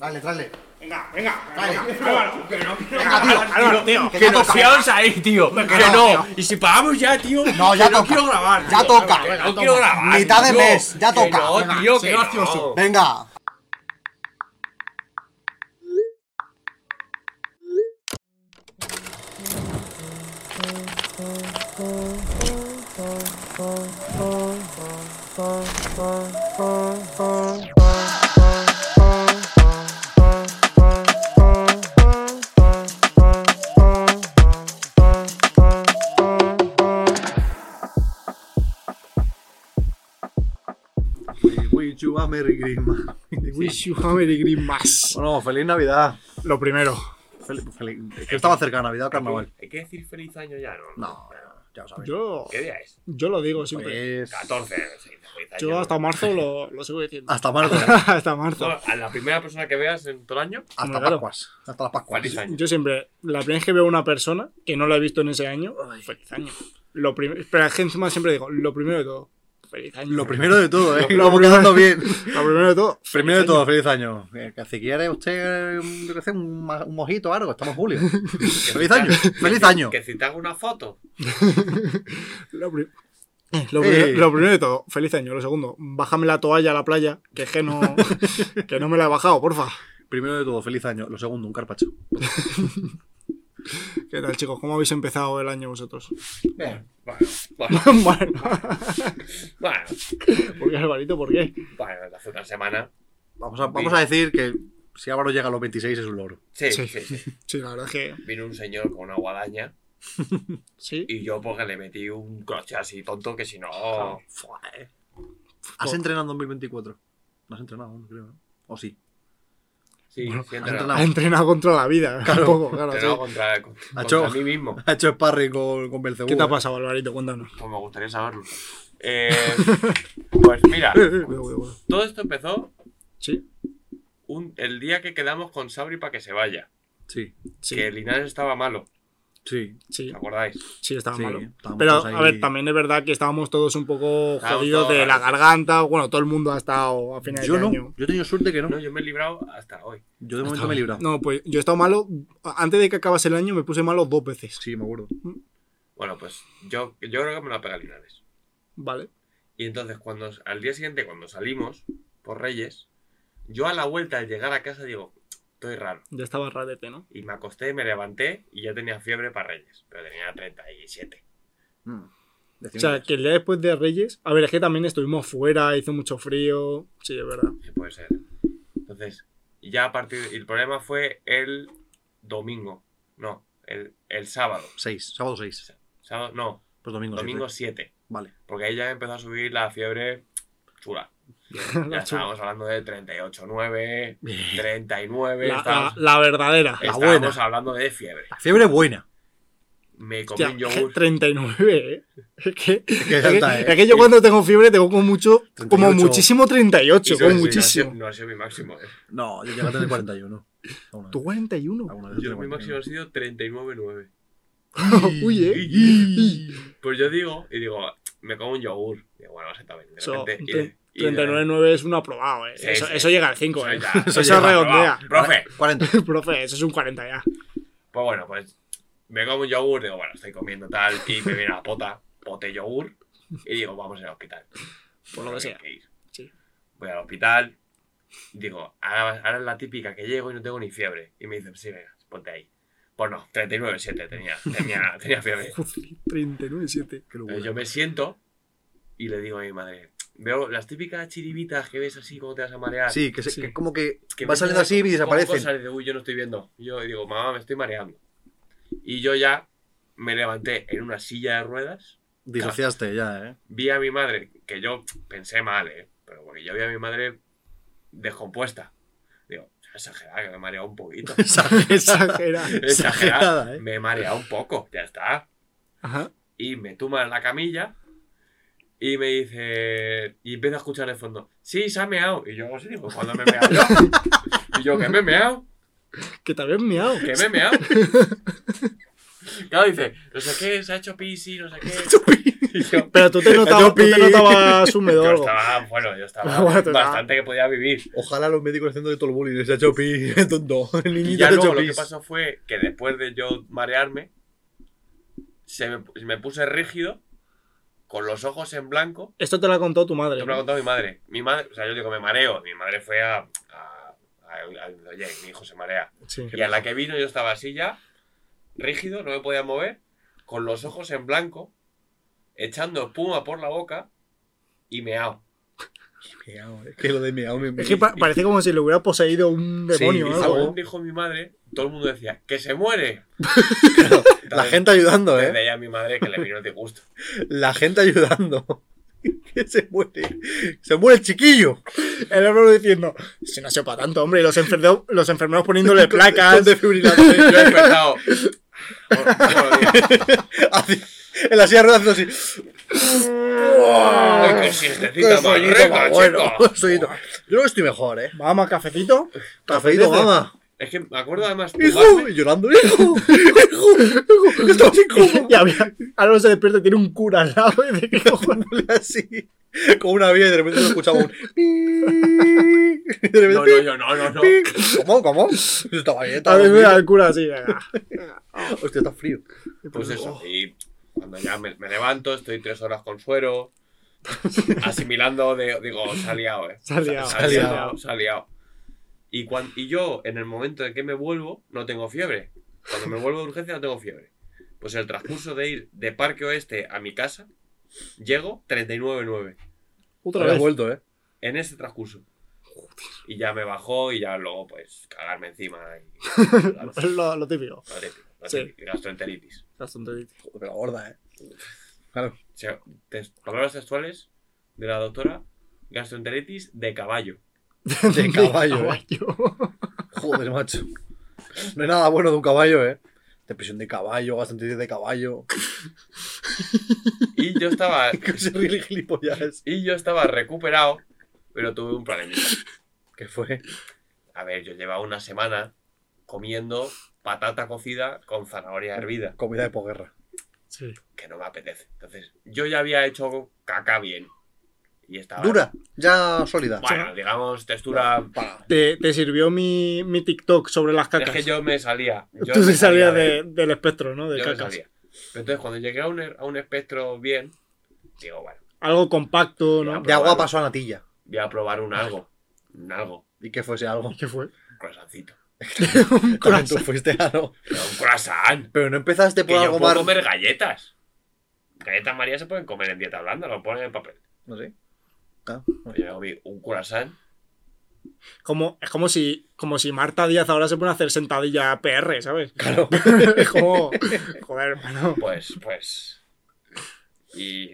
Dale, dale. Venga, venga, Dale. venga, Álvaro, que no, que Ah, no, Venga, tío, Álvaro, tío, que que ya no toca. seas ahí, tío, que no, no, tío. y si pagamos ya, tío, No, ya que no toca. quiero grabar, Ya tío, toca. que no Venga, quiero toma. grabar, Mitad de tío, mes, ya que toca. Venga, no, tío, sé que gracioso. no, Venga. Wish you a Merry Christmas. Wish you a Merry Christmas. Bueno, feliz Navidad. Lo primero. Fel- fel- es que estaba cerca de Navidad Pues, o carnaval. Hay que decir feliz año ya, ¿no? No, ya lo sabéis. Yo, ¿Qué día es? yo lo digo pues, siempre. Es 14, sí, feliz año. Yo hasta marzo lo, lo sigo diciendo. hasta marzo, Hasta marzo. No, a la primera persona que veas en todo el año, hasta claro. Pascuas, hasta las Pascuas. feliz año. Yo siempre, la primera vez que veo a una persona que no la he visto en ese año, feliz año. Lo prim- pero es que encima siempre digo, lo primero de todo, feliz año. Lo primero de todo, ¿eh? Lo Lo vamos quedando bien. Lo primero de todo, Primero de todo, feliz año. Eh, Que si quiere usted, mm, yo qué sé, un, ma- un mojito o algo, estamos en julio. feliz año, feliz año. Que si te hago una foto, lo, pri- lo primero- Ey. lo primero de todo, feliz año. Lo segundo, bájame la toalla a la playa, que es que no, que no me la he bajado, porfa. Primero de todo, feliz año. Lo segundo, un carpacho. ¿Qué tal, chicos? ¿Cómo habéis empezado el año vosotros? Bien. bueno, bueno, bueno, bueno, ¿por qué, Alvarito? ¿Por qué? bueno, hace una semana, Vamos a, vamos a decir que si Álvaro llega a los 26 es un logro. sí, Sí. sí, sí, Sí, la verdad es que vino un señor con una guadaña sí. y yo porque le metí un crochet así tonto que si no... Fua, eh. ¿Has entrenado en 2024? No has entrenado, no creo. ¿no? ¿O sí? Sí, Bueno, sí, he has entrenado. Ha entrenado contra la vida, un poco, claro. Entrenado contra, contra Nacho. mí mismo. Ha hecho sparring con, con sí. Belcebú. ¿Qué te ha eh. pasado, Alvarito? Cuéntanos. Pues me gustaría saberlo. Eh, pues mira, Bueno, bueno, bueno. todo esto empezó Sí, un- el día que quedamos con Sabri para que se vaya. Sí, sí, Que Linares estaba malo, sí. sí, ¿os acordáis? sí, estaba Sí, malo. estábamos Pero, todos ahí- a ver, también es verdad que estábamos todos un poco Estábamos jodidos de todos- la garganta. Bueno, todo el mundo ha estado a finales Yo de no. año. Yo he tenido suerte que no. No, yo me he librado hasta hoy. Yo de momento me he librado. No, pues yo he estado malo. Antes de que acabase el año me puse malo dos veces. Sí, me acuerdo. Bueno, pues yo, yo creo que me la pega Linares. Vale. Y entonces, cuando al día siguiente, cuando salimos por Reyes, yo a la vuelta al llegar a casa digo, estoy raro. Ya estaba radete, ¿no? Y me acosté, me levanté y ya tenía fiebre para Reyes. Pero tenía 37. Mm. O sea, que el día después de Reyes. A ver, es que también estuvimos fuera, hizo mucho frío. Sí, es verdad. Sí, puede ser. Entonces, ya a partir. y El problema fue el domingo. No, el, el sábado. 6, sábado 6. Sábado- No, Pues domingo, domingo siete. 7. Vale. Porque ahí ya empezó a subir la fiebre chula. Ya La, chula. estábamos hablando de 38, 9, Bien. 39. La- la- estábamos la verdadera. la estábamos buena. hablando de fiebre. La fiebre buena. Me comí Hostia, un yogur. 39, ¿eh? Es que, es que, alta, ¿eh? es que yo cuando tengo fiebre tengo como mucho, 38. como muchísimo 38, Y como sí, sí, muchísimo. No ha, sido, no ha sido mi máximo. eh. No, yo llegué a tener 41. Alguna ¿Tú vez. 41? Alguna vez Yo, tengo mi máximo ha sido 39, 9. Uy, Y- ¿eh? Pues yo digo, y digo, me como un yogur. Digo, bueno, vas a estar bien. De So, repente, y- tre- y de- 39,9 es un aprobado, ¿eh? Sí, eso, sí. eso llega al 5, ¿eh? ya, Eso, llega, redondea. 41. Profe. 40. Profe, eso es un 40 ya. Pues bueno, pues me como un yogur, digo, bueno, estoy comiendo tal, y me viene la pota, pote yogur, y digo, vamos al hospital. Por lo que Hay sea. ir. Sí. Voy al hospital, digo, ahora, ahora es la típica que llego y no tengo ni fiebre. Y me dicen, sí, venga, ponte ahí. Pues no, 39,7 tenía, tenía, tenía fiebre. 39,7. Qué eh. Entonces locura. yo me siento y le digo a mi madre, veo las típicas chiribitas que ves así como te vas a marear. Sí, que, se, Sí. que como que, que va me saliendo así y como desaparecen. cosas de, uy, yo no estoy viendo. Yo digo, mamá, me estoy mareando. Y yo ya me levanté en una silla de ruedas, Disociaste ya, ¿eh? vi a mi madre, que yo pensé mal, ¿eh? Pero porque yo vi a mi madre descompuesta. Digo, exagerada, que me he mareado un poquito. Exagera. Exagerada, exagerada, ¿eh? me he mareado un poco, ya está Ajá. y me tumba en la camilla y me dice y empiezo a escuchar de fondo sí se ha meado y yo hago así digo cuando me he meado yo?". y yo que me he meado Que te habías meado. que me he meado Claro, dice, no sé qué, se ha hecho pis y no sé qué. Y yo, Pero tú te notabas, tú te notabas húmedo o yo algo. estaba, bueno, yo estaba Bueno, te- bastante que podía vivir. Ojalá los médicos haciendo de todo el bullying. Se ha hecho pis, tonto. El Y niñito ya se ha luego hecho lo que pis. pasó fue que después de yo marearme, se me, me puse rígido, con los ojos en blanco. Esto te lo ha contado tu madre. Esto me lo ha contado mi madre. Mi madre, o sea, yo digo, me mareo. Mi madre fue a. a- a- a- oye, mi hijo se marea. Sí. Y a la que vino yo estaba así ya, rígido, no me podía mover, con los ojos en blanco, echando espuma por la boca y meao. Meao, Es que lo de meao me... Es que pa- parece como si le hubiera poseído un demonio Sí, o Y Ah, algo. según bueno. dijo mi madre, todo el mundo decía, ¡que se muere! La gente ayudando, Desde ¿eh? ahí a mi madre que le vino el disgusto. La gente ayudando. Que se muere. Se muere el chiquillo. El hermano diciendo, si no sepa tanto, hombre, y los, enferdo- los enfermeros poniéndole Con Ah, placas. desfibrilador. Yo he "Oh, despertado. Bueno, buenos días. Así, en la silla de ruedas haciendo así. Ay, qué siestecita más soñito rica, más chico. bueno, soñito. Yo creo que estoy mejor, ¿eh? Mamá, cafecito. Cafeíto, apetece? mamá. Es que me acuerdo además Hijo, tumbarme, y llorando. Hijo, hijo, hijo. Estamos en Y coma. había- ahora se despierta y tiene un cura al lado. Y dice, "¿Qué cojones?". Así. Con una vía y de repente se escuchaba un. pi, Y de repente. No, no, yo no, no, no. pi. ¿Cómo? ¿Cómo? Yo estaba bien, a estaba mí bien. me da el cura así. venga. Hostia, está frío. Pues eso, y cuando ya me, me levanto, estoy tres horas con suero, asimilando, de, digo, se ha liado, eh. Se ha liado, Se ha se ha liado, liado. se ha liado. Y, cuan- y yo, en el momento en que me vuelvo, no tengo fiebre. Cuando me vuelvo de urgencia, no tengo fiebre. Pues el transcurso de ir de Parque Oeste a mi casa, llego 39.9 Otra Habías vez. vuelto, ¿eh? en ese transcurso. Y ya me bajó y ya luego, pues, cagarme encima. Y, lo Es lo, lo típico. típico, lo Sí. típico, gastroenteritis. Joder, Pero gorda, ¿eh? Claro. O sea, te- palabras textuales de la doctora, gastroenteritis de caballo. De caballo, ¿eh? Joder, macho. No hay nada bueno de un caballo, ¿eh? Depresión de caballo, gastroenteritis de caballo. Y yo estaba, Que se ríe el gilipollas. y yo estaba recuperado, pero tuve un problema. ¿Qué fue? A ver, yo llevaba una semana comiendo patata cocida con zanahoria hervida, Comida de posguerra. Sí. que no me apetece. Entonces, yo ya había hecho caca bien. Y estaba... Dura, ya sólida. Bueno, digamos, textura... Pa. Te, te sirvió mi, mi TikTok sobre las Es cacas. que yo me salía. Yo Tú me te salías de- del espectro, ¿no? De yo me cacas. salía. Pero entonces, cuando llegué a un, er, a un espectro bien, digo, bueno, Algo compacto, ¿no? De agua pasó a natilla. voy a probar Ah. un algo. Un algo. Y que fuese algo. ¿Qué fue? Un croissantcito. Un También tú corazón. fuiste algo. Pero un croissant. Pero no empezaste Que por yo algo puedo más. comer galletas. Galletas María se pueden comer en dieta blanda, lo ponen en papel. No sé. Ah, Pues Yo me comí un croissant. Como, es como si, como si Marta Díaz ahora se pone a hacer sentadilla PR, ¿sabes? claro. Es como, joder, hermano. Pues, pues. Y.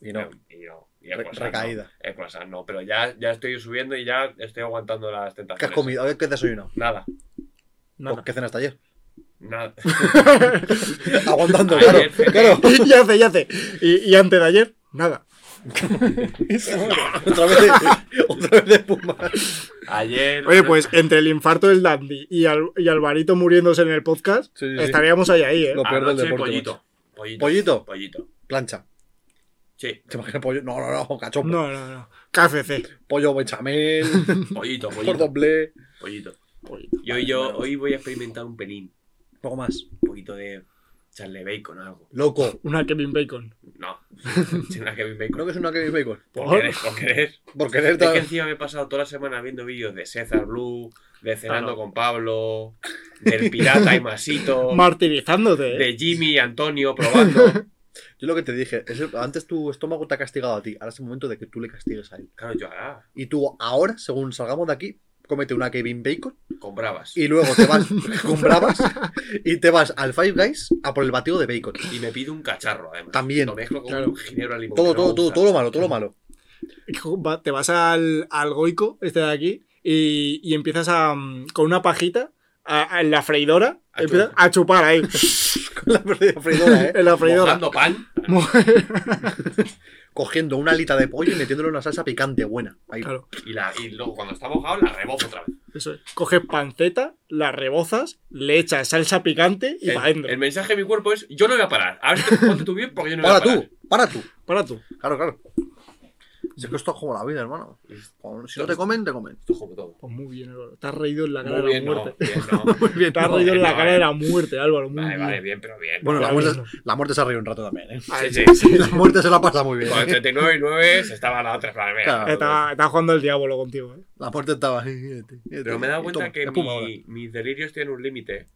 Y no. Y no. Y el Re- croissant no. recaída. El croissant no. Pero ya, ya estoy subiendo y ya estoy aguantando las tentaciones. ¿Qué has comido? A ver, ¿qué has desayunado? Nada. Nada. ¿Qué cenas ayer? Nada. Aguantando, claro. Ayer cené- claro. Y hace, y hace. Y, y antes de ayer, nada. otra vez de, otra vez de espuma. Ayer. Oye, pues entre el infarto del Dandy y, Al- y Alvarito muriéndose en el podcast, Sí, sí, sí. estaríamos ahí, ahí, ¿eh? Lo peor del Anoche, deporte. Pollito. macho. Pollito. Pollito, Pollito. plancha. Sí. ¿Te imaginas pollo? No, no, no, cachopo. No, no, no. KFC. Pollo bechamel, Pollito, por pollito. doble, Pollito. Y hoy, yo, hoy voy a experimentar un pelín. poco más. Un poquito de Charlie Bacon o algo. Loco. Una Kevin Bacon. No. Sin una Kevin Bacon. Creo que es una Kevin Bacon. Por ¿Por? querer, por querer. Por querer Es que tal. encima me he pasado toda la semana viendo vídeos de César Blue, Ah, de Cenando Claro. con Pablo, del Pirata y Masito, Martirizándote. ¿eh? de Jimmy y Antonio probando. Yo lo que te dije, es el- antes tu estómago te ha castigado a ti. Ahora es el momento de que tú le castigues a él. Claro, yo ah, Y tú ahora, según salgamos de aquí, cómete una Kevin Bacon con bravas. Y... y luego te vas con bravas y te vas al Five Guys a por el batido de bacon. me pido un cacharro, además. También, Lo mezclo con claro. ginebra limón. Todo, que no todo, me todo, gusta. todo lo malo, todo lo malo. Va- Te vas al, al goico, este de aquí, y, y empiezas a, mm, con una pajita a- a- en la freidora, A empiezas chupar. a chupar ahí, Con la freidora, ¿eh? en la freidora. Mojando pan. Cogiendo una alita de pollo y metiéndole una salsa picante buena. Ahí. Claro, Y, la, y luego cuando está mojado la rebozo otra vez. eso es. Coges panceta, la rebozas, le echas salsa picante y El, para adentro. el mensaje de mi cuerpo es: Yo no voy a parar. A ver si te ponte tú bien porque yo no voy Para a parar. tú, para tú. Para tú. Claro, claro. Si es que esto es como la vida, hermano. Como- Si no te comen, te comen. Tú como todo. Pues muy bien, Álvaro. Te has reído en la Muy cara de la bien, no. muerte. bien, no. Muy bien, Te has reído en la no, cara eh. de la muerte, Álvaro. Muy Vale, bien. vale, bien, pero bien. Bueno, la Claro, muerte, no. la muerte se ha reído un rato también, ¿eh? Sí, sí, sí. La muerte se la pasa muy bien. Con ¿eh? 39 y 9 se estaba la otra. Para Claro. Estaba, estaba jugando el diablo contigo, ¿eh? La muerte estaba. Pero Pero me he dado cuenta que Me mi- mis delirios tienen un límite.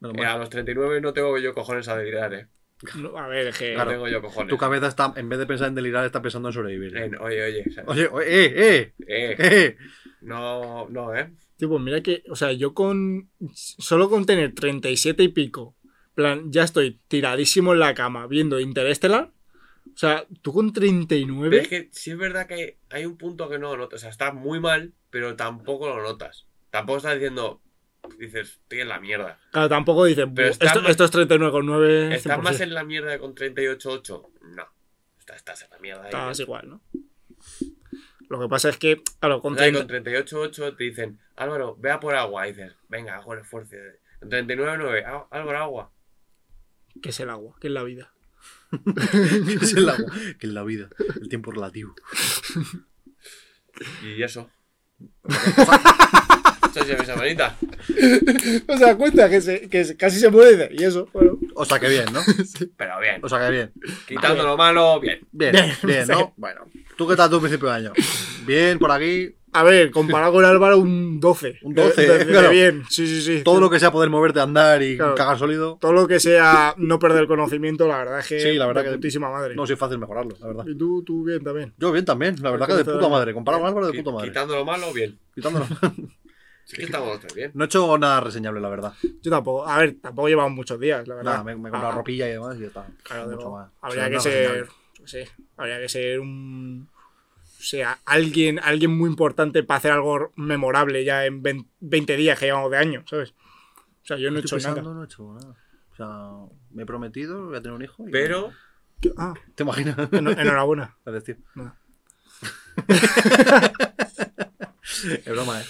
lo Eh, a los 39 no tengo yo cojones a delirar, eh. No, a ver, es que. No tengo yo cojones. Tu cabeza está, en vez de pensar en delirar, está pensando en sobrevivir. Eh, no, oye, oye. o sea, Oye, oye, eh, eh, eh, eh. no, no, eh. Tío, pues mira que, o sea, yo con. Solo con tener 37 y pico, plan, ya estoy tiradísimo en la cama viendo Interestelar. O sea, tú con Pero es 39. que sí es verdad que hay un punto que no notas. O sea, está muy mal, pero tampoco lo notas. Tampoco estás diciendo, dices, estoy en la mierda. Claro, tampoco dices, "Buh, Pero esto, estás más- esto es Eh, 39,9. ¿Estás 100%". más en la mierda que con 38.8? No. Estás, estás en la mierda. ahí. ¿eh? Estabas igual, ¿no? Lo que pasa es que, claro, con O sea, 30 con 38.8 te dicen, Álvaro, vea por agua. Y dices, venga, hago el esfuerzo. Con 39.9, "Ah, Álvaro, agua. que es el agua, que es la vida. Es el agua, que es la vida, el tiempo relativo. Y eso. Eso es mi semanita. O sea, cuenta que, se, que se- casi se muere y dice, y eso, bueno. O sea que bien, ¿no? Pero bien. O sea que Pues, bien. Quitando lo malo, bien. Bien, Bien, bien, sí. ¿no? Bueno, ¿tú qué tal tu principio de año? Bien, por aquí. A ver, comparado con Álvaro, un 12. Un 12, De- de- de claro. bien, sí, sí, sí. Todo lo que sea poder moverte, andar y Claro. cagar sólido, todo lo que sea no perder conocimiento, la verdad es que. Sí, la verdad de que- putísima madre. no soy fácil mejorarlo, la verdad. Y tú, tú bien también. Yo bien también, la verdad que de puta madre. Comparado con Álvaro, de puta madre. Quitando lo malo, bien. Quitándolo. Sí que estamos los tres bien. No he hecho nada reseñable, la verdad. Yo tampoco, a ver, tampoco llevamos muchos días, la verdad. Nada, me, me he comprado Ah, ropilla y demás y ya está. claro, Mucho digo, más. Habría O sea, que nada ser. reseñable. No sé, habría que ser un. O sea, alguien, alguien muy importante para hacer algo memorable ya en 20 20 días que llevamos de año, ¿sabes? O sea, yo no he hecho Estoy pensando, nada. no he hecho nada. O sea, me he prometido, voy a tener un hijo. y- Pero Ah, ¿Te imaginas? en- enhorabuena. Gracias, tío. Nada. Es broma, ¿eh?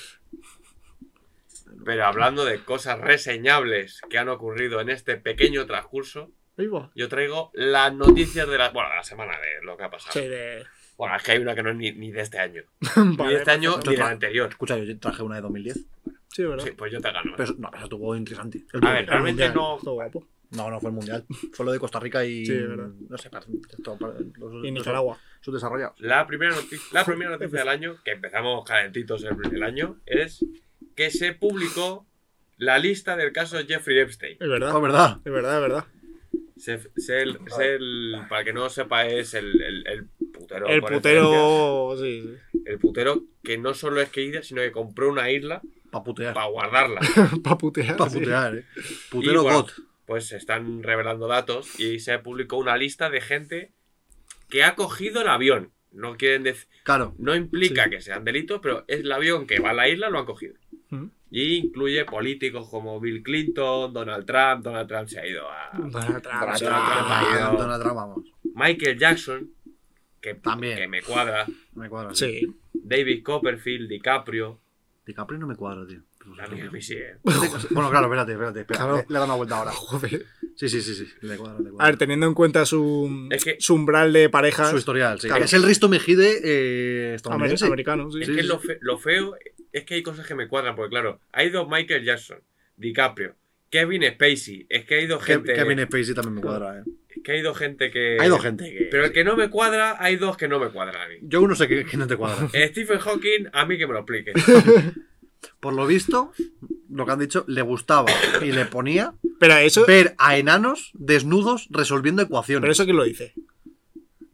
Pero hablando de cosas reseñables que han ocurrido en este pequeño transcurso, Ahí va. yo traigo las noticias de la, bueno, de la semana de lo que ha pasado. Sí, de. Bueno, es que hay una que no es ni, ni de este año. ni Vale, de este año perfecto. ni del anterior. Escucha, yo traje una de 2010. Sí, ¿verdad? Sí, pues yo te gano. Pero eso- no, eso estuvo interesante. El A mundial. ver, realmente no. Todo guapo. No, no fue el mundial. Fue lo de Costa Rica y. Sí, es verdad. No sé, para- todo para- los- Y Nicaragua. Los subdesarrollados. La primera, noticia, la primera noticia del año, que empezamos calentitos el, el año, es que se publicó la lista del caso Jeffrey Epstein. Es No, verdad. Ah, es verdad. Es verdad, es verdad. Se, se- el, se- el- para que no sepa, es el, el- el putero. El por excelencia. putero. Sí, sí. El putero que no solo es que iba, sino que compró una isla Para putear. para guardarla. para putear. Para sí. putear, eh. Putero Y, bueno, God. Pues se están revelando datos y se publicó una lista de gente que ha cogido el avión. No quieren dec- Claro. no implica que sean delitos, pero es el avión que va a la isla, lo han cogido. Mm. Y incluye políticos como Bill Clinton, Donald Trump, Donald Trump se ha ido a Donald Trump, Donald Ah, sí. Trump. Ah, no. Donald Trump, vamos. Michael Jackson, que, También. que me cuadra, No me cuadra. tío. Sí. David Copperfield, DiCaprio, DiCaprio no me cuadra, tío. Pues, a mí- a mí sí, eh. Bueno, claro, espérate, espérate. espera. Claro. Le, le he dado una vuelta ahora. Joder. Sí, sí, sí, sí. Le cuadra, le A ver, cuadra. teniendo en cuenta su, Es que- su umbral de parejas Su historial, sí. Claro. Es el Risto Mejide eh, amer- estadounidense. americanos. sí. Es Sí. que lo, fe- lo feo es que hay cosas que me cuadran, porque claro, ha ido Michael Jackson, DiCaprio, Kevin Spacey, es que ha ido Ke- gente. Kevin Spacey también me cuadra, eh. es que ha ido gente Eh, que. Hay dos gente que. Pero el que no me cuadra, hay dos que no me cuadran a mí. Yo uno sé que, que no te cuadra. Stephen Hawking, a mí que me lo explique. Por lo visto, lo que han dicho, le gustaba y le ponía Pero eso, ver a enanos desnudos resolviendo ecuaciones. pero eso que lo dice.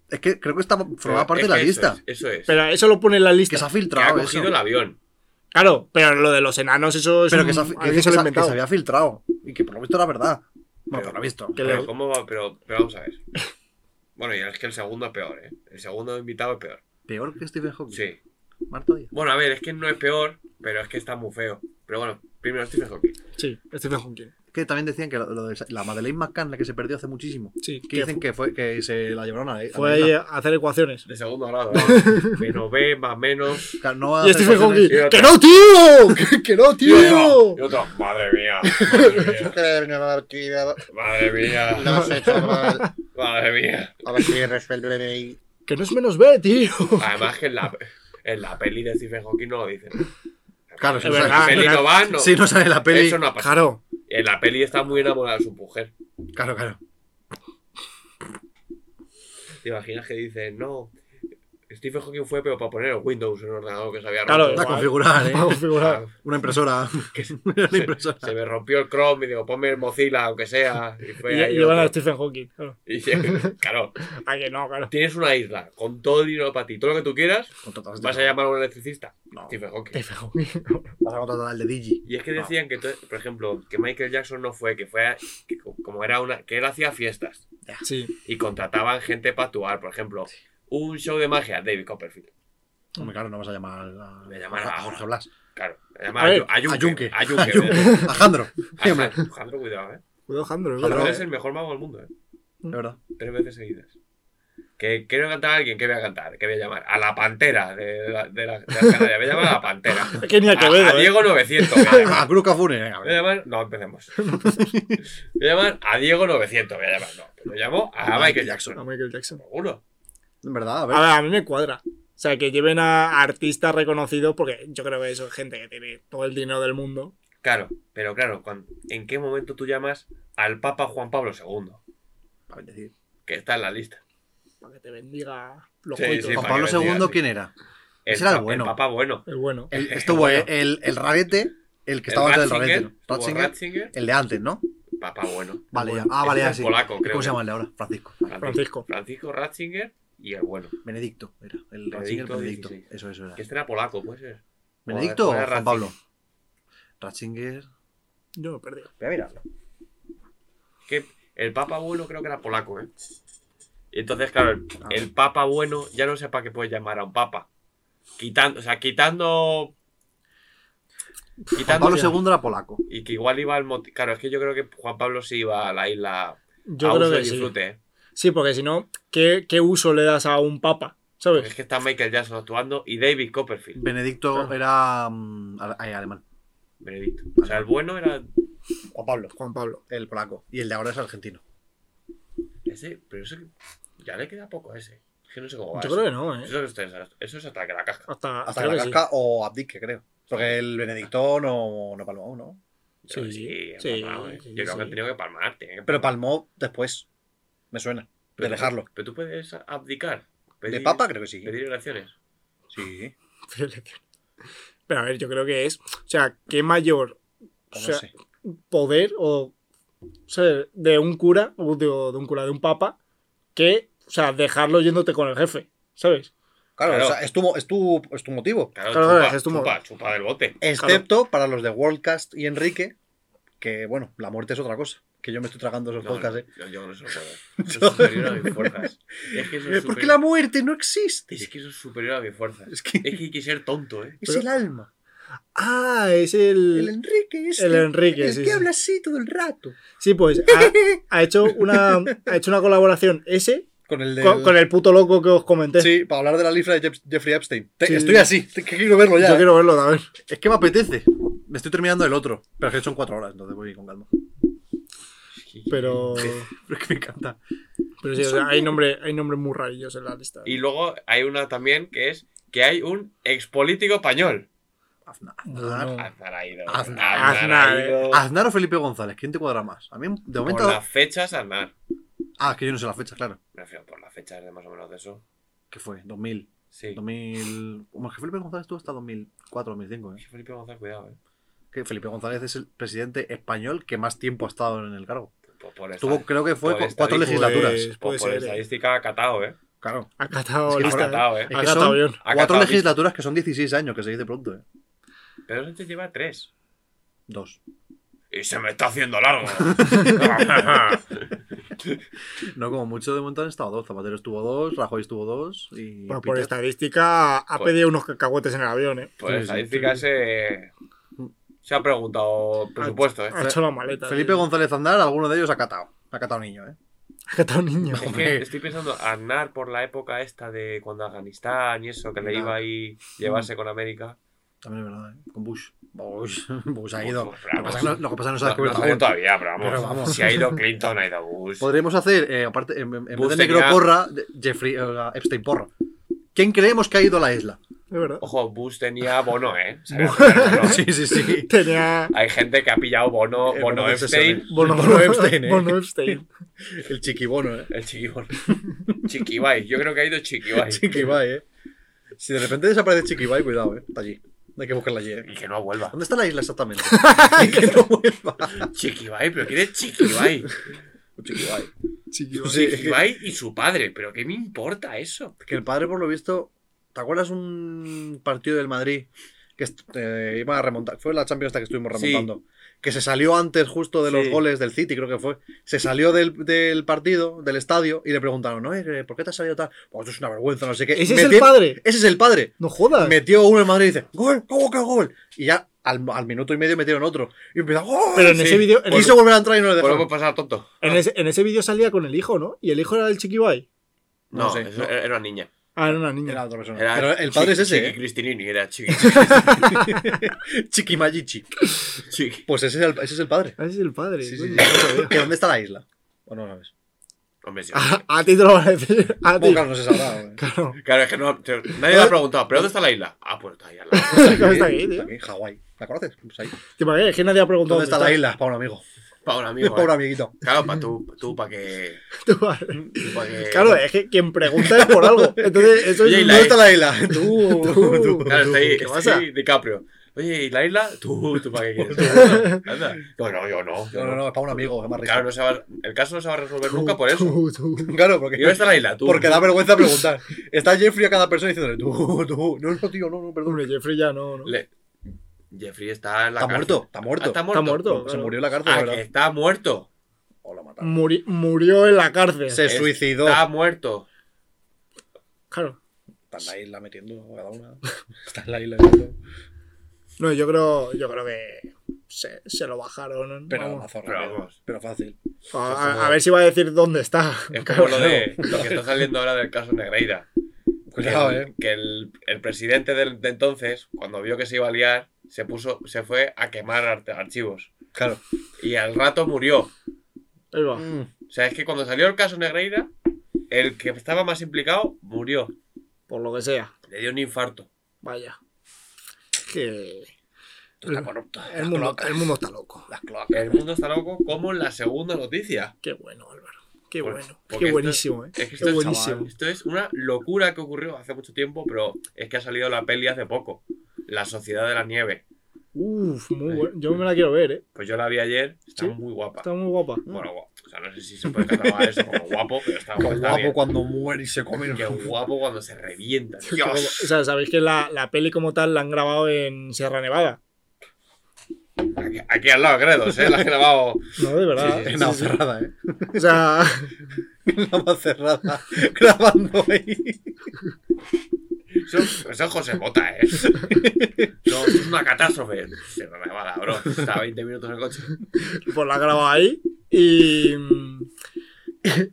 Es que creo que estaba formaba parte de Es la que eso lista. es, Eso es. Pero eso lo pone en la Que se lista. ha que ha filtrado eso. cogido el avión. Claro, pero lo de los enanos, eso es. Pero un- que se, ha- que alguien dice se que se lo ha ha- que inventado. se había filtrado. Y que por lo visto era verdad. Bueno, Pero- por lo visto. que Pero, le- ¿cómo va? Pero, pero vamos a ver. Bueno, y es que el segundo es peor, ¿eh? El segundo invitado es peor. Peor que Stephen Hawking. Sí. Marta Díaz. Bueno, a ver, es que no es peor, pero es que está muy feo. Pero bueno, primero Stephen Hawking. Sí, Stephen Hawking. que también decían que lo, lo de la Madeleine McCann, la que se perdió hace muchísimo. Sí, Que, que dicen que fue que se la llevaron a la Fue ahí a hacer ecuaciones. De segundo grado. ¿eh? menos B, más menos. No Y Stephen Hawking, Y otra. ¡que no, tío! ¡Que, que no, Y tío! otro- y otro, madre mía. Madre mía. Madre mía. No sé, chaval. Madre mía. A ver si resuelve de ahí. ¡Que no es menos B, tío! Además que en la, en la peli de Stephen Hawking no lo dicen. Claro, si Es no, verdad, sale, en la peli pero- no van, no. si no sale la peli. Eso no ha pasado. Claro, En la peli está muy enamorada de su mujer. Claro, claro. ¿Te imaginas que dicen, no? Stephen Hawking fue, pero para poner el Windows en un ordenador que se había Para Claro, roto. igual. configurar, ¿eh? para Ah, configurar. Una impresora. Una impresora. Se me rompió el Chrome y digo, ponme el Mozilla, aunque sea. Y Y, fue ahí y llevan a otro. Stephen Hawking, claro. Y se- claro, Ah, que no, claro. tienes una isla con todo el dinero para ti, todo lo que tú quieras, Contratas- vas a llamar a un electricista. No. Stephen Hawking. Stephen Hawking. Vas a contratar al de Digi. Y es que decían que, to- por ejemplo, que Michael Jackson no fue, que fue, a- que co- como era una, que él hacía fiestas Sí. y contrataban gente para actuar, por ejemplo, un show de magia, David Copperfield. Hombre, claro, no vas a llamar a, Voy a llamar a- Jorge Blas. Claro, A además, ver, a Yunque. Yunque. A A Yunque. ¿verdad? Jun- a Jandro. A Jan- Jandro, cuidado, eh. Cuidado, Alejandro, Pero- es Jandro verdad. es el mejor mago del mundo, eh. De verdad. Tres veces seguidas. Que quiero cantar a alguien, ¿qué voy a cantar? ¿Qué voy a llamar? A la pantera de la, de la, de las Canarias. Voy a llamar a la pantera. Es que ni a A- Quevedo, a, ¿eh? Ah, Diego 900. Voy a A llamar. Cruz Cafune. venga, Voy venga. a llamar- No, empecemos. Voy a llamar a Diego 900. Voy a llamar. No, pero llamo a Michael A Jackson. Michael Jackson. Seguro. En verdad, a A ver. ver, a mí me cuadra. O sea, que lleven a artistas reconocidos, porque yo creo que eso es gente que tiene todo el dinero del mundo. Claro, pero claro, cuan- ¿en qué momento tú llamas al Papa Juan Pablo II? Para decir. Que está en la lista. Para que te bendiga los Sí, coitos. sí, Juan para Pablo que me digas, II, sí. ¿quién era? El, Ese era el pa- bueno. Papa bueno. El bueno. El- El- estuvo bueno. eh, el, el rarete, el que estaba antes del Ratzinger, rarete. ¿no? estuvo Ratzinger, Ratzinger, El de antes, ¿no? Papa bueno. Vale, ya. Bueno, Ah, vale, Ese ya es sí. el polaco, creo. ¿eh? ¿Cómo se que. llama el de ahora? Francisco. Francisco. Francisco Ratzinger y el bueno. Benedicto era. El Ratzinger Benedicto. Benedicto XVI. Eso, eso era. Que este era polaco, puede ser. ¿Benedicto o Joder, Juan Pablo? Ratzinger. Yo lo he perdido. Voy a mirarlo. Que el Papa bueno creo que era polaco, ¿eh? Y entonces, claro, el, Ah. el Papa bueno ya no sé para qué puedes llamar a un Papa. Quitando, o sea, quitando. Juan Quitando. Pablo II era polaco. Y que igual iba al. moti- Claro, es que yo creo que Juan Pablo sí iba a la isla. Yo a creo uso que y sí. disfrute, ¿eh? Sí, porque si no, ¿qué, qué uso le das a un papa? Porque Es ¿Sabes? que está Michael Jackson actuando y David Copperfield. Benedicto Claro. era mm, ale- ay, alemán. Benedicto. O sea, el bueno era. Juan Pablo. Juan Pablo. El polaco. Y el de ahora es argentino. Ese, pero ese. Ya le queda poco a ese. Es que no sé cómo va. Yo eso. creo que no, ¿eh? Eso es, eso es hasta que la casca. Hasta, Hasta creo que la que sí. casca o abdique, creo. Porque el Benedicto no, no palmó, ¿no? Yo Sí, sí, sí, he palmado, eh. sí, Yo creo que sí. han tenido que palmar. tienen que Pero palmar. palmó después. Me suena. Pero De tú- dejarlo. Pero tú puedes abdicar. De papa creo que sí. Pedir oraciones. Sí. Pero a ver, yo creo que es. O sea, ¿qué mayor o Pues no O sea, sé. poder o, o sea, de un cura, o de, o de un cura, de un papa, que, o sea, dejarlo yéndote con el jefe, ¿sabes? Claro, claro. O sea, es, tu, mo- es, tu, es tu motivo. Claro, Claro, chupa, claro, es tu modo. chupa, chupa del bote. Excepto para los de Worldcast y Enrique, que bueno, la muerte es otra cosa. Que yo me estoy tragando esos No, podcasts, ¿eh? no, yo no se lo puedo. Eso es superior a mis fuerzas. Es que eso es, Eh, ¿Por superior, qué la muerte no existe? es que eso es superior a mis fuerzas. Es que Es que hay que ser tonto, ¿eh? es Pero- el alma. Ah, es El el. Enrique es El Enrique, el sí, que sí. habla así todo el rato. Sí, pues Ah, ha, ha hecho una, ha hecho una colaboración ese Con el de. con, con el puto loco que os comenté. Sí, para hablar de la lifra de Jeff- Jeffrey Epstein. Te- Sí. Estoy así, te- que quiero verlo ya. Yo ¿eh? quiero verlo también. Es que me apetece. Me estoy terminando el otro. Pero es que son cuatro horas, entonces voy con calma. Pero, Pero es que me encanta. pero sí, o sea, hay, nombre, hay nombres muy rarillos en la lista. Y luego hay una también que es que hay un expolítico español. Aznar. Bueno. Aznar ha ido. Aznar. ha Aznar, ido. Aznar o Felipe González, ¿quién te cuadra más? A mí, de Por momento. las fechas, Aznar. Ah, es que yo no sé la fecha, claro. Me refiero por las fechas de más o menos de eso. ¿Qué fue? 2000. Sí. 2000. Como es que Felipe González estuvo hasta 2004, 2005. ¿eh? Felipe González, cuidado, ¿eh? Que Felipe González es el presidente español que más tiempo ha estado en el cargo. Por, por esta- Estuvo, creo que fue por cu- cuatro estadística- legislaturas. por, Pues, puede por ser. eh. estadística, catado, ¿eh? Claro. Ha catado que lista. eh. Catao, ¿eh? Es Ha que catado son- bien. Ha Cuatro catado, dice. legislaturas que son 16 años, que se dice pronto, ¿eh? Pedro Sánchez lleva tres. Dos. Y se me está haciendo largo. Pues No, como mucho de momento han estado dos. Zapatero estuvo dos, Rajoy estuvo dos y. Bueno, pues por Peter- estadística, ha Joder. pedido unos cacahuetes en el avión, ¿eh? Pues Sí, sí, estadísticas, eh, Se ha preguntado presupuesto, Ah, ¿eh? Ha hecho la maleta. Felipe González Andar, alguno de ellos ha catado. Ha catado niño, ¿eh? Ha catado un niño. Es que estoy pensando, Aznar por la época esta de cuando Afganistán y eso, que le Claro. iba ahí llevarse con América. También es verdad, ¿eh? Con Bush. Bush. Bush ha ido. Bush, Lo que pasa es que no- lo que pasa es que no se ha No, no descubierto sé aún. todavía, pero vamos, Pero vamos. Si ha ido Clinton, ha ido Bush. Podríamos hacer, eh, aparte, en, en vez Bush de negro tenía- porra, de- Jeffrey eh, Epstein porra. ¿Quién creemos que ha ido a la isla? De verdad. Ojo, Bush tenía bono, ¿eh? O sea, claro, Sí, sí, sí. Tenía. Hay gente que ha pillado bono, Eh, bono bono de Epstein. sesiones. Bono Epstein, ¿eh? Bono Epstein. El chiquibono, ¿eh? El chiquibono. Chiquibai, yo creo que ha ido Chiquibai. Chiquibai, ¿eh? Si de repente desaparece Chiquibai, cuidado, ¿eh? Está allí. Hay que buscarla allí, ¿eh? Y que no vuelva. ¿Dónde está la isla exactamente? Y que no vuelva. Chiquibai, pero ¿quién es Chiquibai? Chiquibai. Chiquibai. Sí, es que- Chiquibai y su padre, pero ¿qué me importa eso? Que el padre, por lo visto, ¿te acuerdas un partido del Madrid que est- eh, iba a remontar? Fue la Champions hasta que estuvimos Sí. remontando. Que se salió antes justo de los Sí. goles del City, creo que fue. Se salió del, del partido, del estadio, y le preguntaron, ¿no? eh, ¿Por qué te has salido tal? Pues es una vergüenza, no sé qué. Ese es el Metió- padre. Ese es el padre. No jodas. Metió uno el Madrid y dice, ¡Gol! ¿Cómo que gol? Y ya al, al minuto y medio metieron otro. Y empieza, ¡Gol! Pero en ese vídeo- en Quiso volver a entrar y no le dejaron. Podemos pasar tonto. En ese, en ese vídeo salía con el hijo, ¿no? Y el hijo era el Chiquibai. No, No sé, eso no. era una niña. Ah, era una niña. Era otra persona. Era Pero el padre Chiqui- es ese, Chiqui ¿eh? Cristinini, era Chiqui. Chiquimayichi. Chiqui. Pues ese es el- ese es el padre. Ah, ese es el padre. Sí, sí, coño. sí. ¿Que ¿Dónde está la isla? O no sabes. Hombre, sí. Ah, A, a ti te lo van a decir. A ti. Bueno, claro, no se sabrá. güey. Claro. Claro, es que no, te- nadie me ha preguntado, ¿pero dónde está la isla? Ah, pues está ahí al lado. ¿Cómo está aquí, tío? Está aquí, Hawái. ¿La conoces? Pues ahí. Te imaginas, es que nadie ha preguntado ¿Dónde está la isla? Para un amigo. Para un amigo. Para un eh. amiguito. Claro, para tú, pa' tú, para que. Tu padre. tú pa' que- Claro, eh, es que quien pregunta es por algo. Entonces, eso Oye, es y ¿Dónde la- está la isla? Tú, Tú. tú, tú. Claro, está ahí, ¿Qué está pasa? ahí DiCaprio. Oye, ¿y la isla? Tú, tú para qué quieres. Anda. No, no, yo no. yo No, no, no, es para un amigo, es más rico. Claro, no se va, el caso no se va a resolver nunca por eso. Tú, tú. Claro, ¿Y dónde porque, está la isla? Tú. porque da vergüenza preguntar. Está Jeffrey a cada persona diciéndole tú, tú. No, no, tío, no, no, perdón. Hombre, Jeffrey ya no. no. Le- Jeffrey está en la Está cárcel. muerto, está Ah, muerto. está muerto. Está muerto. Se claro. murió en la cárcel, Ah, ¿verdad? que está muerto. O la mataron. Muri- murió en la cárcel. Se suicidó. Está muerto. Claro. Está en la isla metiendo a cada una. Está en la isla metiendo. No, yo creo, yo creo que se, se lo bajaron. Pero vamos. mazo Pero rápido, vamos. Pero fácil. a, a- a ver si va a decir dónde está. Es como lo de lo que está saliendo ahora del caso Negreira. Cuidado, que, eh. que el, el presidente del- de entonces, cuando vio que se iba a liar, se puso, se fue a quemar ar- archivos. Claro. Y al rato murió. Ahí va. O sea, es que cuando salió el caso Negreira, el que estaba más implicado murió. Por lo que sea. Le dio un infarto. Vaya. Que. Mm. Está corrupto. El mundo, el mundo está loco. Las cloacas. El mundo está loco como en la segunda noticia. Ah, Qué bueno, Álvaro. Qué Por- bueno. Pues, porque Qué esto- buenísimo, ¿eh? Es que Qué esto, es, buenísimo. chaval, esto es una locura que ocurrió hace mucho tiempo, pero es que ha salido la peli hace poco. La Sociedad de la Nieve. Uf, muy bueno. Yo me la quiero ver, ¿eh? Pues yo la vi ayer, está Sí. muy guapa. Está muy guapa. Bueno, guapo. O sea, no sé si se puede catalogar eso como guapo, pero está, Qué está guapo bien. cuando muere y se come. Qué guapo cuando se revienta. Qué guapa. Dios. O sea, sabéis que la, la peli como tal la han grabado en Sierra Nevada. Aquí, aquí al lado, Gredos, ¿eh? La has grabado. No, de verdad. Sí, sí, En la cerrada, ¿eh? O sea, En la cerrada. Grabando ahí. Eso, eso es José Bota, ¿eh? No, eso es una catástrofe. Se me va bro. Está a 20 minutos en el coche. pues la han grabado ahí. Y.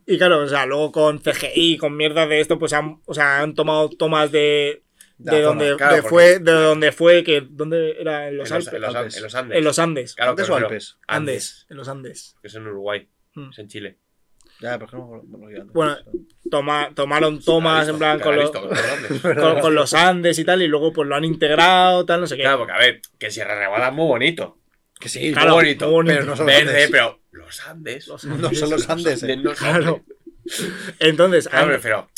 Y claro, o sea, luego con CGI, con mierdas de esto, pues han, o sea, han tomado tomas de. De De la donde, zona, claro, de porque- fue, de donde fue, que ¿dónde era? En los en, los, Alpes. en los An- en los Andes. En los Andes. Claro, ¿Andes pero- o pero- Alpes? Andes. En los Andes. Que es en Uruguay. Mm. Es en Chile. Ya, pero es que no me lo digo antes. Bueno, Toma- tomaron tomas en plan con, los- los... con, con los Andes y tal, y luego pues lo han integrado, tal, no sé qué. Claro, porque a ver, que Sierra Nevada es muy bonito. que sí, claro, muy bonito. muy bonito. pero no son los Verde, Andes. pero los Andes. Los No son los Andes, De ¿eh? los Claro. Andes. Entonces, Claro, me han- refiero.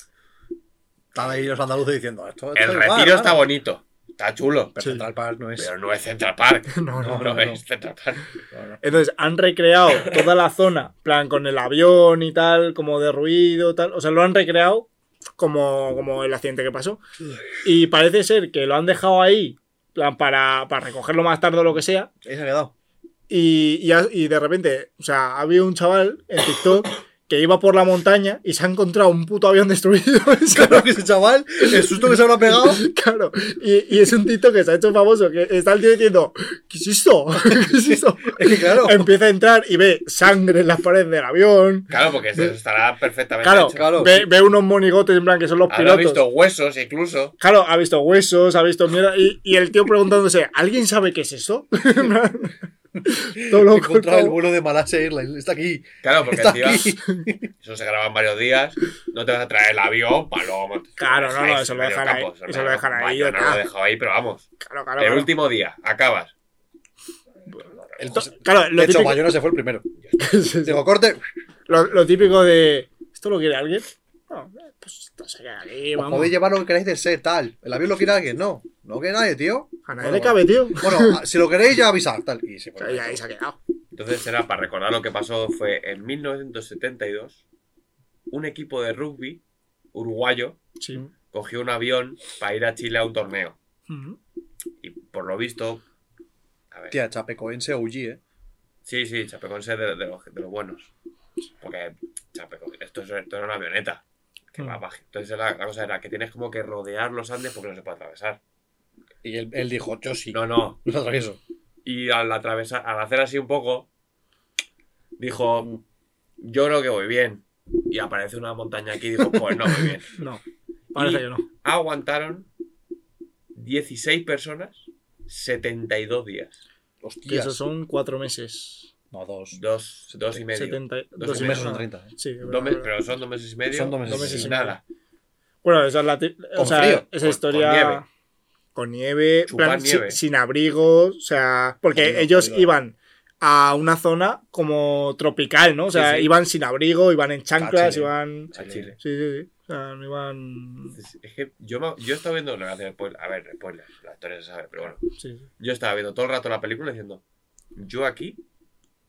Están ahí los andaluces diciendo esto. esto El es retiro igual, está claro. bonito. Está chulo. Pero Sí. Central Park no es. Pero no es Central Park. No, no, No, no, no. es Central Park. Claro. entonces han recreado toda la zona, plan con el avión y tal, como de ruido, tal. O sea, lo han recreado como, como el accidente que pasó. Y parece ser que lo han dejado ahí, plan para, para recogerlo más tarde o lo que sea. Ahí se ha quedado. Y, y, ha- y de repente, o sea, había un chaval en TikTok que iba por la montaña y se ha encontrado un puto avión destruido. Es que- Claro que ese chaval, el susto que se habrá pegado. Claro, y, y es un tito que se ha hecho famoso, que está el tío diciendo, ¿qué es esto? ¿Qué es esto? Es que claro. Empieza a entrar y ve sangre en las paredes del avión. Claro, porque eso estará perfectamente Claro, hecho. Pues, claro. Ve, ve unos monigotes en plan que son los Habrá pilotos. visto huesos incluso. Claro, ha visto huesos, ha visto mierda. Y, y el tío preguntándose, ¿alguien sabe qué es eso? Todo He loco. encontrado el todo. vuelo de Malasia Airlines. Está aquí. Claro, porque Está encima aquí. eso se graba en varios días. No te vas a traer el avión, palomo. Claro, no, no, Dejáis eso lo medio dejan ahí, campo, eso lo dejan ahí, Yo ya no está. lo he dejado ahí, pero vamos. Claro, claro. El claro. último día, acabas. El José- Claro, de lo hecho, típico, Bayona se fue el primero. Sí, sí. Digo, corte. Lo- lo típico de, ¿esto lo quiere alguien? No, eh, pues esto se queda aquí, Os vamos. podéis llevar lo que queráis de ser, tal. ¿El avión lo quiere alguien? No. No quiere nadie, tío. A nadie le cabe, tío. O Bueno, a- si lo queréis, ya avisad, tal. Y se fue. sea, ya ahí se ha quedado. Entonces era para recordar lo que pasó fue en 1972 un equipo de rugby uruguayo Sí. cogió un avión para ir a Chile a un torneo Ujú. y por lo visto a ver, Tía, chapecoense OG, eh. sí sí Chapecoense de, de los, de los buenos porque Chapeco- esto, es- esto era una avioneta que Mm. va baja. entonces la, la cosa era que tienes como que rodear los Andes porque no se puede atravesar Y él, él dijo, yo sí. no no Los atravieso. y al atravesar al hacer así un poco dijo yo creo que voy bien y aparece una montaña aquí y dijo pues no voy bien No, parece Y- que no. aguantaron 16 personas 72 días. Que Hostias. esos son cuatro meses. No, dos. Dos, dos y medio. 70, Dos y Un mes meses medio. son 30. eh. Sí, es Dos verdad, me- es verdad. pero son dos meses y medio. Son dos meses Dos meses y y medio. nada. Bueno, esa es la. ti- O Con sea, frío, esa con- historia. con nieve. Con nieve, Chupar plan, si- nieve. Sin, abrigo, o sea. Porque Jodido, ellos jodido. iban a una zona como tropical, ¿no? O sea, Sí, sí. iban sin abrigo, iban en chanclas, Chile. iban. A Chile. Sí, sí, sí. O sea, no iban. Es- Es que yo, me- yo estaba viendo. no voy a hacer spoil- a ver, spoilers. La historia se sabe, pero bueno. Sí, sí. Yo estaba viendo todo el rato la película diciendo: Yo aquí,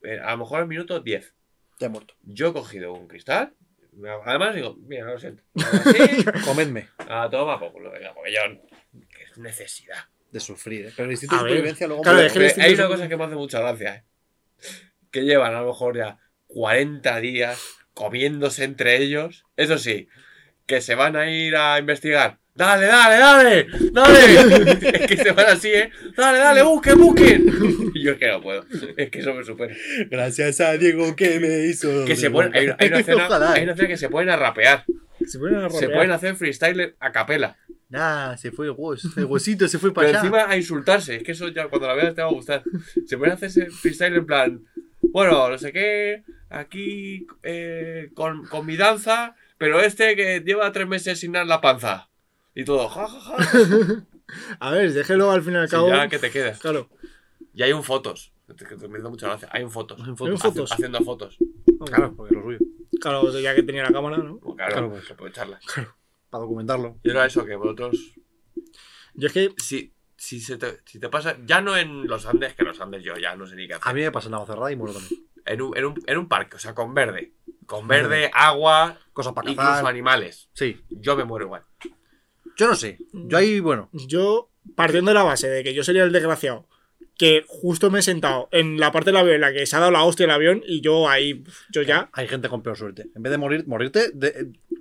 eh, a lo mejor al minuto 10, Ya he muerto. yo he cogido un cristal. me- Además, digo, mira, lo siento. Así, Comedme. a toma, pues, lo- porque yo. que es necesidad. De sufrir, eh. Pero el instinto A de ver. supervivencia luego. Claro, muere. es que- Porque les eh, hay tienes una un- cosa que me hace mucha gracia, ¿eh? Que llevan a lo mejor ya 40 días comiéndose entre ellos. Eso sí, que se van a ir a investigar. ¡Dale, dale, dale! ¡Dale! es que se van así, ¿eh? ¡Dale, dale! ¡Busquen, busquen! Y yo es que no puedo. Es que eso me supera. Gracias a Diego que me hizo. Que se ponen, hay, hay una escena, Ojalá, hay eh. una escena que se ponen a rapear. Se ponen a Se rodear. pueden hacer freestyle a capela. Nah, se fue el hues- el huesito, se fue Pero para allá. encima a insultarse, es que eso ya cuando la veas te va a gustar. Se puede hacer ese freestyle en plan, bueno, no sé qué, aquí eh, con, con mi danza, pero este que lleva tres meses sin dar la panza. Y todo, ja, ja, ja. A ver, déjelo al fin y al Sí, cabo. ya que te quedas. Claro. Y hay un fotos, que te- me hizo mucha gracia, hay un fotos. Hay un fotos. Haci- fotos. Haciendo fotos. Claro, porque lo suyo. Claro, o sea, ya que tenía la cámara, ¿no? Bueno, claro, Claro, hay pues. que aprovecharla. Para documentarlo. Y era eso, que vosotros, Yo es que. si, si, se te, si te pasa, ya no en los Andes, que en los Andes yo ya no sé ni qué hacer. A mí me pasa nada cerrada y muero también. En un, en, un, en un parque, o sea, con verde. Con verde, agua, Cosas para incluso cazar. animales. Sí. Yo me muero igual. Yo no sé. Yo ahí, bueno. Yo, partiendo de la base de que yo sería el desgraciado, que justo me he sentado en la parte del avión en la que se ha dado la hostia el avión y yo ahí, yo ya, Hay gente con peor suerte. En vez de morir, morirte, de, eh,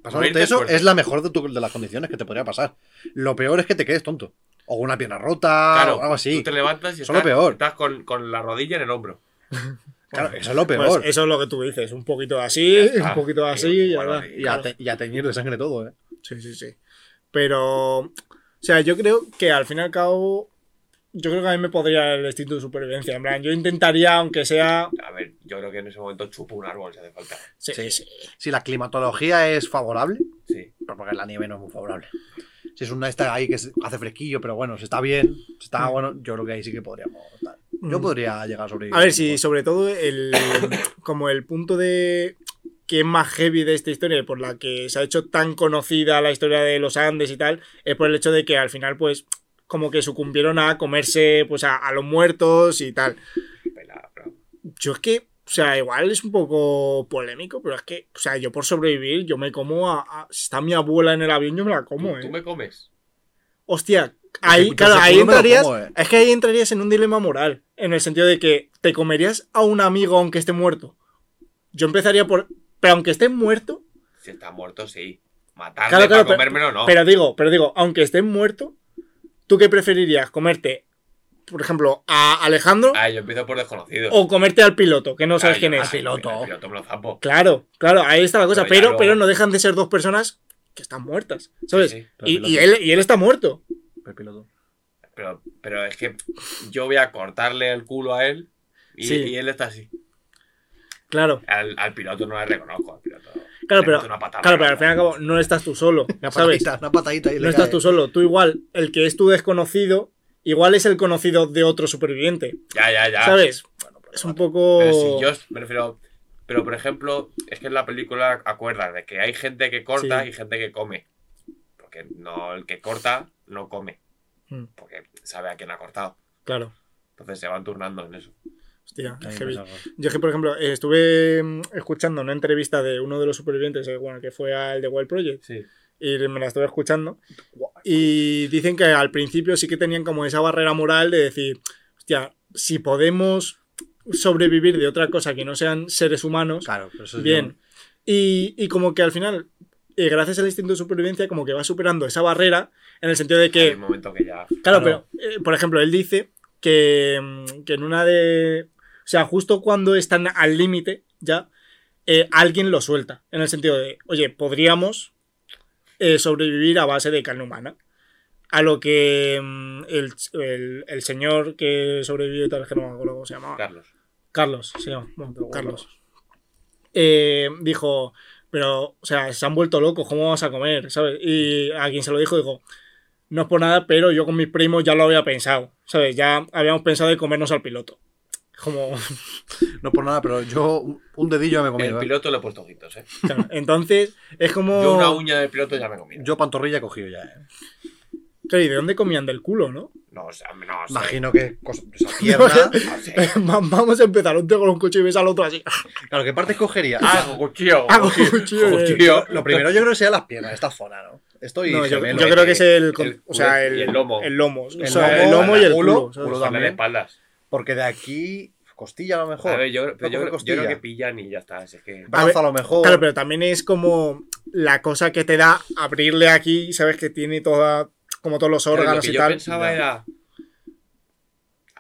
pasándote Morirte es eso suerte. es la mejor de, tu- de las condiciones que te podría pasar. Lo peor es que te quedes tonto. O una pierna rota, Ah, o algo así. tú te levantas y Eso es lo estás, peor. estás con, con la rodilla en el hombro. Claro, eso es lo pues peor. eso es lo que tú dices, un poquito así, Ya está. un poquito así Y y ya bueno, está. y y, a te- y a teñir de sangre todo, ¿eh? Sí, sí, sí. Pero, o sea, yo creo que al fin y al cabo, yo creo que a mí me podría el instinto de supervivencia. En plan, yo intentaría, aunque sea. A ver, yo creo que en ese momento chupo un árbol si hace falta. Sí, sí. Sí. Si la climatología es favorable, Sí. pero porque la nieve no es muy favorable. Si es una esta ahí que se- hace fresquillo, pero bueno, se está bien, se está Mm. bueno, yo creo que ahí sí que podríamos. tal. Mm. Yo podría llegar a sobrevivir. A ver, si sobre todo el como el punto de que es más heavy de esta historia, por la que se ha hecho tan conocida la historia de los Andes y tal, es por el hecho de que al final, pues, como que sucumbieron a comerse, pues, a, a los muertos y tal. Pela, bro. Yo es que, o sea, igual es un poco polémico, pero es que, o sea, yo por sobrevivir, yo me como a... a- si está mi abuela en el avión, yo me la como, ¿Tú, eh. tú me comes. Hostia, ahí, yo claro, ese ahí culo me lo entrarías. como, eh. Es que ahí entrarías en un dilema moral. En el sentido de que te comerías a un amigo aunque esté muerto. Yo empezaría por Pero aunque esté muerto, Si está muerto, sí. Matarle Claro, para claro, pero- comérmelo, no. pero digo, pero digo, aunque esté muerto, ¿tú qué preferirías? ¿Comerte, por ejemplo, a Alejandro Ah, yo empiezo por desconocido. o comerte al piloto, que no Claro, sabes yo- quién ah, es? el piloto. El piloto me lo zapo. Claro, claro, ahí está la cosa. Pero ya Pero, luego- pero no dejan de ser dos personas que están muertas, ¿sabes? Sí, sí. Pero Y, piloto. y él, y él está muerto. El piloto. Pero, pero es que yo voy a cortarle el culo a él y, Sí. y él está así. Claro, Al, al piloto no le reconozco. Al piloto. claro, Le pero, meto una patada. claro, pero al fin y al cabo no estás tú solo, Una ¿sabes? patadita, una patadita y le No estás cae. tú solo. Tú igual, el que es tu desconocido, igual es el conocido de otro superviviente, Ya, ya, ya. ¿sabes? pues, Es un poco... Ah. Pero si yo me refiero. Pero por ejemplo, es que en la película acuerdan de que hay gente que corta Sí. y gente que come. Porque no, el que corta no come. Mm, Porque sabe a quién ha cortado. Claro, Entonces se van turnando en eso. hostia, Ahí es heavy. pasa algo. Yo es que, por ejemplo, eh, estuve mm, escuchando una entrevista de uno de los supervivientes, eh, bueno, que fue al The Wild Project, Sí. y me la estuve escuchando, y dicen que al principio sí que tenían como esa barrera moral de decir, hostia, si podemos sobrevivir de otra cosa que no sean seres humanos, Claro, pero eso es Bien. Y, y como que al final, eh, gracias al instinto de supervivencia, como que va superando esa barrera, en el sentido de Hay que, un momento que ya. claro, claro. pero, eh, por ejemplo, él dice que, mm, que en una de... O sea, justo cuando están al límite, ya, eh, alguien lo suelta, en el sentido de, oye, podríamos eh, sobrevivir a base de carne humana. A lo que mm, el, el- el señor que sobrevivió y tal, que no me acuerdo cómo se llamaba. Carlos. Carlos, sí, bueno, Carlos. Eh, dijo, pero, o sea, se han vuelto locos, ¿cómo vamos a comer? ¿Sabes? Y a quien se lo dijo, dijo, no es por nada, pero yo con mis primos ya lo había pensado, ¿sabes? Ya habíamos pensado de comernos al piloto. Como, No por nada, pero yo un- un dedillo ya me he El comido. ¿eh? piloto le he puesto ojitos, eh. claro, entonces, es como... Yo una uña del piloto ya me he comido. Yo pantorrilla he cogido ya, ¿eh? Claro, ¿y de dónde comían? Del culo, ¿no? No, o sea, no sé. Imagino que cosa- esa pierna. No sé. Va- Vamos a empezar, un tío con un cuchillo y ves al otro así. Claro, ¿qué parte escogería? Ah, cuchillo. Ah, con un cuchillo. Cuchillo. eh. Tío. Lo primero yo creo que sea las piernas, esta zona, ¿no? Estoy No, yo, gemelo, yo ¿eh? creo que es el, el o sea, culo y el, el lomo. El lomo, o El sea, el lomo, lomo y el culo, culo. ¿sabes? culo Ojalá de también. espaldas. Porque de aquí, costilla a lo mejor. A ver, yo, pero coger yo, yo costilla. creo que pillan y ya está. si es que... brazo a, lo mejor. Claro, pero también es como la cosa que te da abrirle aquí, sabes que tiene toda, como todos los Claro, lo órganos que y yo tal. pensaba Ya. era.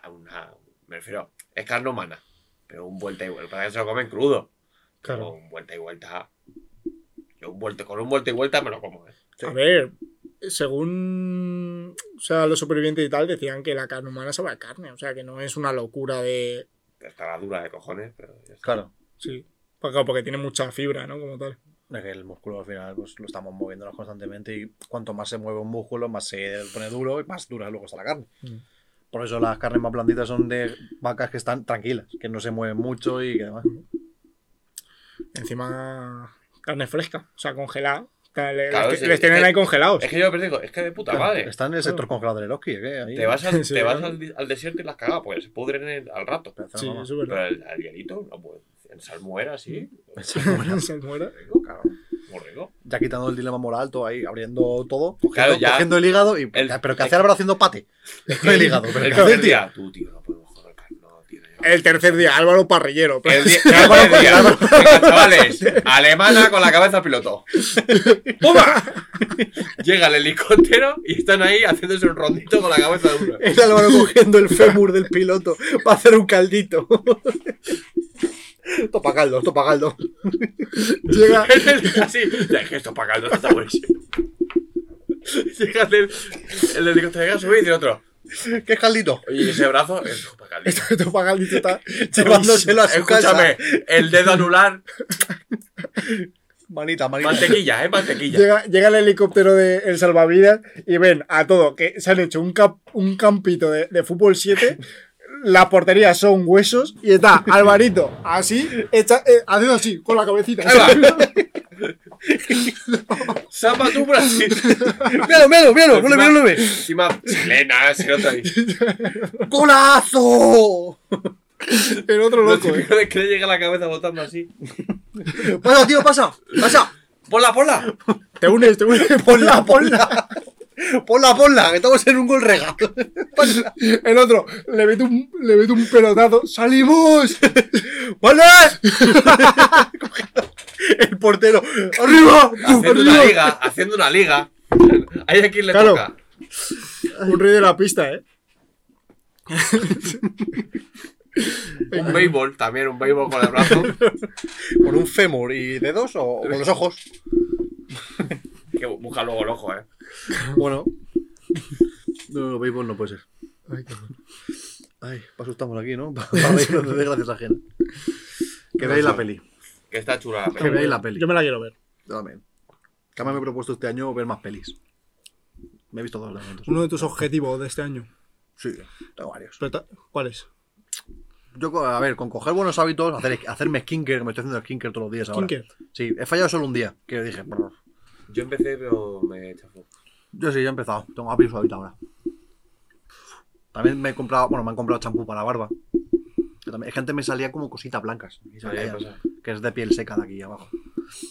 A una. Me refiero. Es carne humana. Pero un vuelta y vuelta. Para que se lo comen crudo. Pero Claro. Un vuelta y vuelta. Yo un vuelta, con un vuelta y vuelta me lo como. ¿eh? A ver, según o sea, los supervivientes y tal, decían que la carne humana sabe a carne, o sea que no es una locura de. Estará dura de cojones, pero. ya está. Claro. Sí. Porque, porque tiene mucha fibra, ¿no? Como tal. Es que el músculo al final pues, lo estamos moviéndonos constantemente y cuanto más se mueve un músculo, más se pone duro y más dura luego está la carne. Mm. Por eso las carnes más blanditas son de vacas que están tranquilas, que no se mueven mucho y que demás. Encima, carne fresca, o sea, congelada. O sea, le- Claro, les, sí, les es tienen que- ahí congelados. Es que yo me digo, es que de puta Claro, madre. Están en el sector congelado del Eroski, ¿eh? Ahí. Te vas, al, Sí, te vas claro. al, al desierto y las cagas, porque pues se pudren en- al rato. Pero, Sí, mamá, eso es Pero verdad. el, el hielito, no puede. En salmuera, sí. Se muera. Rico, claro. Mm. muy rico. Ya quitando el dilema moral, todo ahí, abriendo todo, cogiendo, Claro, ya. cogiendo el hígado y. El- pero que hace Álvaro haciendo pate. el hígado, pero El ¿qué hace primer el tío? día. Tú, tío, no podemos joder carne. No, tío, no. El tercer día, Álvaro Parrillero. Pues, El día- el primer día. Venga, chavales, alemana con la cabeza al piloto. ¡Pumba! Llega el helicóptero y están ahí haciéndose un rondito con la cabeza de uno. El Álvaro cogiendo el fémur del piloto para hacer un caldito. topa caldo, topa caldo. Llega, Así, ya, es que esto para caldo esto está buenísimo. Llega el, el helicóptero, llega a subir y dice otro. ¿Qué caldito? Oye, ¿y ese brazo es para caldo. Esto paga el está Llevándoselo a su Escúchame, casa. el dedo anular, Manita, manita. mantequilla, eh, mantequilla. Llega, llega el helicóptero de El Salvavidas y ven a todo que se han hecho un, cap- un campito de, de fútbol 7. Las porterías son huesos y está Alvarito así, hecha, eh, haciendo así, con la cabecita. Sapa tu Brasil. Míralo, míralo, míralo. No le ve, no le ve. Encima, chilena, se nota ahí. ¡Golazo! El otro Lo loco, eh. típico de que le llega la cabeza botando así. Pasa, tío, pasa. Pasa. ¡Ponla, ponla! Te unes, te unes. Ponla, ponla. Ponla, ponla, que estamos en un gol regalo. Ponla. El otro le mete un, le mete un pelotazo. ¡Salimos! ¡Ponla! El portero. ¡Arriba! Haciendo una ¡Arriba! liga, haciendo una liga. Hay a quien le Claro. toca. Un rey de la pista, ¿eh? Un béisbol, también un béisbol con el brazo. ¿Con un fémur y dedos o con los ojos? Que bu- busca luego el ojo, eh. Bueno. No, no, béisbol no puede ser. Ay, qué bueno. Ay, para estamos aquí, ¿no? Para reírnos de desgracias ajenas. Que veáis la peli. Que está chula la Que peli. veáis la peli. Yo me la quiero ver. Yo también. Que además me he propuesto este año ver más pelis. Me he visto dos elementos. Uno de tus objetivos de este año. Sí, tengo varios. Pero ta- ¿Cuál es? Yo, co- a ver, con coger buenos hábitos, hacer, hacerme skinker, que me estoy haciendo skinker todos los días ahora. Kinker. Sí, he fallado solo un día, que dije. brr. Yo empecé, pero me chafó. Yo sí, ya he empezado. Tengo hábitos hábito ahora. También me he comprado, bueno, me han comprado champú para la barba. Que también- es que antes me salía como cositas blancas. y se Ahí caían, pasa. que es de piel seca de aquí abajo.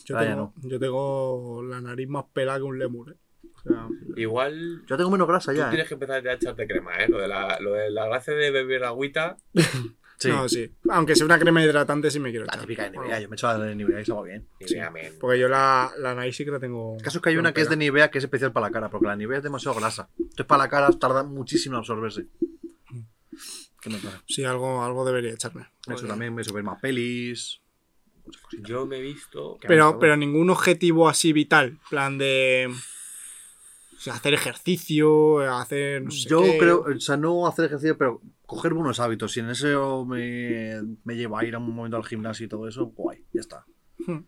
Yo Ah, ya tengo, yo tengo la nariz más pelada que un lemur, ¿eh? O sea, Igual Yo tengo menos grasa tú ya. ¿eh? tienes que empezar ya a echarte crema, eh. Lo de la, lo de la gracia de beber agüita. ¿eh? Sí. No, sí. Aunque sea una crema hidratante, sí me quiero La echar. típica de Nivea, Bueno, yo me he echado la de Nivea y se va bien. Y Sí. vea, men. Porque yo la, la nariz sí que la tengo. El caso es que hay una que es de Nivea que es especial para la cara, porque la Nivea es demasiado grasa. Entonces para la cara tarda muchísimo en absorberse. Hmm. ¿Qué me pasa? Sí, algo, algo debería echarme. Eso también me subir más pelis. muchas cositas. Yo me he visto. Que me Pero, cago. pero ningún objetivo así vital. plan de. o sea, hacer ejercicio, hacer. No sé Yo qué. creo, o sea, no hacer ejercicio, pero coger buenos hábitos. Si en eso me, me lleva a ir a un momento al gimnasio y todo eso, guay, ya está. No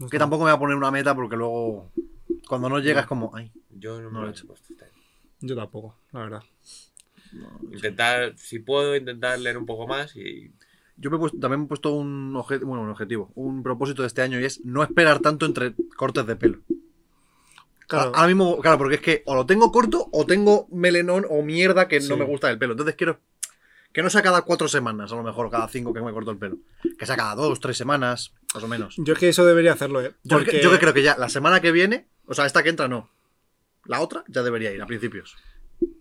Que sé. tampoco me voy a poner una meta porque luego, cuando no llegas, como, ay, Yo no me No lo lo he he hecho. puesto. este año. Yo tampoco, la verdad. Ah, Intentar, si puedo, intentar leer un poco más y. Yo me he puesto- también me he puesto un, obje- bueno, un objetivo, un propósito de este año y es no esperar tanto entre cortes de pelo. Claro, Ahora mismo, claro, porque es que o lo tengo corto o tengo melenón o mierda que Sí. no me gusta del pelo. Entonces quiero que no sea cada cuatro semanas, a lo mejor cada cinco que me corto el pelo. Que sea cada dos, tres semanas, más o menos. yo es que eso debería hacerlo, ¿eh? Yo, Porque- que- yo que creo que ya la semana que viene, o sea, esta que entra no. La otra ya debería ir a principios.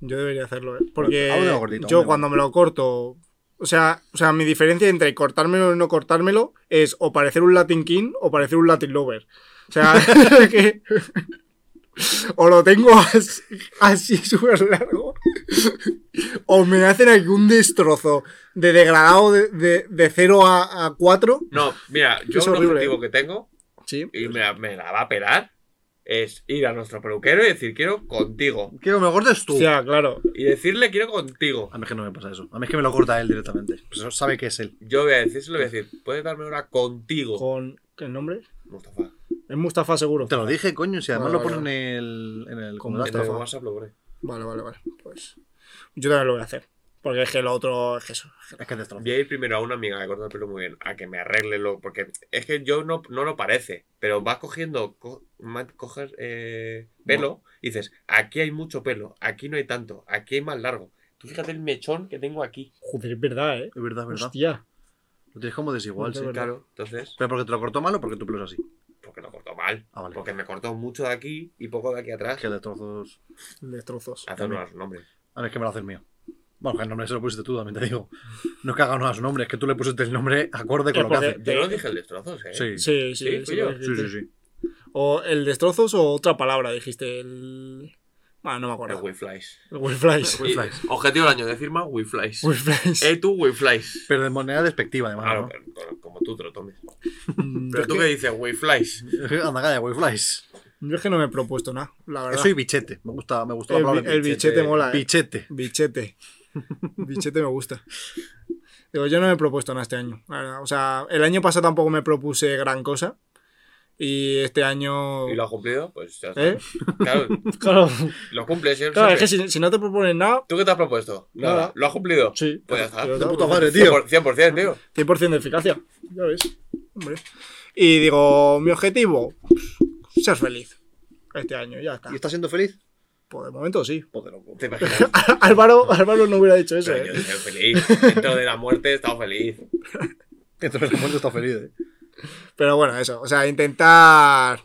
Yo debería hacerlo, ¿eh? Porque Aún tengo gordito, aún yo tengo. cuando me lo corto. O sea, o sea, mi diferencia entre cortármelo y no cortármelo es o parecer un Latin King o parecer un Latin Lover. O sea, que. O lo tengo así, así súper largo. O me hacen algún destrozo de degradado de, de, 0 a, 4. No, mira, yo Es un horrible, objetivo eh. que tengo Sí. y me la, me la va a pelar es ir a nuestro peluquero y decir quiero contigo. Quiero que me lo cortes tú. O sea, claro. Y decirle quiero contigo. A mí es que no me pasa eso. A mí es que me lo corta él directamente. Pues eso sabe que es él. Yo voy a decírselo y voy a decir, puedes darme una contigo, Con. ¿qué nombre? Mustafa. Es Mustafa seguro. Te lo dije, coño, si además Vale, lo vale, ponen en el. En el Como en el En el Astrafa. WhatsApp lo pone. Vale, vale, vale. Pues. Yo también lo voy a hacer. Porque es que lo otro es que eso. Es que es de Astrafa. Voy a ir primero a una amiga que corta el pelo muy bien, a que me arregle lo. Porque es que yo no, no lo parece, pero vas cogiendo. co- ma- coges eh, pelo y dices, aquí hay mucho pelo, aquí no hay tanto, aquí hay más largo. Tú fíjate el mechón que tengo aquí. Joder, es verdad, ¿eh? Es verdad, es verdad. Hostia. Lo tienes como desigual, Es sí. verdad. Claro, entonces, ¿Pero porque te lo cortó mal o porque tu pelo es así? porque lo cortó mal. Ah, vale. Porque me cortó mucho de aquí y poco de aquí atrás. Es que de trozos. Destrozos. Hacer unos nombres. A ver, es que me lo haces mío. Bueno, que el nombre se lo pusiste tú, también te digo. No es que haga uno a su nombre, es que tú le pusiste el nombre acorde Eh, con lo que porque- hace. Yo no dije el destrozos, ¿eh? Sí, sí, Sí, sí, Sí, sí. fui yo. lo sí. dijiste. sí. O el destrozos o otra palabra, dijiste. El. Bueno, no me El acuerdo. We Flies. El Wildflies. We Flies. Y- Objetivo del año, decir más We Flies. Wildflies. Eh, tú We Flies. Pero de manera despectiva, además. Claro, ¿no? pero como tú te lo tomes. Mm, yo, Pero es tú que dices We Flies. Anda, calla, wey flies. que- yo es que no me he propuesto nada, la verdad. Soy bichete. Me gusta, me gustó el, hablar bi- el bichete mola. eh. Bichete. Bichete. Bichete me gusta. Digo, yo no me he propuesto nada este año. la verdad. O sea, el año pasado tampoco me propuse gran cosa. Y este año. Y lo has cumplido, pues ya está. ¿Eh? Claro, Claro, lo cumples ¿eh? siempre. claro es que si, si no te propones nada. ¿Tú qué te has propuesto? Nada. Nada. ¿Lo has cumplido? Sí. Pues ya está. Yo De no- puta madre, tío. 100%, 100%, tío. 100% de eficacia. Ya ves. Hombre. Y digo, mi objetivo, pues, ser feliz este año, ya está. ¿Y estás siendo feliz? Por el momento sí. Poder loco. Te imaginas. Álvaro, Álvaro no hubiera dicho eso, Pero yo ¿eh? estoy feliz. Dentro de la muerte he estado feliz. Entonces, el mundo está feliz, eh. Pero bueno, eso. O sea, intentar.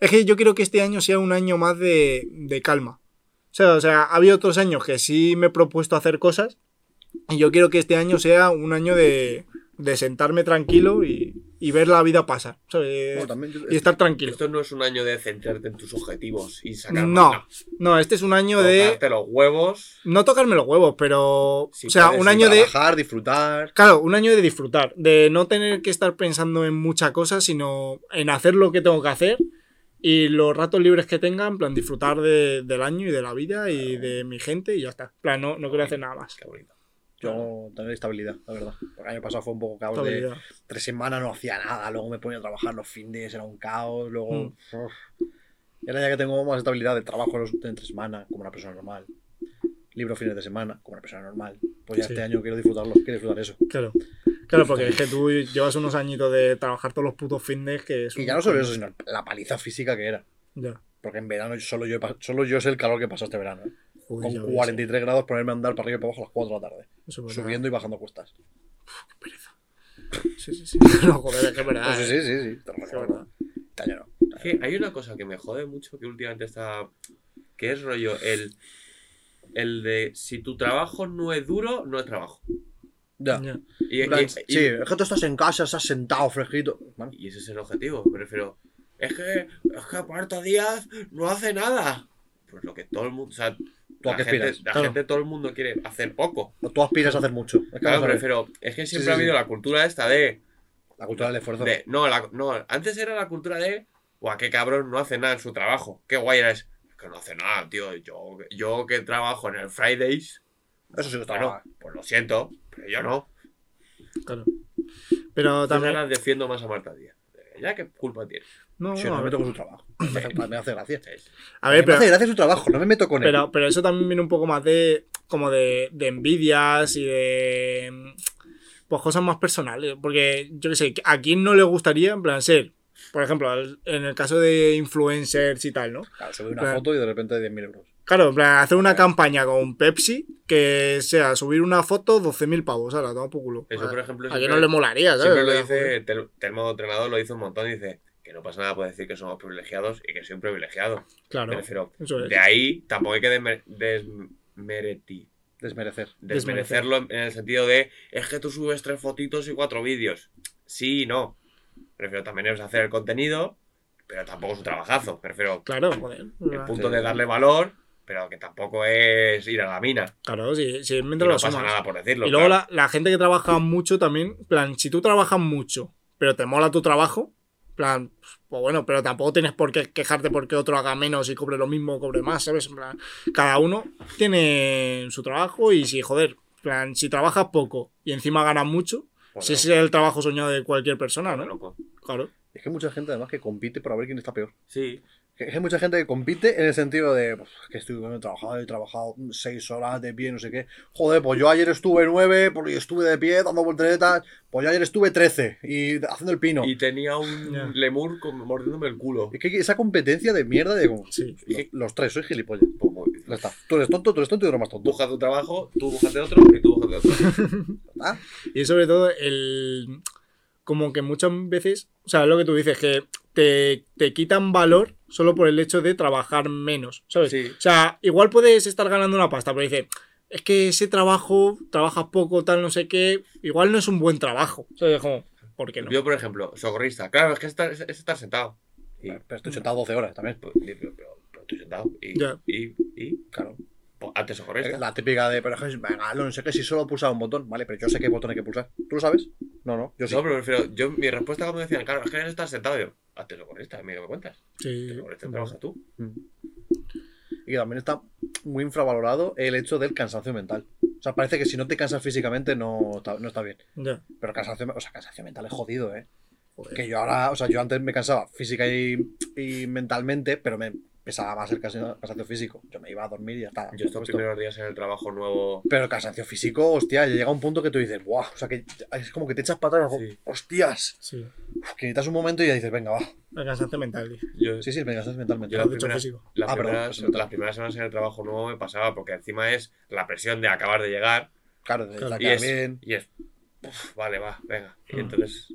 Es que yo quiero que este año sea un año más de, de calma. O sea, o sea, ha habido otros años que sí me he propuesto hacer cosas. Y yo quiero que este año sea un año de, de sentarme tranquilo y, y ver la vida pasar, ¿sabes? Bueno, también yo- y estar tranquilo. Esto no es un año de centrarte en tus objetivos y sacar. No, no, este es un año de Tocarte los huevos. no tocarme los huevos, pero Si o sea, puedes, un si año de Trabajar, disfrutar. Claro, un año de disfrutar, de no tener que estar pensando en mucha cosa, sino en hacer lo que tengo que hacer y los ratos libres que tenga, en plan disfrutar de- del año y de la vida y de mi gente y ya está. En plan, no, no quiero hacer nada más. Qué bonito. Yo tener estabilidad, la verdad. Porque el año pasado fue un poco caos de Estabilidad. tres semanas, no hacía nada. Luego me ponía a trabajar los fines, era un caos. Luego. Mm. uf. Y ahora ya que tengo más estabilidad de trabajo los, en tres semanas, como una persona normal. Libro fines de semana, como una persona normal. Pues ya Sí. este año quiero disfrutarlo, quiero disfrutar eso. Claro. Claro, porque es que tú llevas unos añitos de trabajar todos los putos fines que es Y un- ya no solo eso, sino la paliza física que era. Ya. Porque en verano yo- solo yo, he pas- solo yo sé el calor que pasó este verano. ¿eh? Joder, Pues ya Con ves. 43 grados ponerme a andar para arriba y para abajo a las 4 de la tarde. Eso es verdad. Subiendo y bajando cuestas. Sí, sí, sí. No, joder, es que es verdad. Ah, Pues sí, eh. sí, sí, sí. Te lo Es que es recuerdo. verdad. Este año no. Es que hay una cosa que me jode mucho que últimamente está. que es rollo el. El de si tu trabajo no es duro, no es trabajo. Ya. Ya. Y, En plan, y- sí, y- es que tú estás en casa, estás sentado, fresquito. Bueno, y ese es el objetivo, me refiero. Es que, es que Aparta Díaz no hace nada. Pues lo que todo el mundo. O sea, a la, qué gente, aspiras? la Claro. gente, todo el mundo quiere hacer poco. tú aspiras a hacer mucho. Es que vamos Claro, a me ver, refiero. Es que siempre sí, ha habido sí. la cultura esta de. la cultura del esfuerzo. de- no, la- no, antes era la cultura de. Guau, qué cabrón, no hace nada en su trabajo. Qué guay era eso. Es que no hace nada, tío. Yo, yo que trabajo en el Fridays. Eso sí que está Ah. Bueno, pues lo siento, pero yo no. Claro. Pero También también. las defiendo más a Marta Díaz. Eh, Ya, ¿qué culpa tiene? No, Si no a me ver. meto con su trabajo. Me hace, me hace gracia. ¿Sabes? A ver, me pero. hace gracia su trabajo, no me meto con él. Pero, pero eso también viene un poco más de. como de, de envidias y de. Pues cosas más personales. Porque, yo qué sé, ¿a quién no le gustaría, en plan, ser? Por ejemplo, al- en el caso de influencers y tal, ¿no? Claro, sube una Claro. foto y de repente 10.000 euros. Claro, en plan, hacer una campaña con Pepsi que sea subir una foto 12.000 pavos, ahora, toma por culo. Eso, A- por ejemplo, ¿A quién siempre- no le molaría, ¿sabes? Siempre lo O sea, joder. dice, Tel- Telmo Entrenador lo dice un montón, dice que no pasa nada por decir que somos privilegiados y que soy un privilegiado. Claro, Me refiero, eso es. de ahí tampoco hay que desmer- desmereti- Desmerecer. Desmerecer. desmerecerlo en en el sentido de es que tú subes tres fotitos y cuatro vídeos. Sí y no. Prefiero también es hacer el contenido, pero tampoco es un trabajazo. Prefiero Claro, joder. el punto Sí. de darle valor, pero que tampoco es ir a la mina. Claro, si, si Y mientras no lo pasa sumas. nada por decirlo. Y luego claro. la, la gente que trabaja mucho también, plan, si tú trabajas mucho, pero te mola tu trabajo, plan, pues bueno, pero tampoco tienes por qué quejarte porque otro haga menos y cobre lo mismo o cobre más, ¿sabes? En plan, cada uno tiene su trabajo y si, joder, plan, si trabajas poco y encima ganas mucho, Bueno, si ese es el trabajo soñado de cualquier persona, ¿no? loco. Claro. Es que hay mucha gente además que compite para ver quién está peor. Sí, Que Hay mucha gente que compite en el sentido de pues, que estoy bueno, he trabajado, he trabajado mm, seis horas de pie, no sé qué. Joder, pues yo ayer estuve nueve, porque estuve de pie dando volteretas, pues yo ayer estuve trece y haciendo el pino. y tenía un Ya. lemur con- mordiéndome el culo. Es que esa competencia de mierda de como, Sí. los, los tres, soy gilipollas. Ya está. Tú eres tonto, tú eres tonto y otro más tonto. busca tu trabajo, tú búscate otro y tú búscate otro. Ah, Y sobre todo el... Como que muchas veces, o sea, lo que tú dices, que te, te quitan valor solo por el hecho de trabajar menos, ¿sabes? Sí. O sea, igual puedes estar ganando una pasta, pero dices, es que ese trabajo, trabajas poco, tal, no sé qué, igual no es un buen trabajo. O sea, es como, ¿por qué no? Yo, por ejemplo, socorrista. Claro, es que estar- es, es estar sentado. Y, pero estoy sentado 12 horas también, pues, y- pero, pero- pero estoy sentado. Y, Ya. y, y claro. pues, hazte socorrista. La típica de, pero es que, venga, no sé qué, si solo he pulsado un botón, vale, pero yo sé qué botón hay que pulsar. ¿Tú lo sabes? No, no, yo sí. No, pero prefiero, yo, mi respuesta cuando me decían, claro, es que no estar sentado, yo, hazte socorrista, a mí que me cuentas. Sí, Te socorrista, trabaja tú. Y que también está muy infravalorado el hecho del cansancio mental. O sea, parece que si no te cansas físicamente no está, no está bien. ya. Pero cansancio, o sea, cansancio mental es jodido, ¿eh? Joder. Que yo ahora, o sea, yo antes me cansaba física y, y mentalmente, pero me pesaba más el cansa- cansancio físico. Yo me iba a dormir y ya está. Yo estos puesto. primeros días en el trabajo nuevo. Pero el cansancio físico, hostia, ya llega un punto que tú dices, wow, o sea, que es como que te echas para atrás, Sí. hostias, Sí. Uf, que necesitas un momento y ya dices, venga, va. El cansancio mental, dije. Yo, Sí, sí, me cansancio mental, Yo mental. la Lo dicho primera- físico. las, Ah, perdón, primeras, perdón. las primeras semanas en el trabajo nuevo me pasaba, porque encima es la presión de acabar de llegar. Claro, de Claro. sacar Y es, bien. y es, "Uf, vale, va, venga. Y Mm. entonces,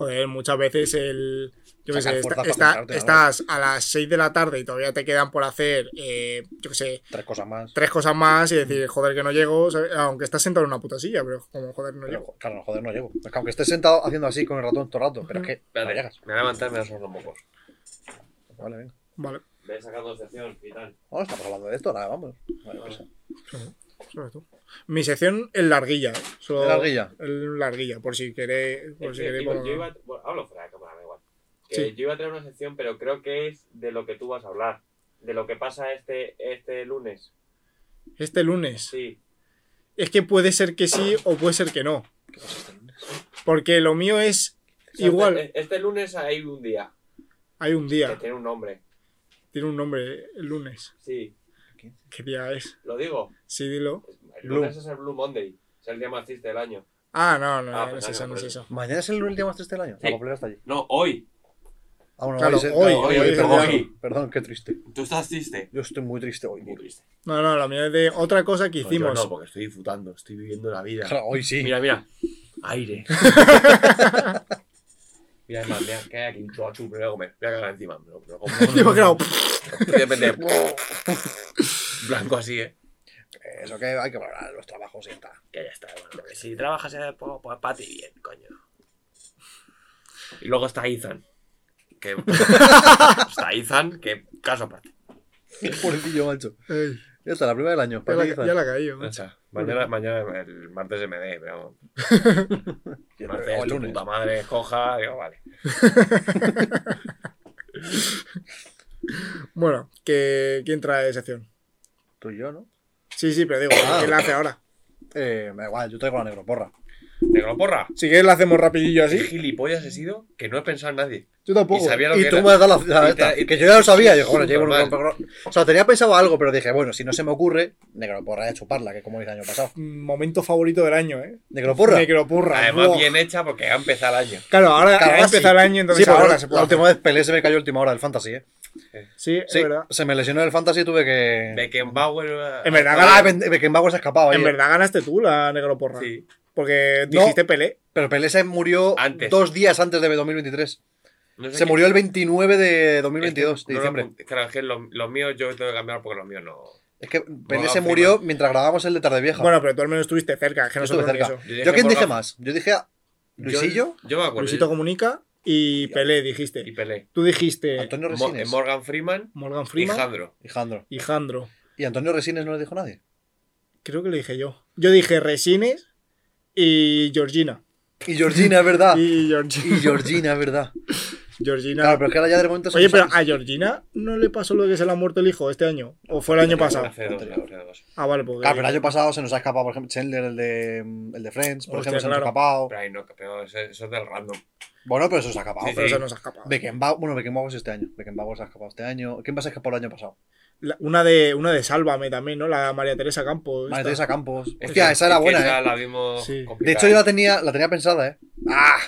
Joder, muchas veces el. Yo qué Sacar sé, fuerza esta- para esta- pensarte, ¿no? estás a las 6 de la tarde y todavía te quedan por hacer, eh, yo qué sé, Tres cosas más. tres cosas más y decir, joder, que no llego, ¿sabes? aunque estás sentado en una puta silla, pero como joder, no Pero, llego. claro, no, joder, no llego. Es que aunque estés sentado haciendo así con el ratón todo el rato, pero es que no Espérate, llegas. Pues me voy a levantar y me voy a sonar los mocos. Vale, venga. Vale, Me he sacado excepción y tal. No, estamos hablando de esto, nada, vamos. Vale, pues, sobre tú. Mi sección es larguilla. ¿eh? Solo- ¿Es larguilla? Es larguilla, por si queréis. Por si Es que queréis iba- por- yo iba, bueno, hablo fuera de cámara, da igual. Que Sí. Yo iba a traer una sección, pero creo que es de lo que tú vas a hablar. De lo que pasa este, este lunes. Este lunes. Sí. Es que puede ser que sí o puede ser que no. ¿Qué pasa este lunes? Porque lo mío es ¿eh? O sea, igual. Este, este lunes hay un día Hay un que día. tiene un nombre. Tiene un nombre, el lunes. Sí. ¿Qué día es? Lo digo. Sí, dilo. El Blue. lunes es el Blue Monday. Es el día más triste del año. Ah, no, no, Ah, no, pues nada, es eso, no es por eso. Mañana es el último más triste del año. La Sí. papelera está allí. No, hoy. Ah, bueno, Claro, hoy, se- hoy, hoy, hoy, perdón, hoy. perdón, qué triste. ¿Tú estás triste? Yo estoy muy triste hoy. Muy tío. triste. No, no, la mía es de otra cosa Pues que hicimos. no, porque estoy disfrutando. Estoy viviendo la vida. Claro, hoy sí. Mira, mira. Aire. mira, además, mira, que hay aquí un chochu, me lo voy a comer. Me voy a cagar encima. Me lo, me lo como. Yo me he quedado, Y de repente, Blanco así, ¿eh? Eso que hay que valorar los trabajos y ya está. Que ya está, bueno. que si trabajas en el poco, pues para ti bien, coño. Y luego está Ethan. Que... está Ethan, que caso aparte. Pobrecillo, macho. "Ey, Ya Pues está, la primera del año. ya, la, Paliza. ya la he caído, O macho". sea, mañana, mañana el martes MD, pero Y el- martes o el tu lunes. puta madre coja, digo, vale. Bueno, que, ¿quién trae sección? Tú y yo, ¿no? Sí, sí, pero digo, Ah. ¿quién la hace ahora? Eh, me da igual, yo traigo la negro Negro porra. Si quieres la hacemos rapidillo ¿Qué así. gilipollas he sido que no he pensado en nadie? Yo tampoco. Y sabía lo Y que tú era. me has dado la, la Y esta, te- y que te- yo ya lo sabía. Digo, bueno, llevo Normal. negro O sea, tenía pensado algo, pero dije, bueno, si no se me ocurre, Negroporra ya chuparla, que como dije el año pasado. Momento favorito del año, ¿eh? Negroporra. Necropurra. Además, buah. bien hecha porque ha empezado el año. Claro, ahora, Claro, ahora sí. empieza el año, entonces sí, porque ahora se puede. La hacer. última vez Pelé se me cayó a última hora del fantasy, ¿eh? Sí, es Sí, verdad. se me lesionó el fantasy y tuve Eh. que. Beckenbauer. En verdad, Ah, gana- Ben- Beckenbauer se escapaba. en verdad ganaste tú la Necroporra. Sí. Porque No. dijiste Pelé. Pero Pelé se murió Antes. dos días antes de 2023. No sé Se qué- murió el 29 de es que 2022, de no lo diciembre. apunté. Claro, es que los, los míos yo tengo que cambiar porque los míos no. Es que Pelé Morgan se Freeman. murió mientras grabábamos el de Tarde Vieja. Bueno, pero tú al menos estuviste cerca, es yo que nosotros estuve ni cerca. eso. Yo dije ¿Yo quién dije Morgan- más? Yo dije a Luisillo, Yo, yo me acuerdo. Luisito Comunica y Pelé y dijiste. Pelé. Tú dijiste Antonio eh, Mo- Resines. Morgan Freeman Morgan y Freeman Jandro. y Jandro. y Jandro. ¿Y Antonio Resines no le dijo nadie? Creo que le dije yo. Yo dije Resines y Georgina. Y Georgina, es verdad. Y Georgina. Y Georgina, es verdad. Georgina. Claro, pero es que ahora ya de momento... Oye, somos- pero a Georgina no le pasó lo que se le ha muerto el hijo este año. O fue el año pasado. Hace dos, hace dos. Ah, vale, porque. Claro, pero el año pasado se nos ha escapado, por ejemplo, Chandler, el de, el de Friends, por Hostia, ejemplo, se nos ha claro. escapado. Pero ahí no, pero eso, eso es del random. Bueno, pero se nos ha escapado. Sí, sí. Pero se nos ha escapado. Beckenbauer, bueno, Beckenbauer es este año. Beckenbauer se ha escapado este año. ¿Quién más se ha escapado el año pasado? La- una, de, una de Sálvame también, ¿no? La María Teresa Campos. María esta. Teresa Campos. Pues Es Hostia, que- esa era es que buena, eh. esa la vimos Sí. De De complicada. hecho, yo la tenía, la tenía pensada, ¿eh? ¡Ah!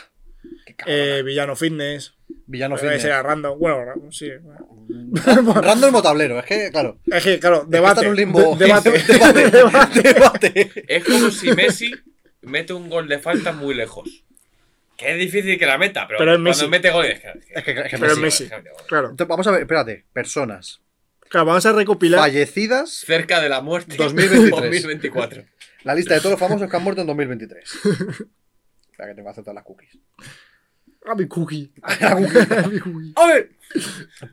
Qué cabrón. Eh, Villano Fitness. Villano Creo que Fitness. será random. Bueno, ra- sí. Random o tablero, es que, claro. Es que, claro, está debate. en un limbo. de- debate. Debate. debate. Debate. Es como si Messi mete un gol de falta muy lejos. Que es difícil que la meta, pero, Pero es cuando Messi. mete goles. Es que, es que- Es que, es que Pero es Messi. Messi. Claro. Entonces, vamos a ver, espérate. Personas Claro, vamos a recopilar. fallecidas. Cerca de la muerte. 2023. 2024. La lista de todos los famosos que han muerto en 2023. Espera que tengo que aceptar las cookies. A mi cookie. Las A mi cookie. A ver.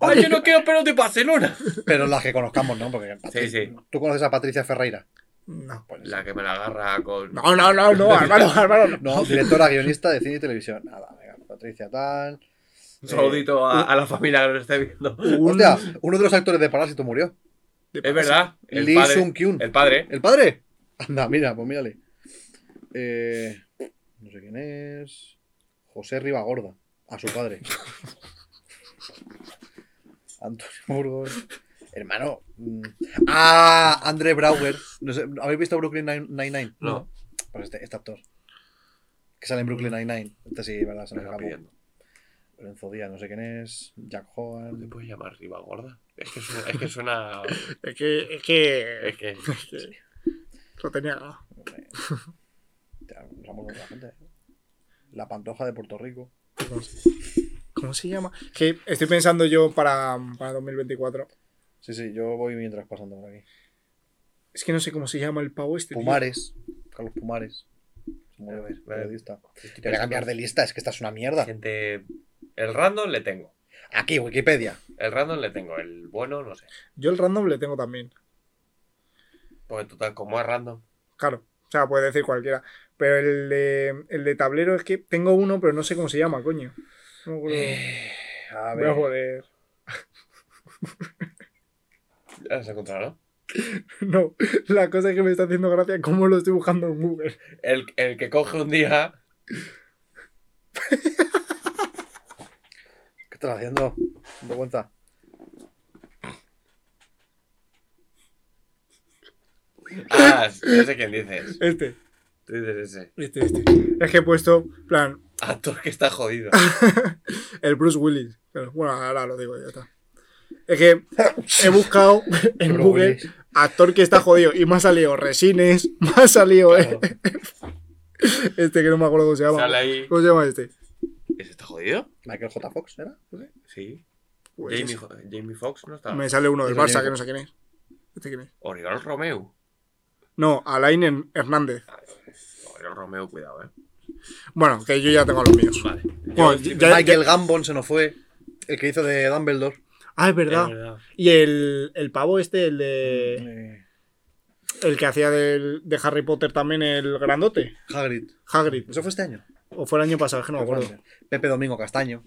Ay, yo no quiero pelos de Barcelona. Pero las que conozcamos, ¿no? Porque Patric- sí. tú conoces a Patricia Ferreira. No. Pues, La que me la agarra con. No, no, no, no, Álvaro, Álvaro. no. No, directora guionista de cine y televisión. Nada, venga, Patricia tal. Un saludito a, a la familia que nos esté viendo. Un- Hostia, uno de los actores de Parásito murió. de- Es verdad. El Lee padre. Sung Kyun. El padre. ¿El padre? Anda, mira, pues mírale. Eh, no sé quién es. José Ribagorda, a su padre. Antonio Burgos. Hermano. mm. Ah, André Brauer. No sé, ¿Habéis visto Brooklyn Nine- Nine-Nine? No, Pues este, este actor. Que sale en Brooklyn Nine-Nine. Este sí, ¿verdad? Se me me está escapó. pidiendo. Lorenzo Díaz, no sé quién es. Jack ¿Te Hogan. puedes llamar Riva Gorda? Es que suena. Es que, suena, Es que. Es que. es que es que- Lo tenía ganado. Ya, nos hemos olvidado de la gente. La ¿eh? Pantoja de Puerto Rico. ¿Cómo se, cómo se llama? Que estoy pensando yo para, para 2024. Sí, sí, yo voy mientras pasando por aquí. Es que no sé cómo se llama el pavo este. tío. Pumares. Carlos Pumares. Muy bien, Vale. periodista. Voy a cambiar de lista, es que esta es una mierda. Gente. El random le tengo. Aquí, Wikipedia. El random le tengo. El bueno, no sé. Yo el random le tengo también. Porque Pues total, como es random. Claro. O sea, puede decir cualquiera. Pero el de, el de tablero es que tengo uno, pero no sé cómo se llama, coño. No me acuerdo. Eh, A Voy a ver. joder. Ya se encontrará. No, la cosa que me está haciendo gracia es cómo lo estoy buscando en Google. El, el que coge un día. ¿Qué estás haciendo? ¿Te cuenta? Ah, no sé quién dices. Este, Tú dices ese. este, este. Es que he puesto, plan, Actor que está jodido. el Bruce Willis. Pero, bueno, ahora lo digo, ya está. Es que he buscado en Bruce Google Willis. actor que está jodido y me ha salido Resines, me ha salido Claro. este que no me acuerdo cómo se llama. Sale ahí. ¿Cómo se llama este? ¿Ese está jodido? Michael J. Fox, ¿era? No sé. Sí. Pues Jamie, ese. Jo- Jamie Foxx no está. me sale uno del Ese Barça Jamie que no sé quién es. ¿Este quién es? Oriol Romeu. No, Alain Hen- Hernández. Oriol Romeu, cuidado, eh. Bueno, que yo ya tengo los míos. Vale. Bueno, Yo- ya- Michael Gambon se nos fue. El que hizo de Dumbledore. Ah, es Es verdad. verdad. Y el, el pavo este, el de. Eh, El que hacía del- de Harry Potter también el grandote. Hagrid. Hagrid. ¿Eso fue este año? O fue el año pasado, es que no me acuerdo. Pepe Domingo Castaño.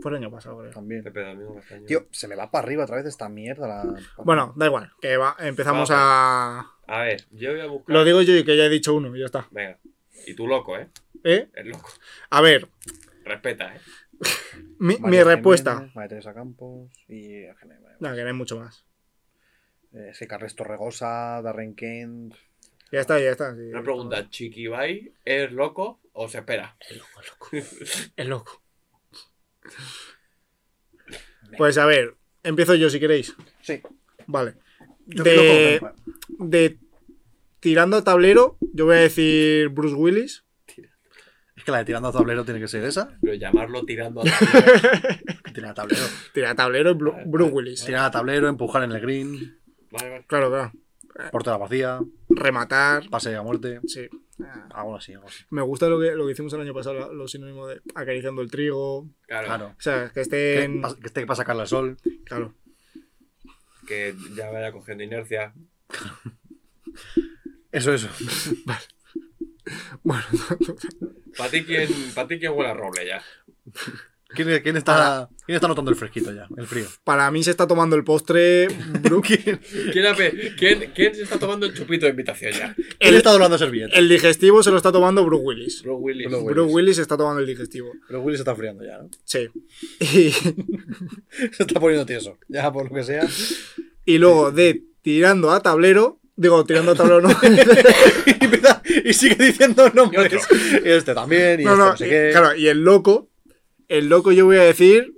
Fue el año pasado, creo. También. Pepe Domingo Castaño. Tío, se me va para arriba otra vez esta mierda. la- Bueno, da igual, que va, empezamos Vamos. a. A ver, yo voy a buscar. Lo digo yo y que ya he dicho uno, y ya está. Venga. Y tú loco, eh. ¿Eh? Es loco. A ver, Respeta, eh. mi, mi María Jiménez, respuesta. María Teresa Campos y. No, que no hay mucho más. Eh, Es que Carles Torregosa, Darren Kent. Ya está, ya está. sí. Una pregunta, ¿Chiquibai es loco o se espera? Es loco. Pues a ver, empiezo yo si queréis. Sí. Vale. Yo De, creo que- de tirando a tablero, yo voy a decir Bruce Willis. Es que la de tirando a tablero tiene que ser esa. Pero llamarlo tirando a tablero. Tirar a tablero. Tira a tablero y Ah, Bru- Bruce Willis. Tirar a tablero, empujar en el green, Vale, vale. Claro, claro. portera vacía, Rematar. pase a muerte. Sí. Algo así, algo así. Me gusta lo que, lo que hicimos el año pasado, lo- los sinónimos de acariciando el trigo. O Claro, Claro. sea, que Que, estén. pas- que esté para sacarle al sol. Claro. que ya vaya cogiendo inercia. Eso, eso. Bueno, ¿Para ti quién, pa' ti quién huele a roble ya? ¿Quién, quién está, ¿Quién está notando el fresquito ya? El frío. para mí se está tomando el postre. Bru- ¿Quién, ¿Quién, ha pe- quién- quién se está tomando el chupito de invitación ya? quién el, está doblando servilletas? el digestivo se lo está tomando Bruce Willis. Bro Willis. Bro Willis. Bruce Willis está tomando el digestivo. Pero Willy se está friando ya, ¿no? Sí. Y, Se está poniendo tieso. Ya, por lo que sea. y luego de tirando a tablero. Digo, tirando a tablero no. y, empieza- y sigue diciendo Y nombres. otro. Y este también, y no, este no, no, sé y- qué. claro, y el loco. El loco yo voy a decir.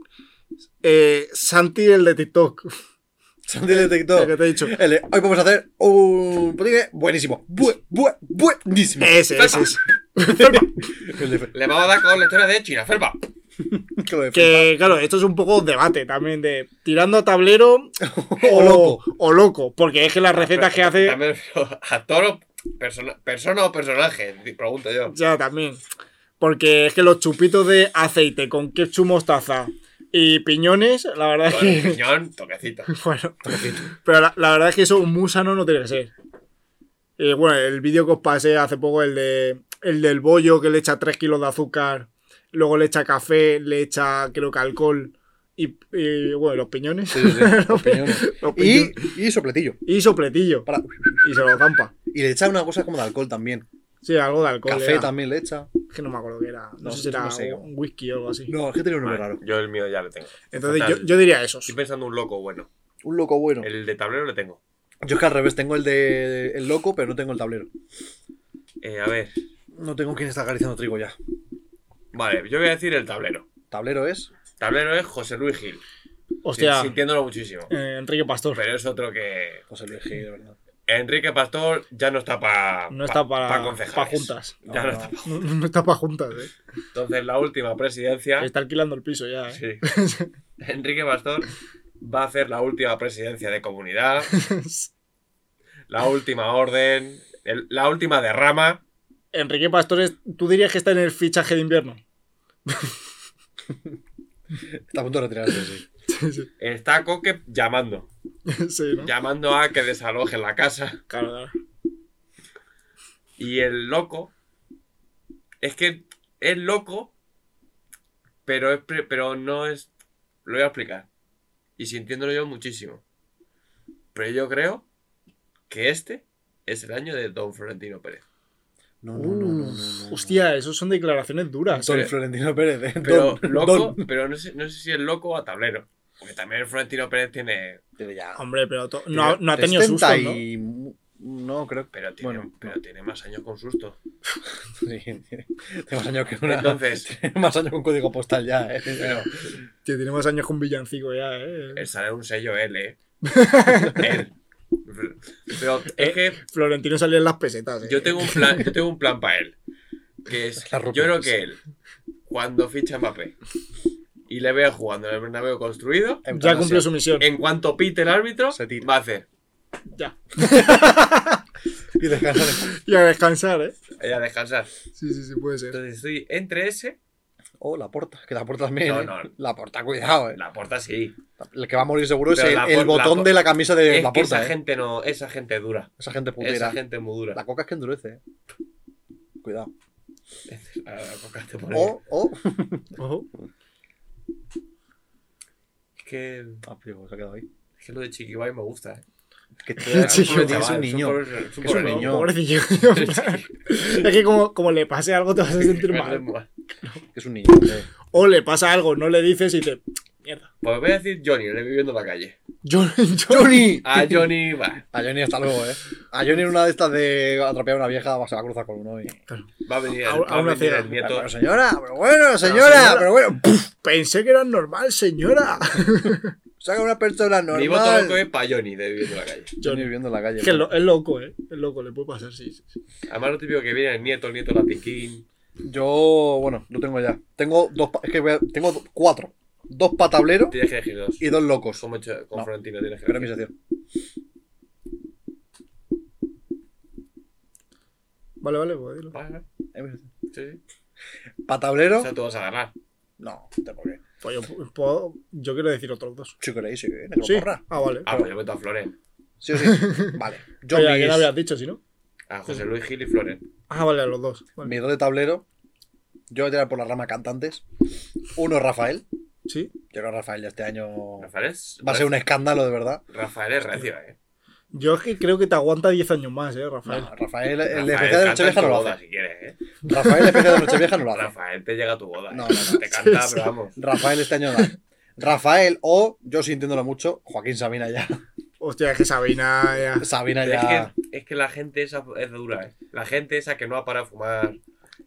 eh, Santi, el de TikTok. Santi de Lo TikTok. que te he dicho. El de, hoy podemos hacer un putingue buenísimo. Bue- bue- buenísimo. Ese, ese, ese. El de- Le vamos a dar con la historia de China, Felpa. que lo de- Que claro, esto es un poco debate también de tirando a tablero O loco. o loco, porque es que las recetas que hace También me refiero a toro, persona, persona o personaje, di- pregunto yo. ya también. Porque es que los chupitos de aceite con ketchup mostaza y piñones, la verdad es Bueno, que piñón, toquecito. bueno, pero la, la verdad es que eso un musano no tiene que ser. Y bueno, el vídeo que os pasé hace poco el de el del bollo que le echa 3 kilos de azúcar, luego le echa café, le echa creo que alcohol y, y, bueno, los piñones. Sí, sí, sí, los piñones. Los piñones. Y, y sopletillo. Y sopletillo. Para. Y se lo zampa. Y le echa una cosa como de alcohol también. Sí, algo de alcohol. Café era. también le echa. Es que no me acuerdo qué era. No, No, sé si era no sé. un whisky o algo así. No, es que tenía un nombre raro. Yo el mío ya le tengo. Entonces yo, Total, yo diría esos. Estoy pensando un loco bueno. Un loco bueno. El de tablero le tengo. Yo es que al revés, tengo el de el loco, pero no tengo el tablero. Eh, a ver. No tengo quien está acariciando trigo ya. Vale, yo voy a decir el tablero. Tablero es. Tablero es José Luis Gil. Hostia, Sí, Sintiéndolo muchísimo. eh, Enrique Pastor. Pero es otro que. José Luis Gil, de ¿verdad? Enrique Pastor ya no está para No está para, pa' juntas. Ah, Ya no, está. No, no está para juntas, eh. Entonces, la última presidencia. Está alquilando el piso ya, eh. Sí. Enrique Pastor va a hacer la última presidencia de comunidad, la última orden, el- la última derrama. Enrique Pastores, tú dirías que está en el fichaje de invierno. Está a punto de retirarse, sí. Sí, sí, Está Coque llamando. sí, ¿no? Llamando a que desalojen la casa. Claro, claro. Y el loco. Es que es loco, pero, es, pre- pero no es. Lo voy a explicar. Y sintiéndolo yo muchísimo. Pero yo creo que este es el año de Don Florentino Pérez. No, no, no, no, no, no, no. Hostia, eso son declaraciones duras. Don pero- Florentino Pérez, eh. Pero Don, loco, Don. pero no sé, no sé si es loco o a tablero. Porque también el Florentino Pérez tiene. Pero ya. Hombre, pero to- no, ha- no ha Tiene tenido susto, 60 ¿no? y mu- No, creo que. Pero tiene, Bueno, pero tiene más años con susto. Sí, tiene tiene más años que una. Entonces, Tiene más años que un código postal ya, eh. pero Que tiene más años con villancico ya, eh. él sale de un sello L, ¿eh? Él. Pero es Eh, que Florentino salía en las pesetas, eh. yo tengo un plan, yo tengo un plan para él. Que es, La yo rupia, creo sí. que él, cuando ficha a Mbappé y le veo jugando en el Bernabéu construido, Ya cumplió su misión. en cuanto pite el árbitro, Se tira. va a hacer. Ya. Y descansar. Y a descansar, eh. "Voy A descansar. Sí, sí, sí, puede ser. Entonces estoy entre ese. Oh, la porta. Que la porta también. No, eh. no. La porta, cuidado, eh. La porta sí. El que va a morir seguro es Pero el, la el por- botón la por- de la camisa de Es la que porta. esa eh. gente no, esa gente dura. Esa gente Esa putera. gente es muy dura. La coca es que endurece, eh. Cuidado. Oh, La- la coca te pone- O, o. Ojo. Es que, Ah, pero se ha quedado ahí. es que lo de Chiquibay me gusta, ¿eh? Que te Sí, es hombre, un que es un niño. Es que es un pobre niño. Pobrecillo. es que como, como le pase algo te vas a sentir mal. Que es un niño. eh. O le pasa algo, no le dices y te. Mierda. Pues voy a decir Johnny, le viviendo en la calle. Yo, yo- ¡Johnny! A Johnny va. A Johnny hasta luego, eh. A Johnny en una de estas de atropear a una vieja se va a cruzar con uno y. Va a venir, el- A- a va a una venir ciega. el nieto. Pero señora, pero bueno, señora. señora, pero bueno. pensé que era normal, señora. Saca una persona normal. Mi voto loco es para Johnny de viviendo en la calle. Johnny Johnny. viviendo en la calle. Es que es, lo- es loco, eh. Es loco, le puede pasar, sí. sí, sí. Además, lo típico que viene el nieto, el nieto la piquín. Yo, bueno, lo tengo ya. Tengo dos, pa- es que voy a- tengo do- cuatro. Dos para tablero Tienes que elegir dos. y dos locos. Como he hecho con No. Florentino, tienes que Pero es mi elegir. sección. Vale, vale, pues dilo. Vale, vale. Sí, Ah, sí. Para O tablero, sea, tú vas a ganar. Ah, no, te pongo bien. Pues yo, puedo- yo quiero decir otros dos. Si queréis, sí, me tengo Sí. porra. Ah, vale. Ah, pues yo meto a Floren. Sí o sí. Vale. Yo Oye, ¿a quién mis, habías dicho, si no? A José Luis Gil y Floren. Ah, vale, a los dos. Vale. mis dos de tablero. Yo voy a tirar por la rama cantantes. Uno es Rafael. Sí. Yo creo que Rafael ya este año Rafael es. va a ser un escándalo, de verdad. Rafael es recio, eh. Yo es que creo que te aguanta 10 años más, eh, Rafael. No, Rafael, el Rafael, especial de canta en Nochevieja tu no lo boda, hace. si quieres, eh. Rafael, el especial de Nochevieja no lo hace. Rafael te llega a tu boda. No, No, no, no. Te canta, Sí, sí. pero vamos. Rafael este año no. Rafael o, yo sintiéndolo mucho, Joaquín Sabina ya. Hostia, es que Sabina. ya. Sabina Pero Es ya. que, es que la gente esa es dura, ¿eh? La gente esa que no ha parado de fumar,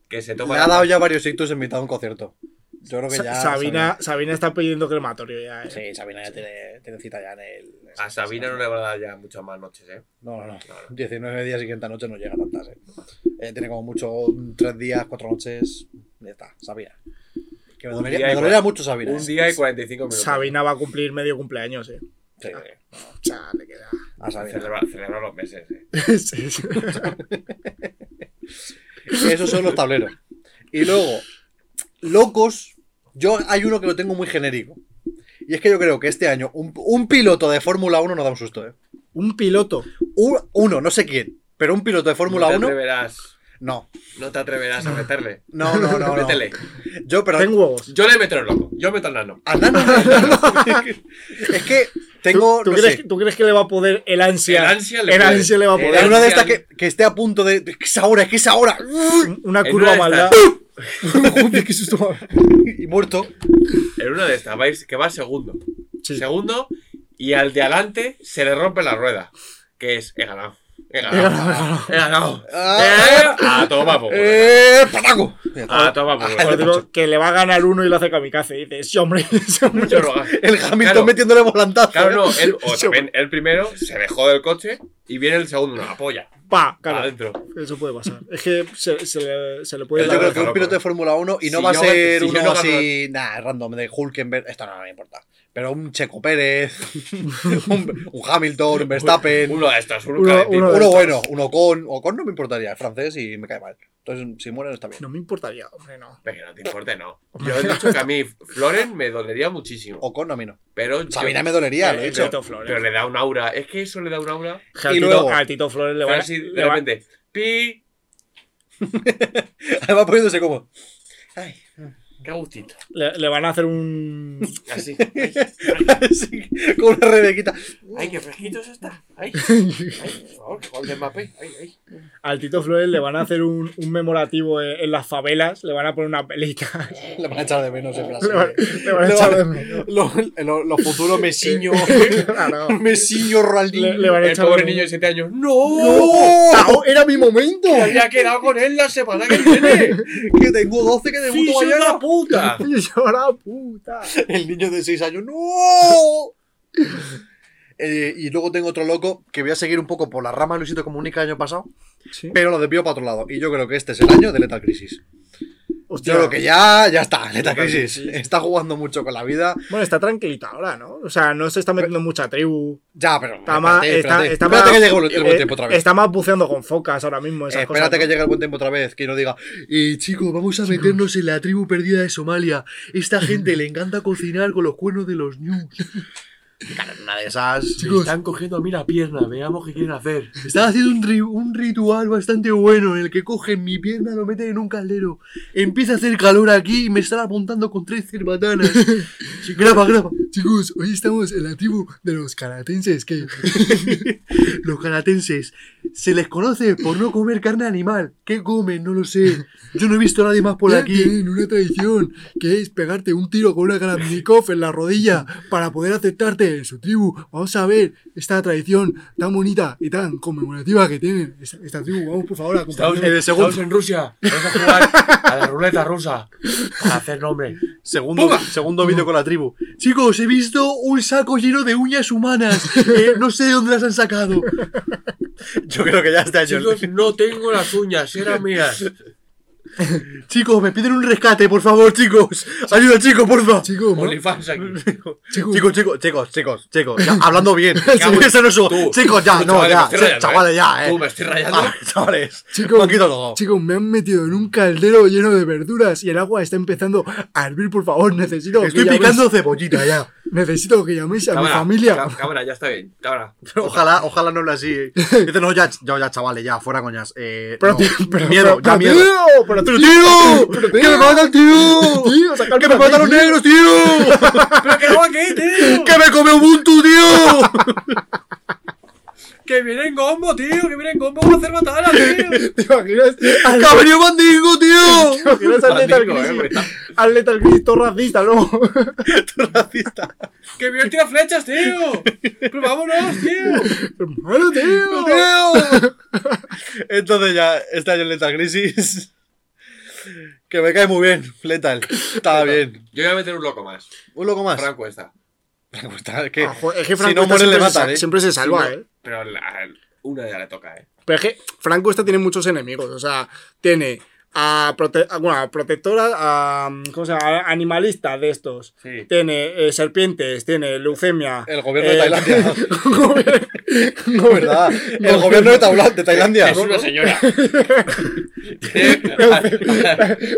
que se toma. Le ha dado ya varios ictus en mitad de un concierto. Yo creo que Sa- ya. Sabina, Sabina está pidiendo crematorio ya, eh. Sí, Sabina ya tiene, tiene cita ya en el. A Sabina no le va a dar ya muchas más noches, ¿eh? No, no, no. No, no. 19 días y 50 noches no llega a tantas, eh. Ella tiene como mucho 3 días, 4 noches. Ya está, Sabina. Que me Un dolería, día me y dolería cua- mucho Sabina. Un eh. día y 45 minutos. Sabina va a cumplir medio cumpleaños, eh. Sí, O sea, le queda. a Sabina. Celebra, celebra los meses, ¿eh? Sí, sí. Esos son los tableros. Y luego, locos, yo hay uno que lo tengo muy genérico. Y es que yo creo que este año un, un piloto de Fórmula 1 nos da un susto, ¿eh? Un piloto. Un- uno, no sé quién, pero un piloto de Fórmula no te 1, Atreverás, no. no te atreverás a meterle. No, no, no, no. Métele. Yo, pero... Ten huevos. Yo le meto el loco. Yo meto el nano. Al nano no, al nano. es que tengo, ¿Tú, no crees, sé, tú crees que le va a poder el ansia? El ansia le el puede. ansia le va a El poder. es una de estas ansia- que, que esté a punto de... Es que es ahora, es que es ahora. Una En una curva de maldad. estas- Joder, qué susto. y muerto. En una de estas, va a ir- que va segundo. Sí. Segundo, y al de adelante se le rompe la rueda. Que es, he ganado. He ganado. He ganado. Ah. Eh, A tomar por culo. ¡Eh! ¡Pataco! Ah, Ya está. A tomar por Como culo. tipo, que le va a ganar uno y lo hace kamikaze. Y dices, sí, hombre, sí, hombre. Yo lo hago. El Hamilton Claro. metiéndole volantazo. Claro, no, ¿eh? él, o también el primero se dejó del coche y viene el segundo, una polla. Claro. Pa, claro. Adentro. Eso puede pasar. Es que se, se le, se le puede Yo Yo creo dar. que un Claro, piloto claro. de Fórmula 1 y no Si va a yo- ser si yo uno no gano- así, nah, random, de Hulkenberg, esto no me importa. Pero un Checo Pérez, un, un Hamilton, un Verstappen, Uno de estos, uno, Uno- calentito. uno de- uno bueno, uno con. O con no me importaría, es francés y me cae mal. Entonces, si muere, no está bien. No me importaría, hombre, no. Pero que no te importe, no. Yo he dicho que a mí Floren me dolería muchísimo. O con, a mí no. Pero yo- Sabina me dolería, lo he El dicho. Eh, Tito Flores. Pero le da un aura. Es que eso le da un aura. Que al, y Tito, luego- al Tito Flores le va Ahora a. sí, le de va- repente. Pi. Además, poniéndose como. Ay. Qué gustito. le- le van a hacer un. Así. Así, con una rebequita. Ay, qué fresquito es esta. Ay, ay, por favor, que gol de Mbappé. Ay, ay. Al Tito Flores le van a hacer un, un memorativo en, en las favelas, le van a poner una pelita. Le van a echar de menos en Brasil. eh. le van, le van a Le echar van- de menos. Los lo, lo futuros mesiños. Claro. mesiños Ronaldinho. ¡Oh! Le, le van a El echar pobre de niño de menos. 7 años. ¡No! ¡No! ¡Ah, ¡Era mi momento! Me había quedado con él la semana que viene. Que tengo 12 que debuto ¡Sí, soy mañana. una puta! Y yo, la puta. El niño de 6 años. ¡No! Eh, y luego tengo otro loco que voy a seguir un poco por la rama de Luisito Comunica el año pasado, Sí. pero lo desvío para otro lado. Y yo creo que este es el año de Lethal Crisis. Hostia. Yo creo que ya, ya está, Lethal Crisis. Crisis. Está jugando mucho con la vida. Bueno, está tranquilita ahora, ¿no? O sea, no se está metiendo en mucha tribu. Ya, pero. Está más- espérate, está- espérate. está Espérate más- que llegue el, el buen Eh, tiempo otra vez. Eh, Está más buceando con focas ahora mismo. Esas Espérate cosas, que ¿no? llegue el buen tiempo otra vez, que no diga, eh, chicos, vamos a meternos en la tribu perdida de Somalia. Esta gente le encanta cocinar con los cuernos de los news. Una de esas. están cogiendo a mí la pierna. Veamos qué quieren hacer. Estaba haciendo un, ri- un ritual bastante bueno en el que cogen mi pierna, lo meten en un caldero, empieza a hacer calor aquí y me están apuntando con tres cerbatanas. graba, graba. Chicos, hoy estamos en la tribu de los canatenses que Los canatenses se les conoce por no comer carne animal. ¿Qué comen? No lo sé. Yo no he visto a nadie más por ya aquí. tienen una tradición que es pegarte un tiro con una Kalashnikov en la rodilla para poder aceptarte en su tribu. Vamos a ver esta tradición tan bonita y tan conmemorativa que tienen esta, esta tribu. Vamos, por favor, a Estamos, acompañarnos. estamos en Rusia. Vamos a jugar a la ruleta rusa. Para hacer nombre. Segundo, segundo vídeo con la tribu. Chicos, he visto un saco lleno de uñas humanas. Eh, no sé de dónde las han sacado. Yo creo que ya está hecho. Chicos, no tengo las uñas. Eran mías. Chicos, me piden un rescate, por favor, chicos. Ayuda, chicos, por favor. Chicos, ¿no? OnlyFans aquí. Chicos, Chicos, chicos, chicos, chicos, chicos, ya, hablando bien. Ese no es su- Tú. Chicos, ya, Tú, Ah, no, chavales, Este ya, me chavales, estoy rayando, ya, eh. Tú, me estoy rayando. Ah, chavales, Chicos, me han quitado todo. Chicos, me han metido en un caldero lleno de verduras y el agua está empezando a hervir, por favor, necesito Estoy que llaméis- picando cebollita ya. necesito que llaméis a Cámara, mi familia. ca- cámara, ya está bien. Cámara. Ojalá, ojalá no lo así. eh. Dice, no, ya, ya, ya, chavales, ya, fuera coñas. Eh, Pero, no. tío, pero- miedo, pero- ya pero, miedo. tío, pero tú- ¡Tío! pero, ¡Que me matan, tío! Tío, saca el ¡Que me papel, matan los tío. negros, tío! ¡Pero que no aquí, tío! ¡Que me come Ubuntu, tío! ¡Que vienen combo, tío! ¡Que vienen combo! ¡Vamos a hacer batalla, tío! ¿Te imaginas? ¡Que ha venido Mandingo, tío! ¿Te imaginas al Lethal Bandido, eh, porque Crisis? está- Al Lethal Crisis todo racista, luego. ¡Que vienen tira flechas, tío! ¡Pero vámonos, tío! Hermano, tío. ¡Tío! Entonces ya, este año en Lethal Crisis. Que me cae muy bien, Lethal. Está bien. Yo voy a meter un loco más. Un loco más. Franco está. Franco, está- que- Ah, joder, es que si Franco no esta muere, le siempre, se, matan, sa- ¿eh? siempre se salva, Sí, no, ¿eh? Pero la- una ya le toca, ¿eh? Pero es que Franco esta tiene muchos enemigos. O sea, tiene a, prote a- bueno, a protectora, a, ¿cómo se llama? A animalista de estos. Sí. Tiene eh, serpientes, tiene leucemia. El gobierno de eh, Tailandia. gobierno- No, verdad. El gobierno de, Taula- de Tailandia. Es una señora.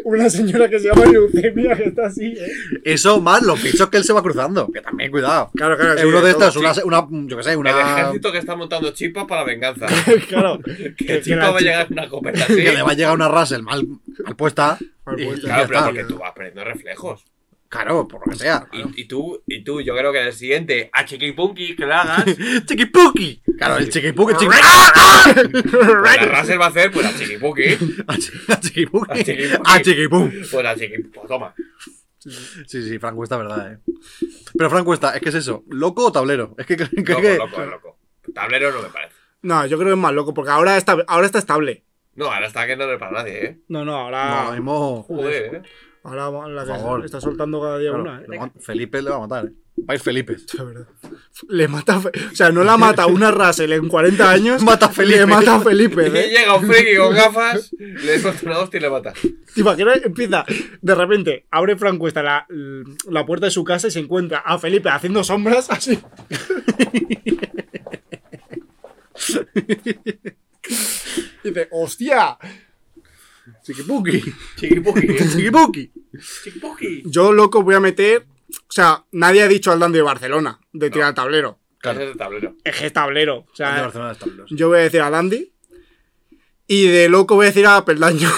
Una señora que se llama leucemia que está así, ¿eh? Eso más los bichos que él se va cruzando. Que también, cuidado. Claro, claro. Eh, sí, uno de todo. estos, una, una, yo qué sé, El una. ejército que está montando chispas para venganza. Claro. Que Que chispa la va a llegar con una escopeta así. Que le va a llegar una Russell mal, mal puesta. Mal y puesta. ya Claro, pero está. porque tú vas perdiendo reflejos. Claro, por lo que sea. Y, y tú, y tú, yo creo que en el siguiente, a Chiquipunky que la hagas, pues ¡Chiquipuki! Claro, el chiquipuki. chiqui- la Russell va a hacer, pues a Chiquipunky. A chi- a chiquipuki. A chiquipuki. A chiquipum. Pues a Chiquipunky, pues toma. Sí, sí, Frank Cuesta, verdad, eh. Pero Frank Cuesta, es que es eso. ¿Loco o tablero? Es que. que- Loco, que- loco, loco. Tablero no me parece. No, yo creo que es más loco, porque ahora está, ahora está estable. No, ahora está que no es para nadie, ¿eh? No, no, No, ahora. Memo, Joder, pues, ¿eh? ahora la que Por favor. está soltando cada día claro, una, ¿eh? le va- Felipe le va a matar. ¿eh? Vais Felipe. De verdad. Le mata. a Fe- O sea, no la mata una Russell en 40 años. Mata a Felipe. Le mata a Felipe. Y ¿eh? llega un friki con gafas, le suelta una hostia y le mata. ¿Te imaginas? Empieza. De repente, abre Frank Cuesta la, la puerta de su casa y se encuentra a Felipe haciendo sombras así. Y dice, ¡hostia! Chiquipuki. Chiquipuki, ¿eh? Chiquipuki. Chiquipuki. Yo, loco, voy a meter. O sea, nadie ha dicho al Dandy de Barcelona de tirar tablero. Claro. de tablero. Es que es tablero. O De sea, Barcelona está Dios. yo voy a decir a Dandy. Y de loco voy a decir a Peldaño.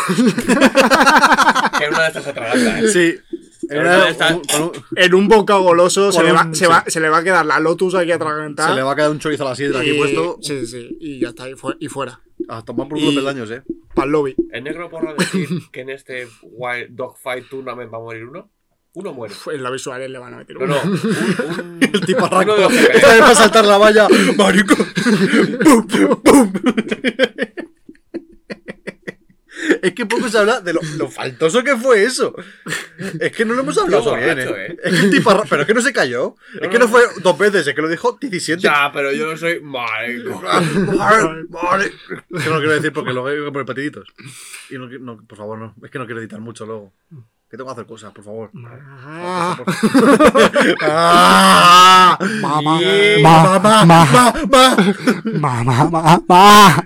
Que en una de estas atraganta, ¿eh? Sí. Pero Era no está- un- con un- En un boca goloso se Con le, va, un- se, va, se le va a quedar la Lotus aquí atragantada. Se le va a quedar un chorizo a la sidra aquí y- puesto. Sí, sí, y ya está, y, fue- y fuera. Hasta más por culo Y- peldaños, eh. Para el lobby. El negro porro decir que en este Wild Dogfight Tournament va a morir uno. Uno muere. Uf, En la visual le van a meter No, uno. no. Un, un- El tipo uno de arranca. los que Esta cae. vez va a saltar la valla. Marico. Pum, pum, pum. Es que poco se habla de lo, lo faltoso que fue eso. Es que no lo hemos hablado Estuvo bien, borracho, eh. eh. Es que el tipo arra- Pero es que no se cayó. Es que no fue dos veces, es que lo dijo 17 Ya, pero yo no soy. Marico. Vale, vale. Es que no lo quiero decir porque lo hay que poner patiditos. Y no, qui- no, por favor, no. Es que no quiero editar mucho luego. Que tengo que hacer cosas, por favor. Ah, ¡Ah! Mamá, Y- ma, ¡Mamá! ma. ¡Mamá! Ma, ma, ma, ma.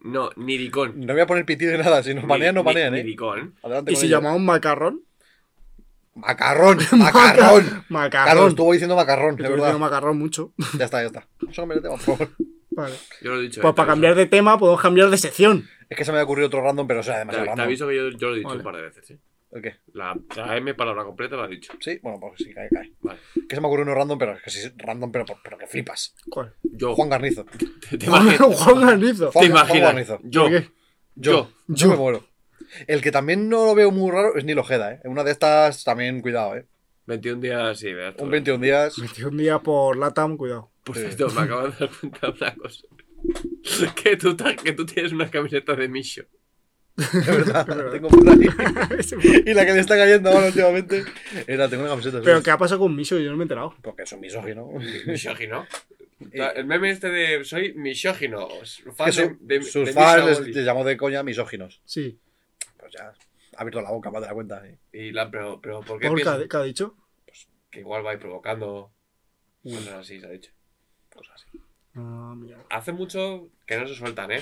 No, niricón. No voy a poner pitido ni nada. Si nos banean, nos Ni- ni- banean, eh. Niricón. Adelante ¿Y con si ello. llamamos macarrón? Macarrón. Macarrón. Carlos Macarrón. estuvo diciendo macarrón, de Yo digo verdad. macarrón mucho. Ya está, ya está. Eso cambia de tema, por favor. Vale. Yo lo he dicho. Pues eh, para te cambiar de tema, podemos cambiar de sección. Es que se me ha ocurrido otro random, pero será aviso. demasiado Te, te random. aviso que yo, yo lo he dicho Vale. un par de veces, ¿eh? ¿El qué? La, la M palabra completa la he dicho. Sí, bueno, pues sí, cae, cae. Vale. Que se me ocurrió uno random, pero es que sí, es random, pero, pero que flipas. ¿Cuál? Yo. Juan Garnizo. Juan- te, te imagino- Juan Garnizo. te Juan imaginas. Garnizo. Yo. ¿Por qué? Yo. Yo, me muero. El que también no lo veo muy raro es Nilo Ojeda, ¿eh? En una de estas también, cuidado, ¿eh? 21 días, sí, ¿verdad? Un 21 días. Metí un día por Latam, cuidado. Por cierto, me acabo de dar cuenta de una cosa. Que tú, ta- que tú tienes una camiseta de Misho. De verdad, la tengo por ahí. Pero Y la que le está cayendo ahora últimamente. Era, tengo una camiseta. ¿sabes? ¿qué ha pasado con Micho? Yo no me he enterado. Porque es un misógino. Misógino. O sea, El meme este de soy misógino. Que Fan su- de, de, sus de fans Misha les, Molly. les llamó de coña misóginos. Sí. Pues ya, ha abierto la boca, más de la cuenta. ¿eh? Y la, pero, pero ¿por qué ¿Por qué, piensas ha- qué ha dicho? que igual vais provocando? Cosas así, se ha dicho. Cosas así. Ah, mira. Hace mucho que no se sueltan, ¿eh?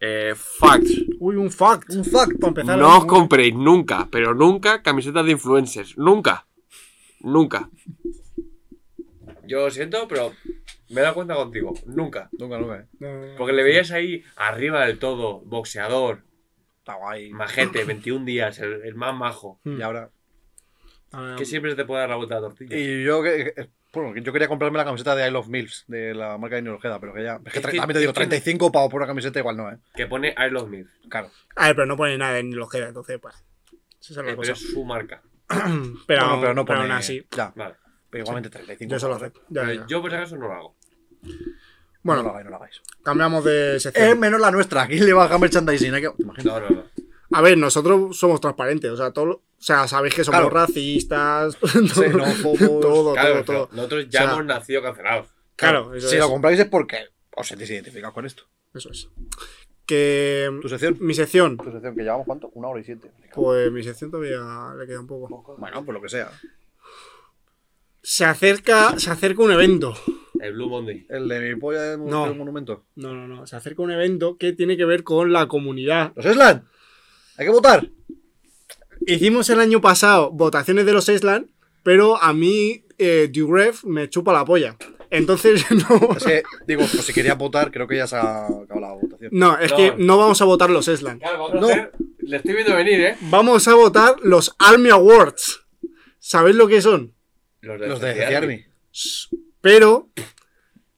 Eh, facts. Uy, un fact. Un fuck. Para empezar. No os un- compréis nunca, pero nunca camisetas de influencers. Nunca. Nunca. Yo lo siento, pero me he dado cuenta contigo. Nunca. Nunca, nunca, ¿eh? No, no, no. Porque le veías ahí arriba del todo, boxeador, Está guay. majete, 21 días, el, el más majo. Y ahora. Ah, Que siempre se te puede dar la vuelta a la tortilla. Y yo, que- que- bueno, que yo quería comprarme la camiseta de I Love Mills, de la marca de Nino Ojeda, pero que ya. Es que Es que- tre- también te digo, es que- 35 pavos por una camiseta igual no, ¿eh? Que pone I love me. Eh, Claro. A ver, pero no pone nada ni los queda, entonces, pues. Esa es la eh, Pero cosa. Mm, es su marca. Pero, Bueno, pero, pero no pone. aún así. Ya, Vale. pero igualmente 35. Yo solo pavos, sé. ¿eh? Ya, Pero ya. yo por si acaso no lo hago. Bueno, no lo Bueno, hagáis, no lo hagáis. cambiamos de Es sección. menos la nuestra, aquí le baja merchandising. ¿eh? ¿Te imaginas? No, no, no. A ver, nosotros somos transparentes. O sea, todo, lo- o sea sabéis que somos Claro. racistas. todo, Xenófobos. todo, Claro, pero todo, todo. nosotros ya O sea, hemos nacido cancelados. Claro, eso, si es, lo compráis es porque os sentís identificados con esto. eso es. Que. Tu sección. Mi sección. Tu sección, que llevamos cuánto? Una hora y siete. Pues mi sección todavía le queda un poco. Bueno, pues lo que sea. Se acerca, se acerca un evento. El Blue Monday. El de mi polla de No. del monumento. No, no, no. Se acerca un evento que tiene que ver con la comunidad. ¡Los Eslan! ¡Hay que votar! Hicimos el año pasado votaciones de los Island, pero a mí eh, Dugref me chupa la polla. Entonces no. Es que, digo, pues si quería votar, creo que ya se ha acabado la votación. No, es No. que no vamos a votar los Island. Claro, vamos No. a hacer Le estoy viendo venir, ¿eh? Vamos a votar los Army Awards. ¿Sabéis lo que son? Los de Healthy Army. Pero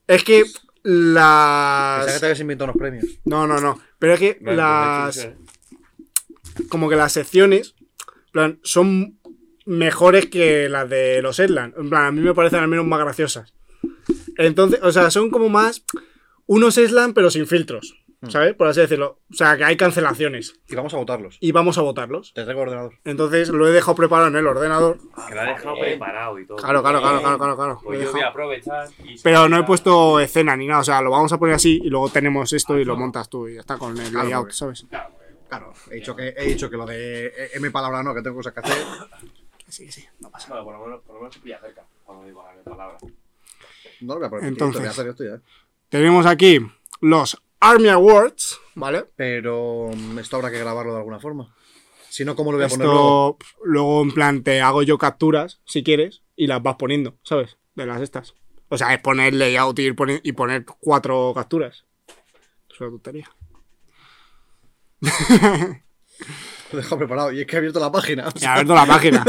es que Pensaba las. que te habías inventado unos premios. No, no, no. Pero es que Vale, pues las. me ha hecho ilusión, Como que las secciones. en plan, son mejores que las de los Edland. En plan, a mí me parecen al menos más graciosas. Entonces, o sea, son como más. Unos Edland, pero sin filtros. ¿Sabes? Por así decirlo. O sea, que hay cancelaciones. Y vamos a votarlos. Y vamos a votarlos. Te traigo ordenador. Entonces lo he dejado preparado en el ordenador. ¿eh? Que lo ha dejado preparado y todo. Claro, claro, claro, claro, claro. claro. Lo he Pues yo voy dejado- a aprovechar. y- Pero no he puesto escena ni nada, o sea, lo vamos a poner así y luego tenemos esto y lo montas tú y ya está con el layout, ¿sabes? Claro, he dicho que, he dicho que lo de eh, M palabra no, que tengo cosas que hacer. Sí, sí, no pasa Bueno, por lo menos, por lo menos se pilla cerca cuando digo la palabra. No lo voy a poner. Entonces. Entonces. Voy a hacer esto ya. ¿eh? Tenemos aquí los Army Awards, ¿vale? Pero mm, esto habrá que grabarlo de alguna forma. Si no, ¿cómo lo voy a Esto poner luego? luego. en plan te hago yo capturas, si quieres, y las vas poniendo, ¿sabes? De las estas. O sea, es poner layout y, ir poni- y poner cuatro capturas. Es una tontería. Lo he dejado preparado. Y es que he abierto la página. Y abierto la página.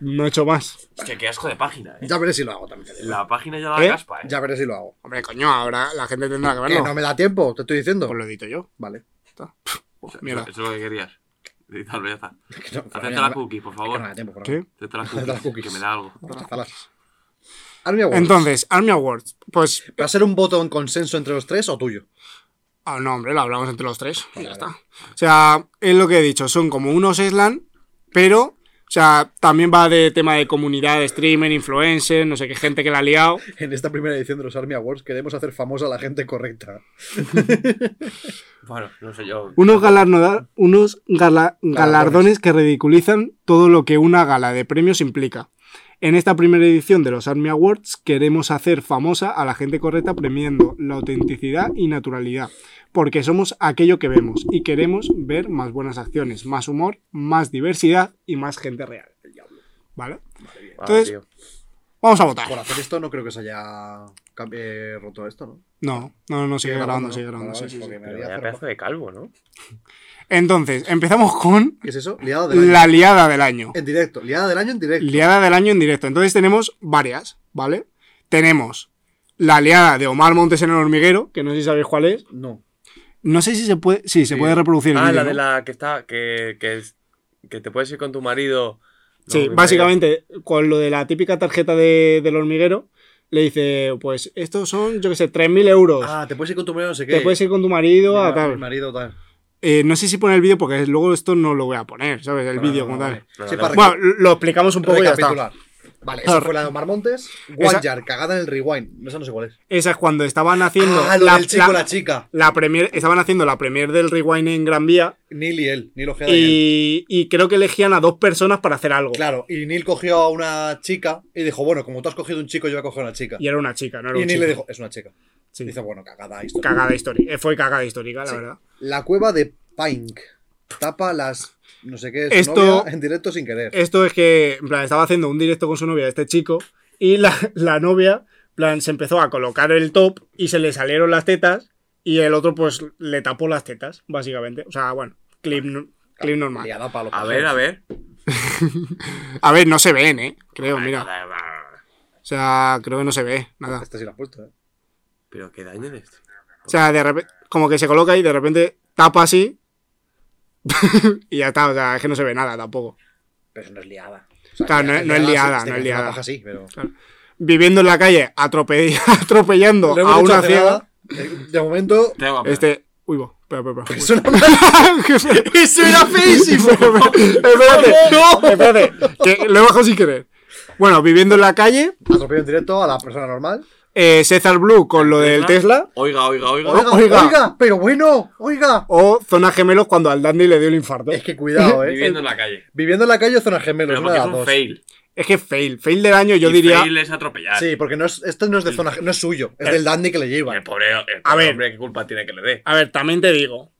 No he hecho más. Hostia, qué asco de página, ¿eh? Ya veré si lo hago también. te digo. La página ya da ¿Eh? caspa, ¿eh? Ya veré si lo hago. Hombre, coño, ahora la gente tendrá que Que verlo. Ah, no me da tiempo, te estoy diciendo. Pues lo edito yo. Vale. Mierda. Eso es lo que querías. Editarlo, ya está. Es que no, para mí Acepta no la me- cookie, por es que no me favor. da tiempo, por ¿Qué? Acepta la Acepta las cookie, cookies. que me da algo. Rechazalas. Army Awards. Entonces, Army Awards. Pues ¿va a ser un voto en consenso entre los tres o tuyo? Ah, no, hombre, lo hablamos entre los tres. y ya vale. está. O sea, es lo que he dicho, son como unos Island, pero, o sea, también va de tema de comunidad, streamer, influencer, no sé qué gente que la ha liado. En esta primera edición de los Army Awards queremos hacer famosa a la gente correcta. Bueno, no sé yo. Unos, galarnoda- unos gala- galardones que ridiculizan todo lo que una gala de premios implica. En esta primera edición de los Army Awards queremos hacer famosa a la gente correcta premiando la autenticidad y naturalidad, porque somos aquello que vemos y queremos ver más buenas acciones, más humor, más diversidad y más gente real. ¿Vale? Entonces- Entonces, Vamos a votar. Por hacer esto no creo que se haya cam- eh, roto esto, ¿no? No, no, no, sigue Sigue grabando, grabando, sigue ¿no? grabando. Vale, sí, vale, sí, sí. porque me voy a vaya hacer- pedazo de calvo, ¿no? Entonces, empezamos con ¿Qué es eso? Liada del año. la liada del año. En directo. Liada del año en directo. Liada del año en directo. Entonces tenemos varias, ¿vale? Tenemos la liada de Omar Montes en el hormiguero, que no sé si sabéis cuál es. No. No sé si se puede. Sí, se Sí. puede reproducir el Ah, vídeo, la de ¿no? la que está. Que, que, es- que te puedes ir con tu marido. No, Sí, mi básicamente, con lo de la típica tarjeta de- del hormiguero, le dice, pues estos son, yo qué sé, 3.000 euros. Ah, te puedes ir con tu marido, no sé qué. Te puedes ir con tu marido Mi a ma- tal. mi marido tal. Eh, no sé si pone el vídeo porque luego esto no lo voy a poner, ¿sabes? El No, vídeo no, como no, tal. Ah, vale. No, Sí, no. para Bueno, lo explicamos un poco y ya está. recapitular. Vale, Claro, esa fue la de Omar Montes. esa- One Jar, cagada en el rewind. Esa no sé cuál es. Esa es cuando estaban haciendo Ah, lo la, del chico, la- la, chica. la premier, estaban haciendo la premier del rewind en Gran Vía Neil y él. Neil Ojeda y él. y, y creo que elegían a dos personas para hacer algo. Claro, y Neil cogió a una chica y dijo, bueno, como tú has cogido un chico, yo voy a coger una chica. Y era una chica, no era Y un Neil chico. le dijo, es una chica. Sí. Dice, bueno, cagada esto. Cagada histórica. Fue cagada histórica, la Sí. verdad. La cueva de Pink. Tapa las. No sé qué. su Esto- novia en directo sin querer. Esto es que, en plan, estaba haciendo un directo con su novia, este chico, y la, la novia, en plan, se empezó a colocar el top y se le salieron las tetas y el otro, pues, le tapó las tetas, básicamente. O sea, bueno, clip, no- clip normal. Liada palo. A ver, a ver. A ver, no se ven, ¿eh? Creo, mira. Nada, nada. O sea, creo que no se ve, nada. Esta sí la has puesto, ¿eh? Pero qué daño de esto. O sea, de repente, como que se coloca y de repente tapa así. y ya está, o sea, es que no se ve nada tampoco. Pero eso no es liada. Claro, no es- no es liada, no es liada. Baja sí, pero. Viviendo en la calle, atrope- atropellando No hemos a dicho una hace ciega. nada. De de momento. Te hago a- Este. Uy, bo, espera, espera, espera. Eso no- Eso era feísimo. espérate, espérate, que lo he bajado sin querer. Bueno, viviendo en la calle, Atropello en directo a la persona normal. eh, César Blue con lo del Tesla Oiga, oiga, oiga. Oiga, oiga. oiga, pero bueno, oiga. o Zona Gemelos cuando al Dandy le dio el infarto. Es que cuidado, eh. Viviendo en la calle. Viviendo en la calle o zona gemelo, Pero es una porque de es las un dos. fail. Es que fail, fail del año, yo Y diría. Fail es atropellar. Sí, porque no es, esto no es de zona, no es suyo, es del dandy que le Y El lleva. pobre, el A pobre ver. hombre, ¿qué culpa tiene que le dé? A ver, también te digo.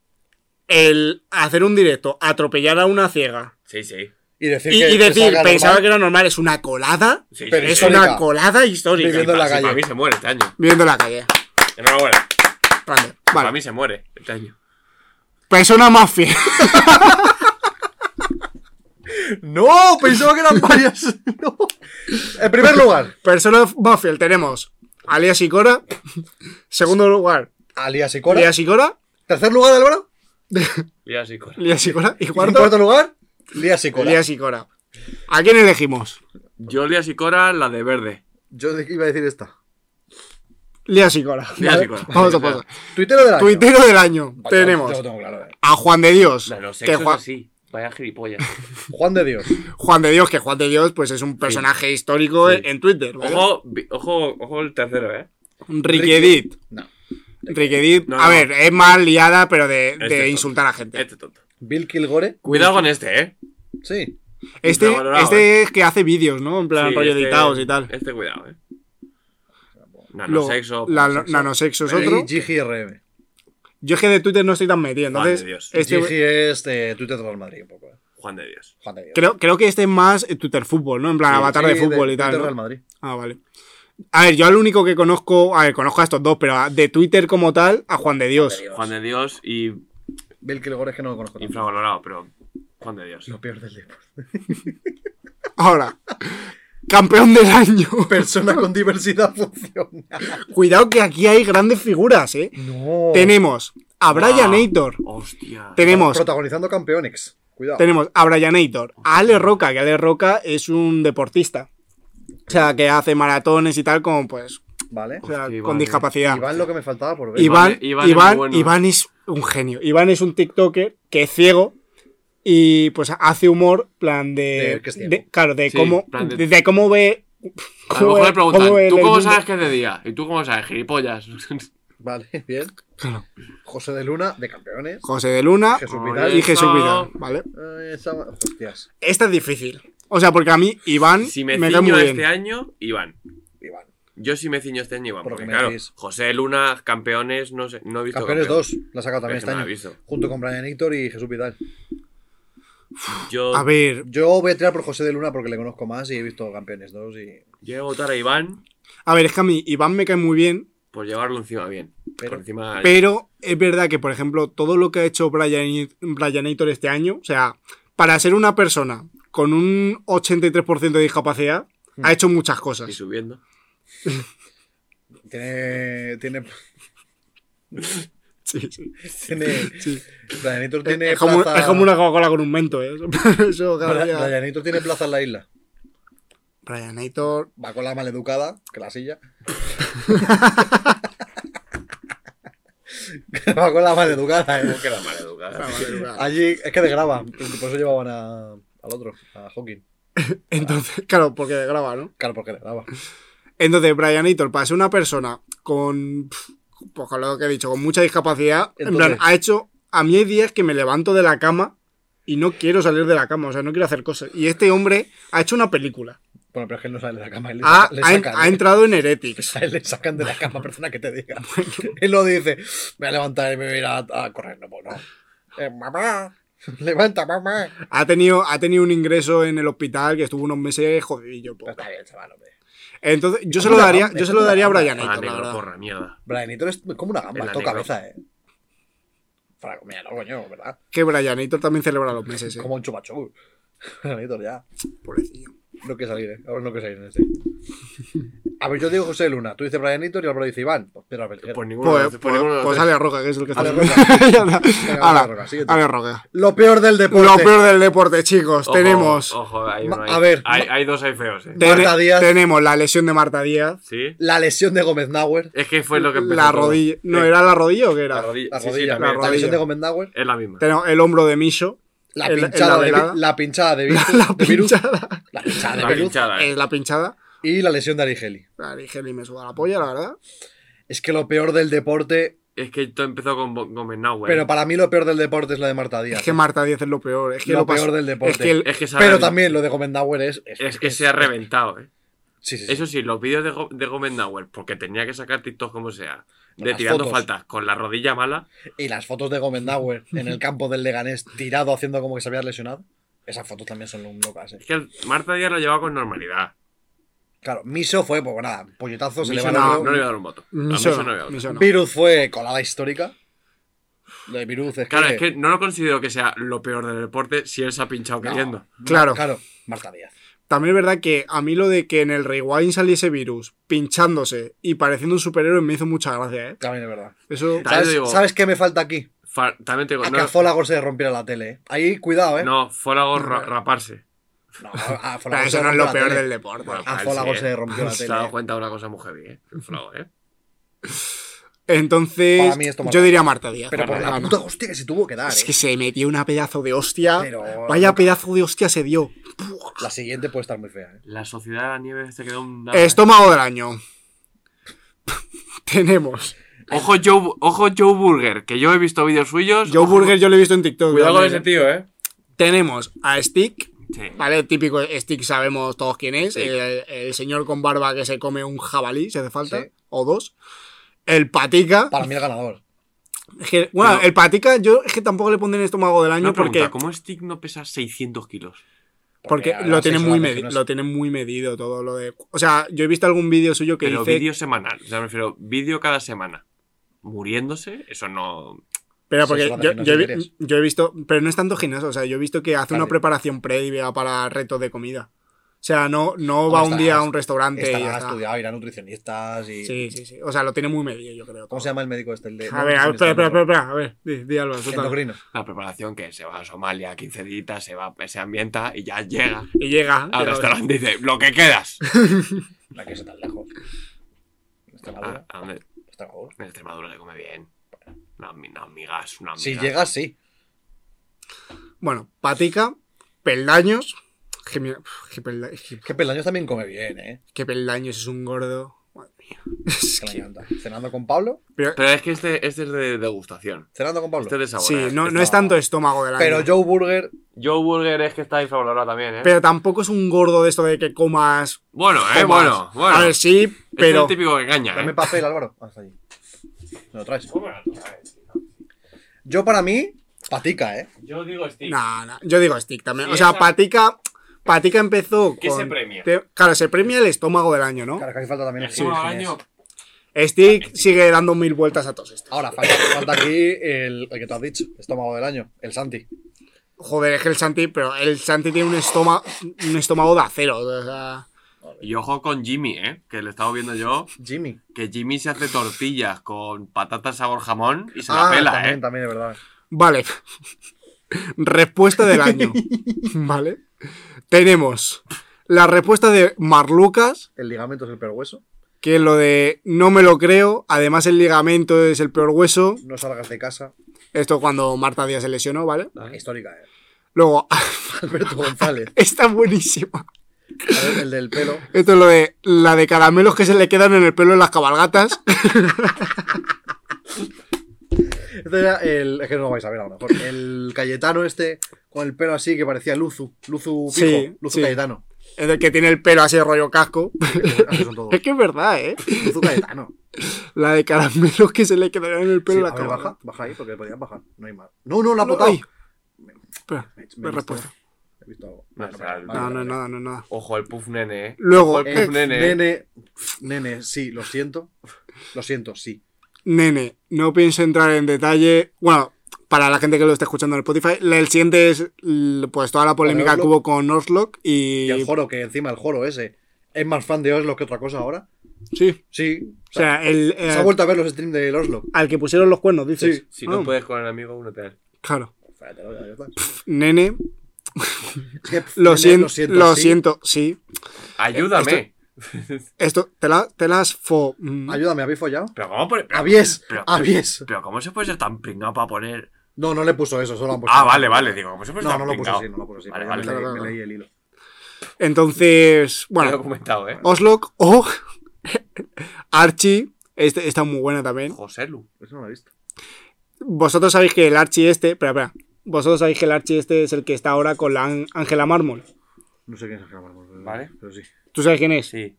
El hacer un directo, atropellar a una ciega Sí, sí. Y decir, y, que- y que decir, salga pensaba normal, que era normal, es una colada. sí, Pero sí, Es sí. histórica. una colada histórica. Viviendo en la Sí, calle. Para mí se muere este año. Viviendo la calle. Enhorabuena. Grande. Para Vale. mí se muere este año. Persona más fiel. ¡No! Pensaba que eran varias. No. En primer lugar, Persona más fiel tenemos Alias y Cora. Segundo lugar, alias y Cora. Alias y Cora. Tercer lugar, Álvaro. Ya sí, cora. Alias y Cora. Y Y en cuarto, cuarto lugar, Lías y Cora. Alias y Cora. ¿A quién elegimos? Yo Lías y Cora, la de verde. Yo de- iba a decir esta. Lías y Cora. Lías y Cora. Vamos a pasar. Tuitero del año. Tuitero del año. Vale, Tenemos yo lo tengo claro, eh. a Juan de Dios. No, los que sexos Juan, así. Vaya gilipollas. Juan de Dios. Juan de Dios, que Juan de Dios, pues es un personaje histórico Sí. en Twitter. ¿vale? Ojo, vi- ojo, ojo el tercero, ¿eh? Riquedit. No. Riquedit. No, a no. ver, es más liada, pero de, Este de tonto. insultar a gente. Este tonto. Bill Kilgore. Cuidado con este, ¿eh? Sí. Este, infravalorado, este es que hace vídeos, ¿no? En plan, Sí, rollo este- editados y tal. Este cuidado, ¿eh? Luego, Nanosexo. la- pansexo. nanosexo es otro. Y GGRM. Yo es que de Twitter no estoy tan metido, entonces. Madre Dios. este- Gigi es de Twitter de Real Madrid un poco. eh. Juan de Dios. Juan de Dios. creo, creo que este es más eh, Twitter fútbol, ¿no? En plan, avatar de Sí, fútbol y Twitter tal. Real ¿no? Madrid. Ah, vale. A ver, yo al único que conozco, a ver, conozco a estos dos, pero a- de Twitter como tal, a Juan de Dios. Juan de Dios y Bill Kilgore es que no lo conozco. tanto. infravalorado, pero Juan de Dios. Lo peor del deporte. Ahora, campeón del año. Persona con diversidad funcional. Cuidado que aquí hay grandes figuras, ¿eh? No. Tenemos a Brian Aitor. Hostia. Tenemos, Protagonizando Campeonex. Cuidado. tenemos a Brian Aitor. A Ale Roca, que Ale Roca es un deportista. O sea, que hace maratones y tal, como pues, Vale. o sea, Hostia, con Iván, eh. discapacidad. Iván lo que me faltaba por ver. Iván, Iván- Iván, Iván es muy bueno. Iván es un genio. Iván es un TikToker que es ciego y pues hace humor, plan de. De que es ciego. de- claro, de Sí, cómo. plan de- De, de cómo ve. A lo mejor le preguntan, cómo ve ¿tú el cómo mundo". sabes que es de día? ¿Y tú cómo sabes, gilipollas? Vale, bien. Claro. José de Luna, de Campeones. José de Luna Jesús Oye. Vidal. y Jesús Eso. Vidal, ¿vale? Eh, esa- Hostias. Esta es difícil. O sea, porque a mí Iván Si me, ¿Mm? me cae ciño muy este bien. año, Iván. Iván. Yo sí me ciño este año, Iván. Por lo Porque que me claro, decís. José Luna, campeones, no sé, no he visto. Campeones campeón. 2. La ha sacado también Es este que no la he año. visto. Junto con Brian Hector y Jesús Vidal. Yo, A ver, Yo voy a tirar por José de Luna porque le conozco más y he visto Campeones 2 y. yo voy a votar a Iván a ver, es que a mí Iván me cae muy bien, por llevarlo encima bien. Pero- por encima. pero es verdad que, por ejemplo, todo lo que ha hecho Brian, Brian Aitor este año, o sea, para ser una persona con un 83% de discapacidad, Hmm. ha hecho muchas y cosas. subiendo. Tiene. Tiene. Sí, sí. tiene Sí. Brian Hector tiene. Es como, plaza- es como una Coca-Cola con un mento, ¿eh? Eso, cada Bra- día. Brian Hector tiene plaza en la isla. Brian Aitor. Va con la maleducada, que la silla. Va con la maleducada, eh. Creo que la maleducada. Allí es que desgraban. Por eso llevaban a, al otro, a Hawking. Entonces, claro, porque graba, ¿no? Claro, porque desgraba. Entonces, Brian Aitor, para ser una persona con. pf, Pues con lo que he dicho, con mucha discapacidad, Entonces- en plan, ha hecho. A mí hay días que me levanto de la cama y no quiero salir de la cama, o sea, no quiero hacer cosas. Y este hombre ha hecho una película. Bueno, pero es que él no sale de la cama. Él le, Ha, saca- le Ah, ha en- sacan, ha ¿eh? entrado en Heretics. A él le sacan de la cama, persona que te diga. él lo dice. Me voy a levantar y me voy a ir a, a correr. No, pues no. Eh, mamá. Levanta, mamá. Ha tenido, ha tenido un ingreso en el hospital que estuvo unos meses jodidillo. Pero pobre. Pues está bien, chaval, hombre. Entonces, yo se Es lo una daría, gamba, yo es se lo una daría a gamba. Brian Ah, Aitor, la negro, verdad. porra, mierda. Brian Hector es como una gamba, Es la toca negro. cabeza, eh. Franco, mira, no, coño, ¿verdad? Que Brian Aitor también celebra los meses, eh. Como un chupachú. Brian Hector, ya. Pobrecillo. No quiere salir, ¿eh? Ahora no quiere salir en este. A ver, yo digo José Luna, tú dices Brian Hector y Álvaro dice Iván. Pues Pedro Abelguer. Por ninguno. de Pues, los- por pues, ninguno de los pues tres. Ale Roca, que es el que está. Ale Ya está. Ala, Ale Roca, síguete. Ale Roca. Lo peor del deporte. Lo peor del deporte, chicos. Ojo, tenemos, Ojo, hay uno Ma- ahí. a ver, Hay, hay dos ahí feos, eh. tene- Marta Díaz. tenemos la lesión de Marta Díaz. Sí. La lesión de Gómez Nauer. Es que fue lo que empezó. La todo. rodilla. ¿No Sí. era la rodilla o qué La era? rodilla. La sí, sí, rodilla. también. la rodilla. lesión de Gómez Nauer. Es la misma. Tenemos el hombro de Micho. La En la- en pinchada la de velada. vi- la pinchada de virus. La de virus, pinchada. la pinchada de La virus. pinchada, eh. Es la pinchada. Y la lesión de Arigeli. La dije, ni me suda la polla, la verdad. Es que lo peor del deporte. Es que todo empezó con Bo- Gómez Nauer. Pero para mí lo peor del deporte es la de Marta Díaz. Es que Marta Díaz es lo peor. Es que Lo lo pas- peor del deporte. Es que el- es que se ha Pero reven- también lo de Gómez Nauer es. es- Es que se ha reventado, eh. Sí, sí, sí. Eso sí, los vídeos de, Go- de Gómez Nauer, porque tenía que sacar TikTok como sea, de Las tirando fotos. faltas con la rodilla mala, Y las fotos de Gómez Nauer en el campo del Leganés tirado haciendo como que se había lesionado. Esas fotos también son un locas, eh. es que el- Marta Díaz lo llevaba con normalidad. Claro, Miso fue, pues nada, puñetazo, se le Miso va no, la no le iba a dar un voto. A Micho Miso no le no, iba a dar. Micho no. Virus fue colada histórica. Lo de Virus es Claro, que... es que no lo considero que sea lo peor del deporte si él se ha pinchado queriendo. Claro. Claro. Marta Díaz. También es verdad que a mí lo de que en el Rewind saliese virus pinchándose y pareciendo un superhéroe me hizo mucha gracia, ¿eh? También es verdad. Eso. También te digo- ¿Sabes, ¿sabes qué me falta aquí? Fa- También te digo, A que no, a Folagor se le rompiera la tele. ¿eh? Ahí, cuidado, ¿eh? no, Folagor ra- raparse. No, a a Pero Folagor se eso le no rompió es lo la peor tele. del deporte. A Raparse, Folagor eh. se le rompió la Se ha tele, eh. dado cuenta de una cosa muy heavy, ¿eh? El Folagor, ¿eh? Entonces, Para mí esto yo mata. diría Marta Díaz. Pero por Marta la Díaz. puta hostia que se tuvo que dar, Es ¿eh? que se metió una pedazo de hostia. Pero- Vaya pedazo de hostia se dio. La siguiente puede estar muy fea, ¿eh? La sociedad de la nieve se quedó un. Estómago del año. Tenemos. Ojo Joe, ojo Joe Burger, que yo he visto vídeos suyos. Joe Ojo- Burger yo lo he visto en TikTok. Cuidado con ese también, ¿eh? tío, ¿eh? Tenemos a Stick, Sí. ¿vale? Típico Stick, sabemos todos quién es. Sí. El, el señor con barba que se come un jabalí, si hace falta, Sí. o dos. El Patica. Para mí el ganador. Es que, bueno, Pero- el Patica yo es que tampoco le pondré en estómago del año Una porque, pregunta, ¿cómo Stick no pesa 600 kilos? porque Porque lo, ahora tiene seis muy horas, medi- no sé. lo tiene muy medido todo lo de... O sea, yo he visto algún vídeo suyo que Pero dice... vídeo semanal. O sea, me refiero, vídeo cada semana. Muriéndose, eso no. Pero Eso porque se van a yo, gimnasio yo he vi- si quieres. yo he visto, pero no es tanto gimnasio, o sea, yo he visto que hace una Vale. preparación previa para retos de comida. O sea, no, no Hombre, va un estará- día a un restaurante y ya Estará está. estudiado, irá a nutricionistas y... Sí, sí, sí. O sea, lo tiene muy medido, yo creo. ¿Cómo se llama el médico este? El de... A ver, a ver, espera, espera, espera, espera, a ver, di, di Álvaro, suéltalo. Endocrino. La preparación que se va a Somalia 15 días, se va, se ambienta y ya llega Y llega. al llega- restaurante y dice, lo que quedas. La que está tan lejos. Ah, Extremadura. Ah. ¿a dónde? Extremadura. En Extremadura se come bien. Unas mi- unas migas, Ah, unas migas. Si llegas, sí. Bueno, patica, peldaños. Que, mira, uf, que, pelda- que- Que Pelaños también come bien, ¿eh? que peldaños es un gordo. Madre mía. Es Que me que- encanta. Cenando con Pablo. Pero es que este, este es de degustación. Cenando con Pablo. Este es de sabor. sí, ¿eh? no, no es tanto estómago del año. Pero Joe Burger. Joe Burger es que está infravalorado también, ¿eh? Pero tampoco es un gordo de esto de que comas bueno, ¿eh? Comas. Bueno, bueno. A ver, sí, Este pero. es el típico que engaña, Dame ¿eh? papel, Álvaro. Hasta allí. ¿Me lo traes? Yo, para mí, patica, ¿eh? Yo digo Steve. Nah, nah, Yo digo stick también. Sí, o sea, esa- Patica. Patica empezó. ¿Qué con- se premia? te- Claro, se premia el estómago del año, ¿no? Claro, que aquí falta también. Sí, quién año. es. Stick sigue dando mil vueltas a todos estos. Ahora, falta, falta aquí el, el que tú has dicho, estómago del año, el Santi. Joder, es que el Santi, pero el Santi tiene un estómago, un estómago de acero. o sea, Y ojo con Jimmy, ¿eh? Que le estaba viendo yo. Jimmy. Que Jimmy se hace tortillas con patatas sabor jamón y se Ah, la pela, también, ¿eh? también, es verdad. Vale. respuesta del año. Vale. Tenemos la respuesta de Marlucas, El ligamento es el peor hueso. que es lo de no me lo creo. Además, el ligamento es el peor hueso. No salgas de casa. Esto cuando Marta Díaz se lesionó, ¿vale? Histórica, ¿eh? Luego, Alberto González. está buenísima. A ver, el del pelo. Esto es lo de la de caramelos que se le quedan en el pelo en las cabalgatas. Este era el. Es que no lo vais a ver a lo mejor. El Cayetano este, con el pelo así que parecía Luzu. Luzu Pijo. Sí, Luzu sí. Cayetano. Es el que tiene el pelo así de rollo casco. Así son todos. Es que es verdad, ¿eh? Luzu Cayetano. la de caramelos que se le quedaron en el Sí, pelo en a las ver, baja, cabalgatas. baja ahí porque podían bajar. No hay más. No, no, la ha No, botado. ay. Espera, Me- me he no hay visto- respuesta. He visto algo. No, Vale, o sea, vale, no, vale, No, no, vale. nada, no, nada. Ojo, el puff nene, ¿eh? Luego, Joder, Eh, Puf, nene. nene. pf, nene, sí, lo siento. Lo siento, sí. nene, no pienso entrar en detalle. Bueno, para la gente que lo está escuchando en Spotify, la- el siguiente es l- pues toda la polémica que Orlok. hubo con Oslock y. Y el joro, que encima el joro ese es más fan de Oslo que otra cosa ahora. Sí. Sí. O sea, el, se eh, ha vuelto a ver los streams del Oslo. al que pusieron los cuernos, dices. Sí. Si no Ah, puedes con el amigo, únete a él. Claro. Espérate, no, ya, ya está. Nene, Es que, pf, lo, nene, siento, lo sí. siento, sí. ¡Ayúdame! Esto, te, la, te las fo. mm, Ayúdame, ¿habéis follado? Pero ¿cómo pone- pero- Avies, pero- avies. pero ¿cómo se puede ser tan pringado para poner...? No, Pues no le puso eso, solo han puesto. Ah, vale, vale, digo, ¿cómo se pues puede ser No, tan no lo puso pringado? así, no lo puso así. Vale, pero vale, ya me claro, leí- claro. me leí el hilo. Entonces, Lo he bueno, documentado, ¿eh? Oslock o Archie. Este, está muy buena también. José Lu. Eso no lo he visto. Vosotros sabéis que el Archie este. Espera, espera. Vosotros sabéis que el Archie este es el que está ahora con la An- Ángela Mármol. No sé quién es Ángel Mármol, pero- Vale. Pero sí. ¿Tú sabes quién es? Sí.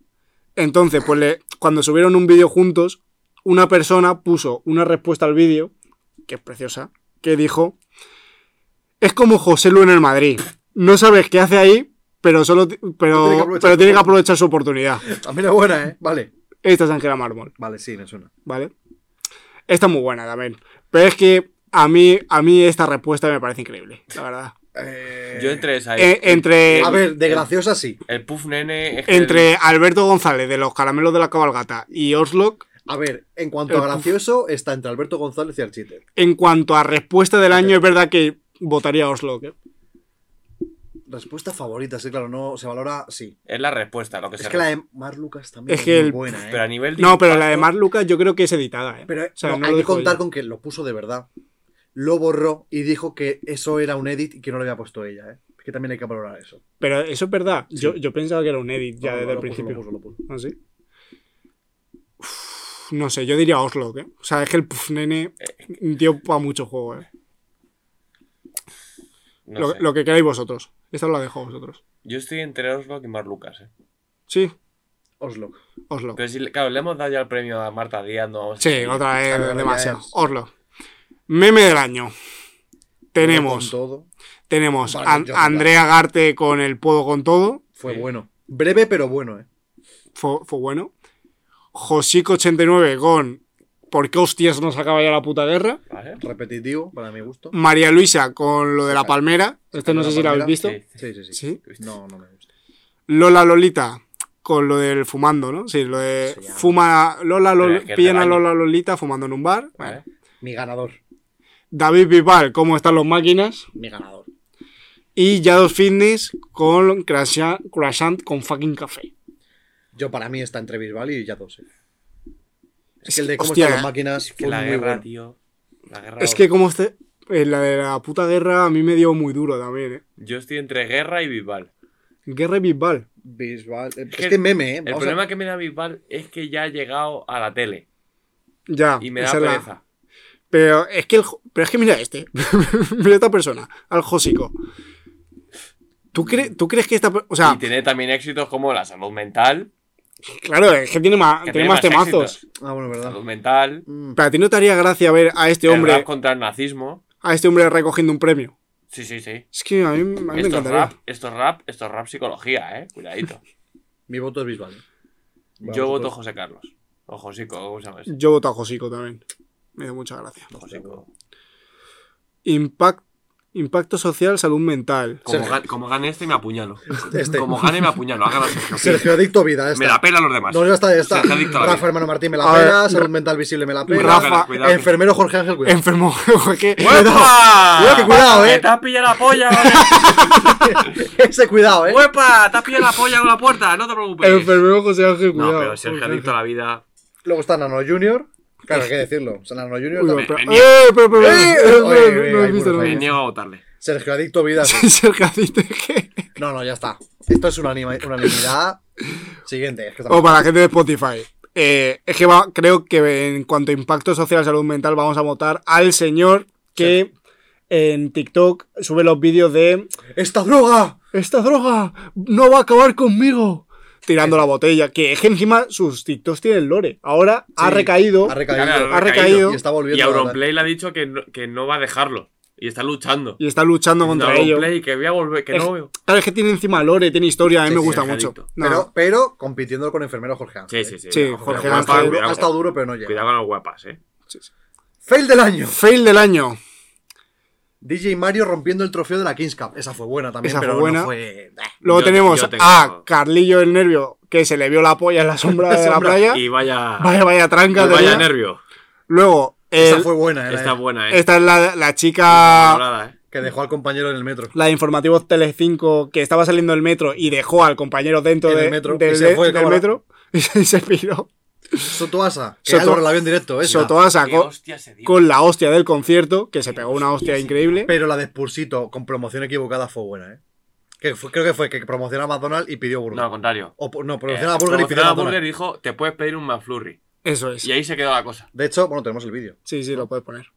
Entonces, pues le- cuando subieron un vídeo juntos, una persona puso una respuesta al vídeo, que es preciosa, que dijo, es como José Lu en el Madrid. No sabes qué hace ahí, pero solo ti- tiene que pero, pero, aprovechar. tiene que aprovechar su oportunidad. También es buena, ¿eh? Vale. Esta es Ángela Mármol, Vale, sí, me suena. ¿vale? Esta es muy buena también. Pero es que A mí, a mí esta respuesta me parece increíble, la verdad. Eh, Yo entre esa y- Eh, entre, A ver, de graciosa sí. El puff nene. es que- entre Alberto González de los caramelos de la cabalgata y Oslock, A ver, en cuanto a El- gracioso, está entre Alberto González y Archite. en cuanto a respuesta del año, es verdad que votaría a Oslock. ¿eh? Respuesta favorita, sí, claro, no se valora, sí. Es la respuesta, lo que Es se que la de Mar Lucas también Es es, que muy el- buena, ¿eh? Pero a nivel de No, pero la de impacto, Mar Lucas yo creo que es editada. ¿eh? Pero eh, O sea, no, no hay lo que dijo contar ella. con que lo puso de verdad. Lo borró y dijo que eso era un edit y que no lo había puesto ella, ¿eh? Es que también hay que valorar eso. Pero eso es verdad. Yo, yo pensaba que era un edit ya No, no, desde el lo puso, principio. lo puso, lo puso. ¿Ah, sí? Uf, no sé, yo diría Oslo, ¿eh? O sea, es que el Puff Nene dio para mucho juego, ¿eh? no lo, sé. lo que queráis vosotros. Esta os la dejo a vosotros. Yo estoy entre Oslo y Mar Lucas. eh. Sí, Oslo. Oslo. Pero si, claro, le hemos dado ya el premio a Marta Díaz. No vamos a- Sí, otra vez Claro, demasiado. ya es. Oslo. Meme del año. Tenemos, Con todo. tenemos Vale, An- ya está. Andrea Garte con el Puedo con todo. Fue Sí. bueno. Breve, pero bueno, ¿eh? Fue, fue bueno. Josico89 con ¿Por qué hostias nos acaba ya la puta guerra? ¿Vale? Repetitivo, para mi gusto. María Luisa con lo de la palmera. Este no La sé si lo habéis palmera, visto. Sí. Sí, sí, sí. Sí. No, no me gusta. Lola Lolita con lo del fumando, ¿no? Sí, lo de Se llama. fuma Lola Lol- Pero es que es pillan a del año. Lola Lolita fumando en un bar. Vale. Mi ganador. David Vival, ¿cómo están los máquinas? Mi ganador. Y Yados Fitness con Crasha- Crashant con fucking café. Yo para mí está entre Bisbal y ya dos. ¿eh? Es que el que, de cómo hostia, están las máquinas Que fue la muy guerra, bueno. tío. La guerra. Es que como este, eh, la de la puta guerra a mí me dio muy duro también, ¿eh? Yo estoy entre guerra y Vival. Guerra y Bisbal. Bisbal. eh, que- Es que meme, ¿eh? El Vamos a- problema que me da Vival es que ya ha llegado a la tele. Ya. Y me da esa es la- pereza. Pero es que el jo- pero es que mira este. mira esta persona, al Josico. ¿Tú, cre- ¿Tú crees que esta per- o sea, Y tiene también éxitos como la salud mental. claro, es que tiene más, que tiene más temazos. éxitos. Ah, bueno, Salud verdad. mental. Mm, Pero a ti no te haría gracia ver a este el rap hombre, contra el nazismo. a este hombre recogiendo un premio. Sí, sí, sí. Es que a mí, a mí me Esto es encantaría. rap, esto es rap, esto es rap psicología, eh. Cuidadito. Mi voto es Bisbal. ¿eh? Yo voto José Carlos. O Josico, ¿cómo se llama este? ese? Yo voto a Josico también. Me da mucha gracia. Josico. Impact, impacto social, salud mental. Como, Sergio. gan- como gane este, me apuñalo. Este. Como gane, me apuñalo. Hágalo Sergio. pues. Sergio Adicto Vida, Me esta. la pela los demás. No, ya está, ya está. Sergio Adicto a la Rafa vida. Hermano Martín me la A ver, pela, salud Ra- mental visible me la Rafa- pela. Cuidado, cuidado. Enfermero Jorge Ángel, cuidado. Enfermo. que- ¡Huepa! Cuidado, que cuidado, ¡Que eh. te has pillado la polla! Ese cuidado, eh. ¡Huepa! ¡Te has pillado la polla con la puerta! ¡No te preocupes! Enfermo José Ángel, Pues- No, cuidado. pero Sergio adicto a la vida. Luego está Nano Junior. Claro, hay que decirlo. O sea, Nano Junior. Uy, también. pero- me- me- ¡Eh, pero, pero, Eh, pero, oye, pero, oye, no oye, he visto por nada. Me favor. niego a votarle. Sergio Adicto Vida. sí. Sergio Adicto, ¿qué? No, no, ya está. Esto es una anima- unanimidad. Siguiente. Es que O para la gente de Spotify. Eh, es que va- creo que en cuanto a impacto social, salud mental, vamos a votar al señor que en TikTok sube los vídeos de ¡Esta droga! Esta droga no va a acabar conmigo. Tirando la botella. Que es que encima sus TikToks tienen lore. Ahora ha Sí, recaído. Ha recaído. Claro, ha recaído. Y está volviendo. Y a hablar. Auronplay le ha dicho que no, que no va a dejarlo. Y está luchando. Y está luchando No, contra ellos. Auronplay, que voy a volver, que Es- no veo. Claro, es que tiene encima lore, tiene historia. A mí Sí, me sí, gusta es mucho. adicto. No, Pero, pero compitiendo con enfermero Jorge Sí, Ángel. sí, sí. Sí, no, Jorge cuidado, Ha Ángel. estado, duro, cuidado, ha estado duro, pero no llega. Cuidado con los guapas, eh. Fail del año. Fail del año. DJ Mario rompiendo el trofeo de la Kings Cup. Esa fue buena también, Esa pero fue buena. no fue. Eh, Luego Yo- tenemos yo tengo- a Carlillo el Nervio, que se le vio la polla en la sombra de la Sombra. playa. Y vaya. Vaya, vaya tranca. y tenía. vaya nervio. Luego, Esa el- fue buena, eh, la- Está buena, eh. esta es la, la chica, Valorada, eh. que dejó al compañero en el metro. la de Informativos Telecinco, que estaba saliendo del metro y dejó al compañero dentro En el de- metro, del, y se fue, del cámara. metro y se, se piró. Sotoasa, que Soto- Álvaro la vio en directo, esa. Sotoa Qué sacó hostia se dio. con la hostia del concierto, que se pegó una hostia increíble. Pero la de Spursito con promoción equivocada fue buena, ¿eh? Que fue- creo que fue que promocionaba a McDonald's y pidió burger. No, al contrario. O po- no, Promocionaba promocionaba burger y pidió McDonald's. Eh, Burger y dijo, te puedes pedir un McFlurry. Eso es. Y ahí se quedó la cosa. De hecho, bueno, tenemos el vídeo. Sí, sí, lo puedes poner.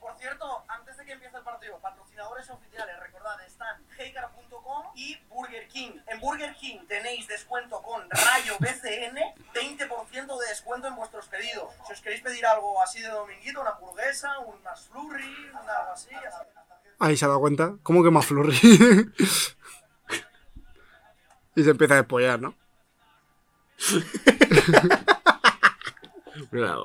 Por cierto, antes de que empiece el partido, patrocinadores oficiales, recordad, están heycar.com y Burger King. En Burger King tenéis descuento con Rayo BCN, 20% de descuento en vuestros pedidos. Si os queréis pedir algo así de dominguito, una hamburguesa, un McFlurry, un algo así, ya sabéis. Ahí se ha dado cuenta. ¿Cómo que más flurry? y se empieza a despollar, ¿no? Mira,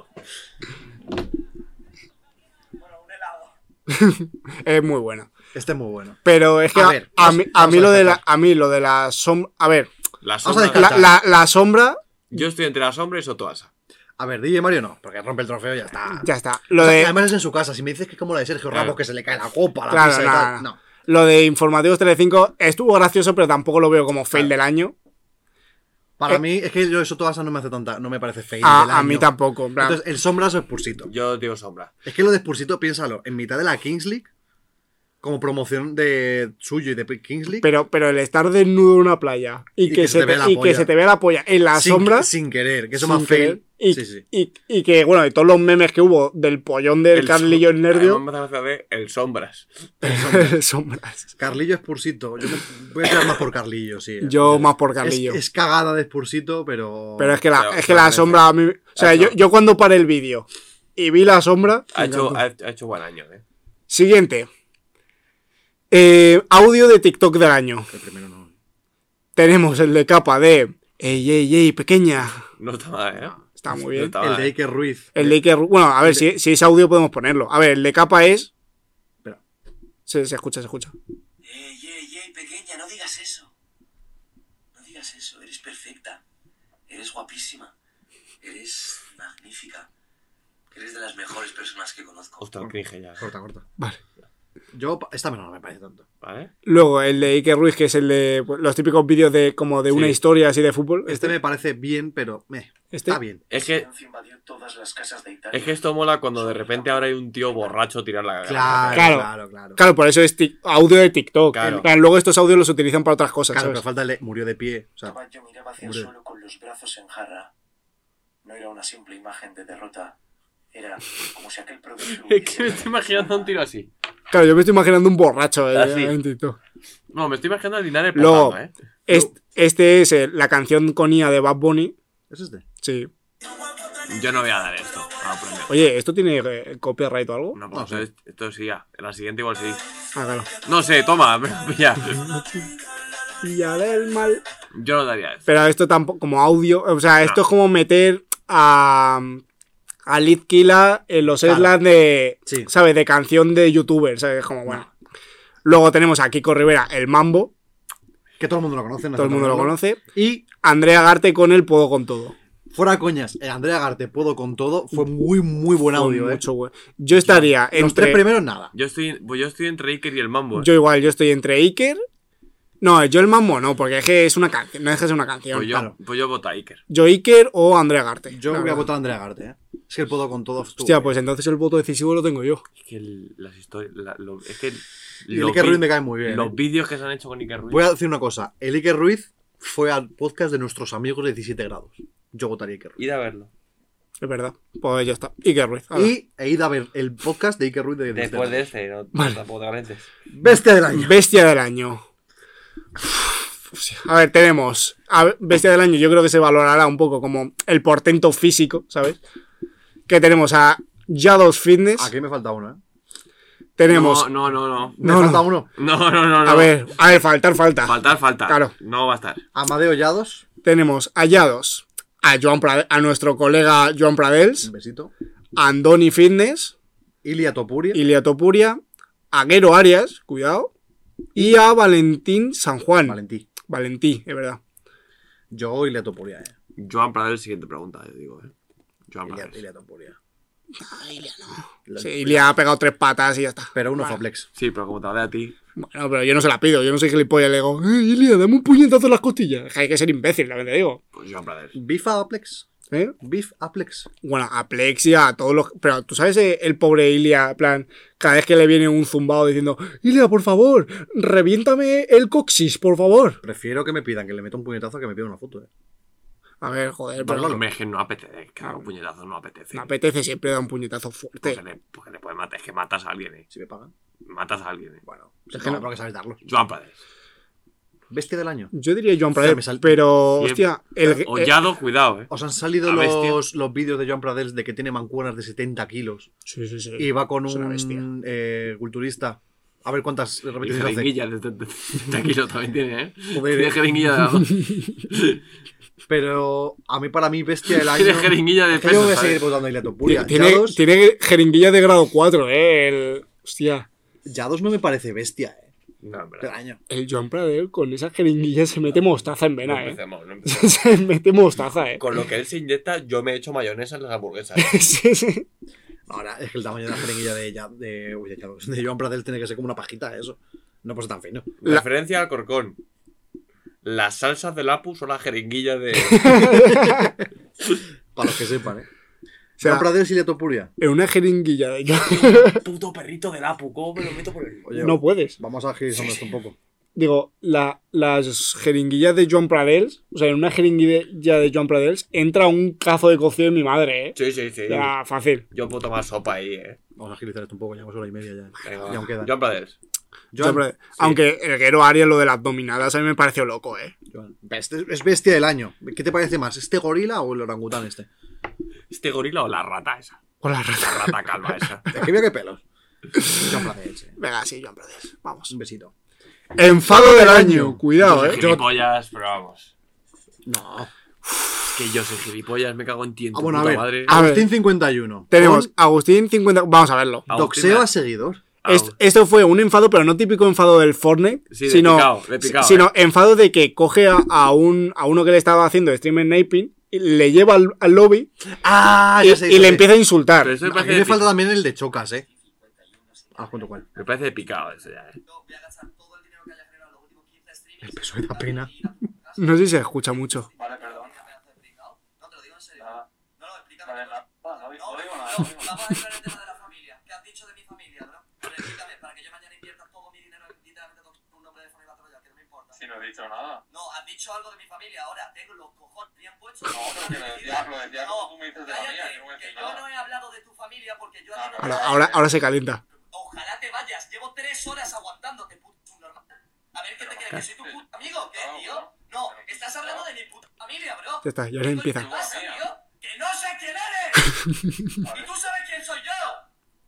es muy buena. Este es muy bueno. Pero es que A a, ver, a vamos- mí, a vamos mí a lo de la, descartar. a mí lo de la sombra. A ver, La Vamos a sombra. la, la- la sombra, Yo estoy entre la sombra y Sotoasa. A ver, DJ Mario no, porque rompe el trofeo y ya está. ya está. O Lo sea, de, Además es en su casa. Si me dices que es como la de Sergio Claro. Ramos, que se le cae la copa, la Claro, mesa y no, tal. no. No. lo de Informativos Telecinco estuvo gracioso, pero tampoco lo veo como fail del año. Para Eh. Ah, mí, es que yo eso todas esas no me hace tanta. No me parece feo. A, a mí tampoco. en plan, Entonces, el sombra es Spursito. Yo digo sombra. Es que lo de Spursito, piénsalo, en mitad de la Kings League, como promoción de suyo y de Kings League, pero, pero el estar desnudo en una playa y, que, se te, vea la y que polla. se te vea la polla en la sin, sombra. sin querer, que eso sin más fail. querer, Y, Sí, sí. y- y que, bueno, de todos los memes que hubo del pollón del Carlillo el nervio, Además, me hace gracia de el sombras. sombras. Carlillo es Spursito. Yo me- voy a tirar más por Carlillo, sí. Yo Es- más por Carlillo. Es, cagada de Spursito, pero. Pero es que la, Pero, es que pero la parece- sombra a mí- O sea, yo, yo cuando paré el vídeo y vi la sombra. Ha hecho, ha, ha hecho buen año, ¿eh? Siguiente. Eh, audio de TikTok del año. Tenemos el de capa de. Ey, ey, ey, pequeña. No está mal, ¿eh? Está Ah, muy No bien. está El mal. eh. de Iker Ruiz. El de Iker Ru- Bueno, a ver, si, si es audio podemos ponerlo. A ver, el de capa es. Espera. Se, se escucha, se escucha. Ey, ey, ey, pequeña, no digas eso. No digas eso, eres perfecta. Eres guapísima. Eres magnífica. Eres de las mejores personas que conozco. Ostras, cringe ya. ¿eh? Corta, corta. Vale. Yo, pa- esta no me parece tanto. ¿Vale? Luego, el de Iker Ruiz, que es el de pues, los típicos vídeos de como de una Sí. historia así de fútbol. Este me parece bien, pero. meh, Este- Está bien. Es que, invadió todas las casas de Italia. es que esto mola cuando de repente ahora hay un tío borracho tirar la Claro, Claro. claro, claro. Claro, Claro, por eso es tic- audio de TikTok. Claro. En plan, luego estos audios los utilizan para otras cosas. Claro, ¿sabes? pero falta el de murió de pie. O sea, Yo miraba hacia el Hombre. suelo con los brazos en jarra. No era una simple imagen de derrota. Era como si aquel prodigio Es hubiese que me estoy imaginando un tiro así. Claro, yo me estoy imaginando un borracho eh, Así. en TikTok. No, me estoy imaginando a Linares Luego, potando, ¿eh? Est- Este es eh, la canción con IA de Bad Bunny. es este. Sí. Yo no voy a dar esto. A aprender. Oye, ¿esto tiene eh, copyright o algo? No, pues esto, esto sí, ya. En la siguiente igual sí. Ah, claro. No sé, toma, me lo pilla. IA del mal. Yo no daría esto. Pero esto tampoco, como audio. O sea, esto No. es como meter a. A Liz Kila en los Claro. Eslas de. Sí. ¿Sabes? De canción de youtuber. ¿Sabes? Como bueno. Luego tenemos a Kiko Rivera, el mambo. Que todo el mundo lo conoce. no Todo hace el mundo lo falta hablarlo. conoce. Y Andrea Garte con el Puedo con todo. Fuera coñas, eh, Andrea Garte, puedo con todo. Fue muy, muy buen Con audio, eh. mucho hue- Yo estaría Los entre. tres primeros, nada. Yo estoy, pues yo estoy entre Iker y el Mambo. ¿eh? Yo igual, yo estoy entre Iker. No, yo el mambo no, porque es que es una canción. No es que es una canción. pues, yo Claro. pues yo voto a Iker. Yo Iker o Andrea Garte. Yo la voy a verdad. votar a Andrea Garte, eh. Es que el puedo con todo. estuvo Hostia, bien. pues entonces el voto decisivo lo tengo yo. Es que el- las historias. la- lo- es que. Y el los Iker Ruiz vi- me cae muy bien. Los eh. vídeos que se han hecho con Iker Ruiz. Voy a decir una cosa. El Iker Ruiz fue al podcast de nuestros amigos de 17 grados. Yo votaría a Iker Ruiz. Id a verlo. Es verdad. Pues ya está. Iker Ruiz. ala. Y he ido a ver el podcast de Iker Ruiz de 17 Después grados. de este, no, Vale. tampoco te garantes. Bestia del año. Bestia del año. A ver, tenemos. a ver, bestia del año, yo creo que se valorará un poco como el portento físico, ¿sabes? Que tenemos a Jados Fitness. Aquí me falta uno, eh. Tenemos. No, no, no. Me No, falta no. uno. No, no, no. no, no. A ver, a ver, faltar, falta. Faltar, faltar. Claro. No va a estar. Amadeo Llados. Tenemos a Yados, a, Joan Prade- a nuestro colega Joan Pradels, Un besito. a Andoni Fitness, Ilia Topuria. Ilia Topuria, a Guero Arias, cuidado, y a Valentín San Juan. Valentí. Valentí, es verdad. Yo Ilia Topuria, eh. Joan Pradel, siguiente pregunta, yo digo, ¿eh? Joan Ilia, Pradel. Ilia Topuria. Sí, Ilia ha pegado tres patas y ya está. Pero uno Bueno. fue flex. Sí, pero como te hablé a ti. Bueno, pero yo no se la pido, yo no soy gilipollas, le digo, "Eh, Ilia, dame un puñetazo en las costillas. Que Hay que ser imbécil, la verdad te digo. Pues Joan Pradel. Bifa Aplex. ¿Eh? Beef Aplex. Bueno, a Plexia, a todos los. Pero tú sabes eh, el pobre Ilia, en plan, cada vez que le viene un zumbado diciendo, Ilia, por favor, reviéntame el coxis, por favor. Prefiero que me pidan que le meta un puñetazo que me pida una foto, eh. A ver, joder, pero Pero es que no apetece. Que un puñetazo no apetece. me apetece siempre dar un puñetazo fuerte. Porque le, porque le puedes matar. Es que matas a alguien, ¿eh? Si me pagan. Matas a alguien, ¿eh? Bueno, Es es que que no. no creo que sabes darlo. Joan Pradel. Bestia del año. Yo diría Joan Hostia, Pradel, me sal- pero, Siempre. hostia, el, eh, Hollado, cuidado, ¿eh? Os han salido La bestia. los, los vídeos de Joan Pradels de que tiene mancuernas de 70 kilos sí, sí, sí. y va con es una bestia. un eh, culturista a ver cuántas Y repeticiones hace. jeringuilla de 70 kilos también tiene, ¿eh? Joder, Tiene eh. jeringuilla de lado. Pero a mí, para mí, bestia del año. Tiene jeringuilla de Es que yo peso, voy a ¿sabes? seguir votando a Ilia Topuria. Tiene, Yados, tiene jeringuilla de grado 4, eh. el- Hostia, Yados no me parece bestia, eh. No, en Del verdad. año. el Joan Pradel con esa jeringuilla se mete mostaza en No vena, eh. empecemos, no empecemos. se mete mostaza, eh. Con lo que él se inyecta, yo me he hecho mayonesa en las hamburguesas. Sí, sí. Ahora, es que el tamaño de la jeringuilla de, ya, de, uy, de, Yados, de Joan Pradel tiene que ser como una pajita, eso. No pues tan fino. La- Referencia al corcón. Las salsas del Apu son las jeringuillas de. Para los que sepan, eh. O sea, Joan Pradel sí le topuria. en una jeringuilla de Puto perrito del Apu, ¿cómo me lo meto por el.? Oye, No puedes. vamos a agilizarnos un poco. Digo, la, las jeringuillas de Joan Pradels, o sea, en una jeringuilla de Joan Pradels entra un cazo de cocido de mi madre, eh. Sí, sí, sí. Ya, fácil. Yo puedo tomar sopa ahí, eh. Vamos a agilizar esto un poco, llevamos hora y media ya. Venga, Y aún queda. John Brothers. Joan Pradel. Aunque el guero Arias lo de las dominadas a mí me pareció loco, eh. Joan. Este es bestia del año. ¿Qué te parece más? ¿Este gorila o el orangután este? ¿Este gorila o la rata esa? Con la rata. La rata calva esa. Es que mira qué pelos. Joan Pradel, sí. Venga, sí, Joan Pradels. Vamos. Un besito. Enfado del año. Cuidado, eh. Gilipollas, pero vamos. No. Es que yo soy gilipollas, me cago en ti, en tu Ah, bueno, a puta ver. madre. A ver. Agustín 51. Tenemos Agustín 50. Vamos a verlo. Con Agustín, Doxeo a seguidor. Au. Est- esto fue un enfado, pero no típico enfado del Fortnite, Sí, de sino, picao, de picao, sino enfado de que coge a, a un, a uno que le estaba haciendo stream en Naping, y le lleva al, al lobby Ah, y, ya sé, y ya le sé. empieza a insultar. Pero eso me A mí parece, me de falta picao. también el de Chocas, eh. Ah, ¿cuánto cuál? me parece de picao eso ya, eh. Voy a gastar todo el dinero que haya generado en los últimos 15 streamings. El peso de la Pues pena. No sé si se escucha mucho. Vale, perdón. No, te lo digo en serio. Ah. No, no, explícame. Vale, la... no, no, digo nada. Vamos a entrar en el tema de la familia. ¿Qué has dicho de mi familia, bro? Pero explícame, para que yo mañana invierta todo mi dinero en literalmente todo un nombre de familia Troya, que no me importa. Si no he dicho nada. No, has dicho algo de mi familia ahora. Tengo los cojones bien puestos. No, pero que lo decía, lo decía como tú me dices de la mía, yo no voy a cállate, que decir yo no nada. he hablado de tu familia porque yo... a ti no Ah, Ahora, ahora, ahora se calienta. Ojalá te vayas, llevo tres horas aguantándote, puto subnormal. A ver qué te crees, que soy tu puto amigo, ¿qué, Claro, tío? claro. No, estás hablando de mi puta familia, bro. Ya está, ya se ¿Qué empieza. coño te pasa, tío? ¡Que no sé quién eres! ¡Y tú sabes quién soy yo!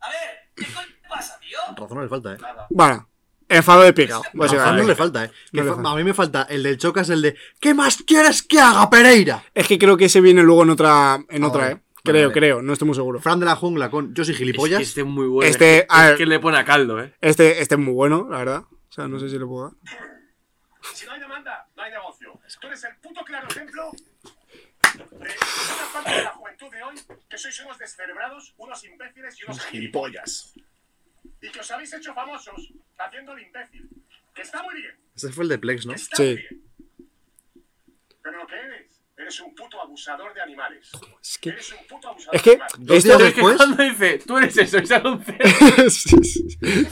A ver, ¿qué coño te pasa, tío? Razón no le falta, eh. Bueno, enfado de picao, Razón no básicamente. le falta, eh. Que No le fa- falta. A mí me falta el del Chocas, el de ¿Qué más quieres que haga, Pereira? Es que creo que ese viene luego en otra, en Ah, otra, vale. eh. Creo, Vale. creo, no estoy muy seguro. Fran de la jungla con Yo soy Es que gilipollas. este es muy bueno. Este, es que, a es ver. que le pone a caldo, eh. Este, este es muy bueno, la verdad. O sea, no sé si le puedo dar. Si no hay demanda, no hay negocio. Tú eres el puto claro ejemplo de una parte de la juventud de hoy que sois unos descerebrados, unos imbéciles y unos gilipollas. Y que os habéis hecho famosos haciendo el imbécil. Que está muy bien, Ese fue el de Plex, ¿no? que está Sí. muy bien. Pero lo que eres, eres un puto abusador de animales. Es que. Eres un puto abusador Es que. de animales. Dos este- días Pero es que después. cuando dice, tú eres eso, es Alonso. Sí, sí, sí.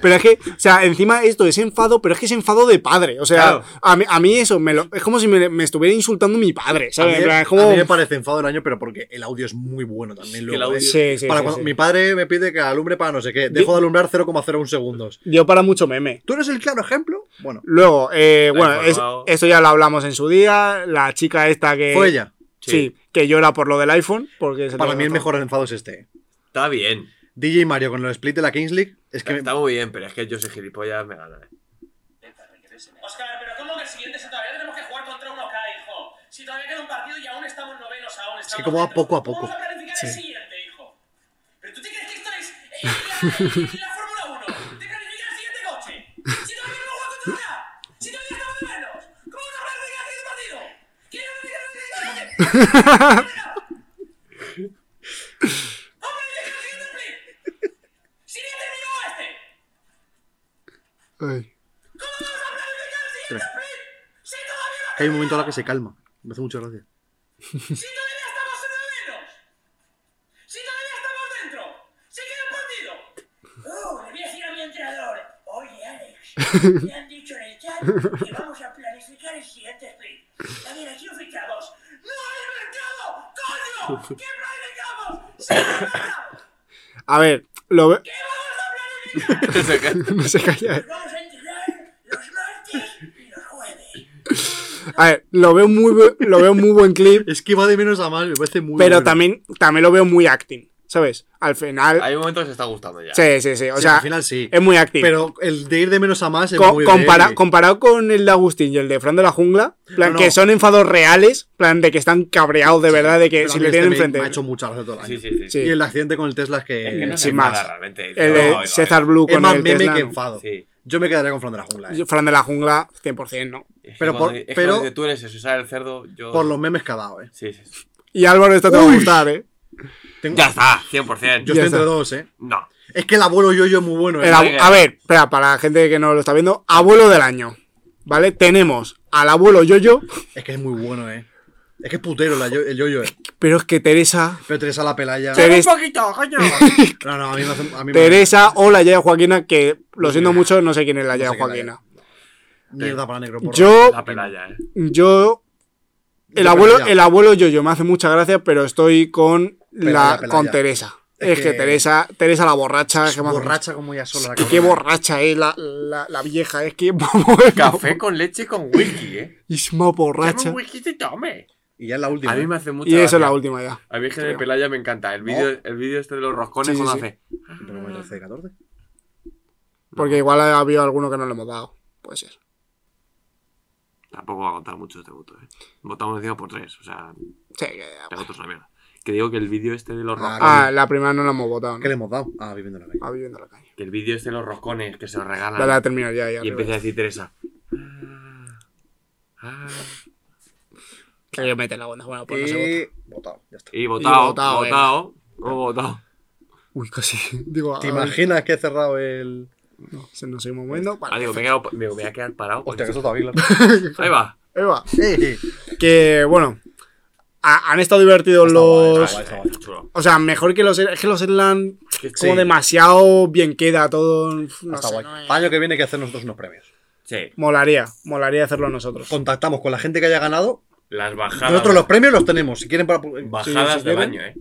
pero es que, o sea, encima esto es enfado, pero es que es enfado de padre. O sea, Claro. a, mí, a mí eso me lo- es como si me, me estuviera insultando mi padre, A mí, ¿sabes? En plan, es a como. mí me parece enfado del año, pero porque el audio es muy bueno también. luego, el audio- ¿eh? Sí, sí, para sí, cuando- sí. Mi padre me pide que alumbre para no sé qué. Dejo de alumbrar 0,01 segundos. Dio para mucho meme. ¿Tú eres el claro ejemplo? Bueno, Luego, eh, La bueno, es- informado. esto ya lo hablamos en su día. La chica esta que. fue ella. Sí, que llora por lo del iPhone. Porque se Para le mí el gastó. mejor enfado es este. Está bien. DJ Mario con el split de la Kings League. Es que me- Está muy bien, pero es que yo soy gilipollas, me gana. eh. Oscar, pero ¿cómo que el siguiente? Si todavía tenemos que jugar contra 1K, hijo. Si todavía queda un partido y aún estamos novenos, aún estamos... que como va dentro. poco a ¿Cómo poco. Vamos a planificar el siguiente, hijo. ¿Pero tú te crees que esto es eh, la, la Fórmula 1? ¿Te planifica el siguiente coche? Si todavía no jugar contra 1K. Si todavía estamos novenos. ¿Cómo vas a planificar el siguiente partido? ¿Quieres planificar el siguiente coche? ¡Vamos a planificar el siguiente split! ¡Si ni he terminado este! Ay. ¿Cómo vamos a planificar el siguiente split? Si todavía no hay un momento ahora que se calma. Me hace mucha gracia. Si todavía estamos en novenos. Si todavía estamos dentro. Si queda un partido. Oh, le voy a decir a mi entrenador. Oye, Alex, me han dicho en el chat que vamos a planificar el siguiente split. La dirección fichamos. ¡No hay mercado! ¡Coño! ¿Qué planificamos? ¡Sí, verdad! A ver, lo ve- ¿Qué vamos a planificar? no se calla. Nos vamos a entrenar los martes y los jueves. A ver, lo veo muy, bu- lo veo muy buen clip. Es que va de menos a más. Me parece muy Pero bueno. también, también lo veo muy acting. ¿sabes? Al final. Hay un momento que se está gustando ya. Sí, sí, sí. O Sí, sea, al final sí. es muy activo. Pero el de ir de menos a más es Co- muy compara- de- comparado con el de Agustín y el de Fran de la Jungla, plan No, no. que son enfados reales, plan de que están cabreados de verdad, de que Pero a si mí le este tienen me- enfrente. Me ha hecho muchas gracias todo el año. sí, sí. sí. Sí. Y el accidente con el Tesla es que. Es que no sé Sin nada más. realmente. Dice, El de "Oiga, César Blue es con más el meme Tesla. que enfado. Sí. Yo me quedaría con Fran de la Jungla. eh. Fran de la Jungla, 100%, ¿no? Es que Pero cuando por- di- es que pero- cuando dice, tú eres eso, o sea, el cerdo, yo... Por los memes que ha dado, eh. Sí, sí, sí. Y Álvaro, esto te va a gustar, ¿eh. Tengo- Ya está, 100%. Yo Ya estoy está. entre dos, eh. No. Es que el abuelo yo-yo es muy bueno, eh. El ab- Venga. a ver, espera, para la gente que no lo está viendo, abuelo del año, ¿vale? Tenemos al abuelo Yoyo, Es que es muy bueno, eh. Es que es putero la yo- el yo-yo, eh. pero es que Teresa... Pero Teresa la pelaya. Teres- poquito, coño! No, no, a mí me hace. A mí me- Teresa o la Yaya Joaquina, que lo siento mucho, no sé quién es la Yaya quién es la Joaquina. Mierda para negro. porro. Yo La pelaya, eh. Yo. El Yo abuelo, Pelaya. el abuelo Yoyo me hace mucha gracia, pero estoy con la Pelaya, Pelaya. con Teresa. Es Es que, que- Teresa, Teresa la borracha, es que me hace Borracha como ella sola. la mucha- cabrona. Qué borracha es la, la, la vieja, es que Café con leche con whisky, eh. es más Dame borracha. un whisky y tome. Y ya es la última. ¿eh? A mí me hace mucha Y eso es la gracia. última ya. A mí es que de Pelaya me encanta. El vídeo el vídeo este de los roscones Sí, sí, cuando sí. hace. Pero me parece de 14. Porque igual ha habido alguno que no le hemos dado. Puede ser. Tampoco va a contar mucho este voto, eh. Votamos encima por tres, o sea, Sí, que- el voto es una mierda. Que digo que el vídeo este de los Ah, roscones, Ah, la primera no la hemos votado. ¿no? ¿Qué le hemos dado? Ah, viviendo en la calle. Ah, viviendo en la calle. que el vídeo este de los roscones que se los Ya regalan la terminar ya. ya y empieza a arriba. decir Teresa. Ah, Que yo mete la onda. Bueno, pues no se Y. vota. Votado, ya está. Y votado, votado, votado, votado. ¿Cómo votado? Uy, casi. Digo, ¿Te ah, imaginas que he cerrado el. no, se nos seguimos moviendo. Vale, Ah, digo, me he quedado- me voy a quedar parado. Hostia, que eso está bien. Ahí va. Eva. Eh, eh. Que bueno, ha- han estado divertidos los. Eh, Chulo. o sea, mejor que los. Es que los Erland. Sí. Como demasiado bien queda todo. No Está sé, guay. no me- Año que viene hay que hacer nosotros unos premios. Sí. Molaría. Molaría hacerlo nosotros. Contactamos con la gente que haya ganado. Las bajadas. Nosotros los premios los tenemos. Si quieren para. Bajadas Sí, sí, del sí. año, eh.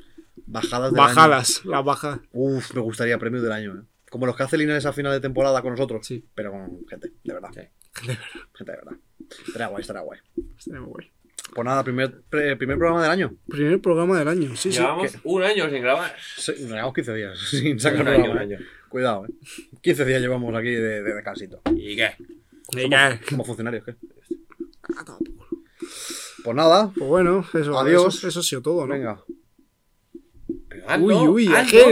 Bajadas. del año. Bajadas. Las bajas. Uf, me gustaría premios del año, eh. Como los que hace Linares a final de temporada con nosotros. Sí. Pero con gente, de verdad. Sí. Gente de verdad. Estará guay, estará guay. Estaría muy guay. Pues nada, primer, pre- primer programa del año. Primer programa del año. Sí, sí. Llevamos un año sin grabar. Sí, nos llevamos 15 días sin Un sacar año, programa, un eh. año. Cuidado, eh. 15 días llevamos aquí de, de descansito. ¿Y qué? Venga. Somos funcionarios, ¿qué? Ah, toma. Pues nada, Pues bueno, eso. Adiós. Eso, eso ha sido todo, ¿no? venga. Pero Uy, hazlo, uy, hazlo. ¿qué?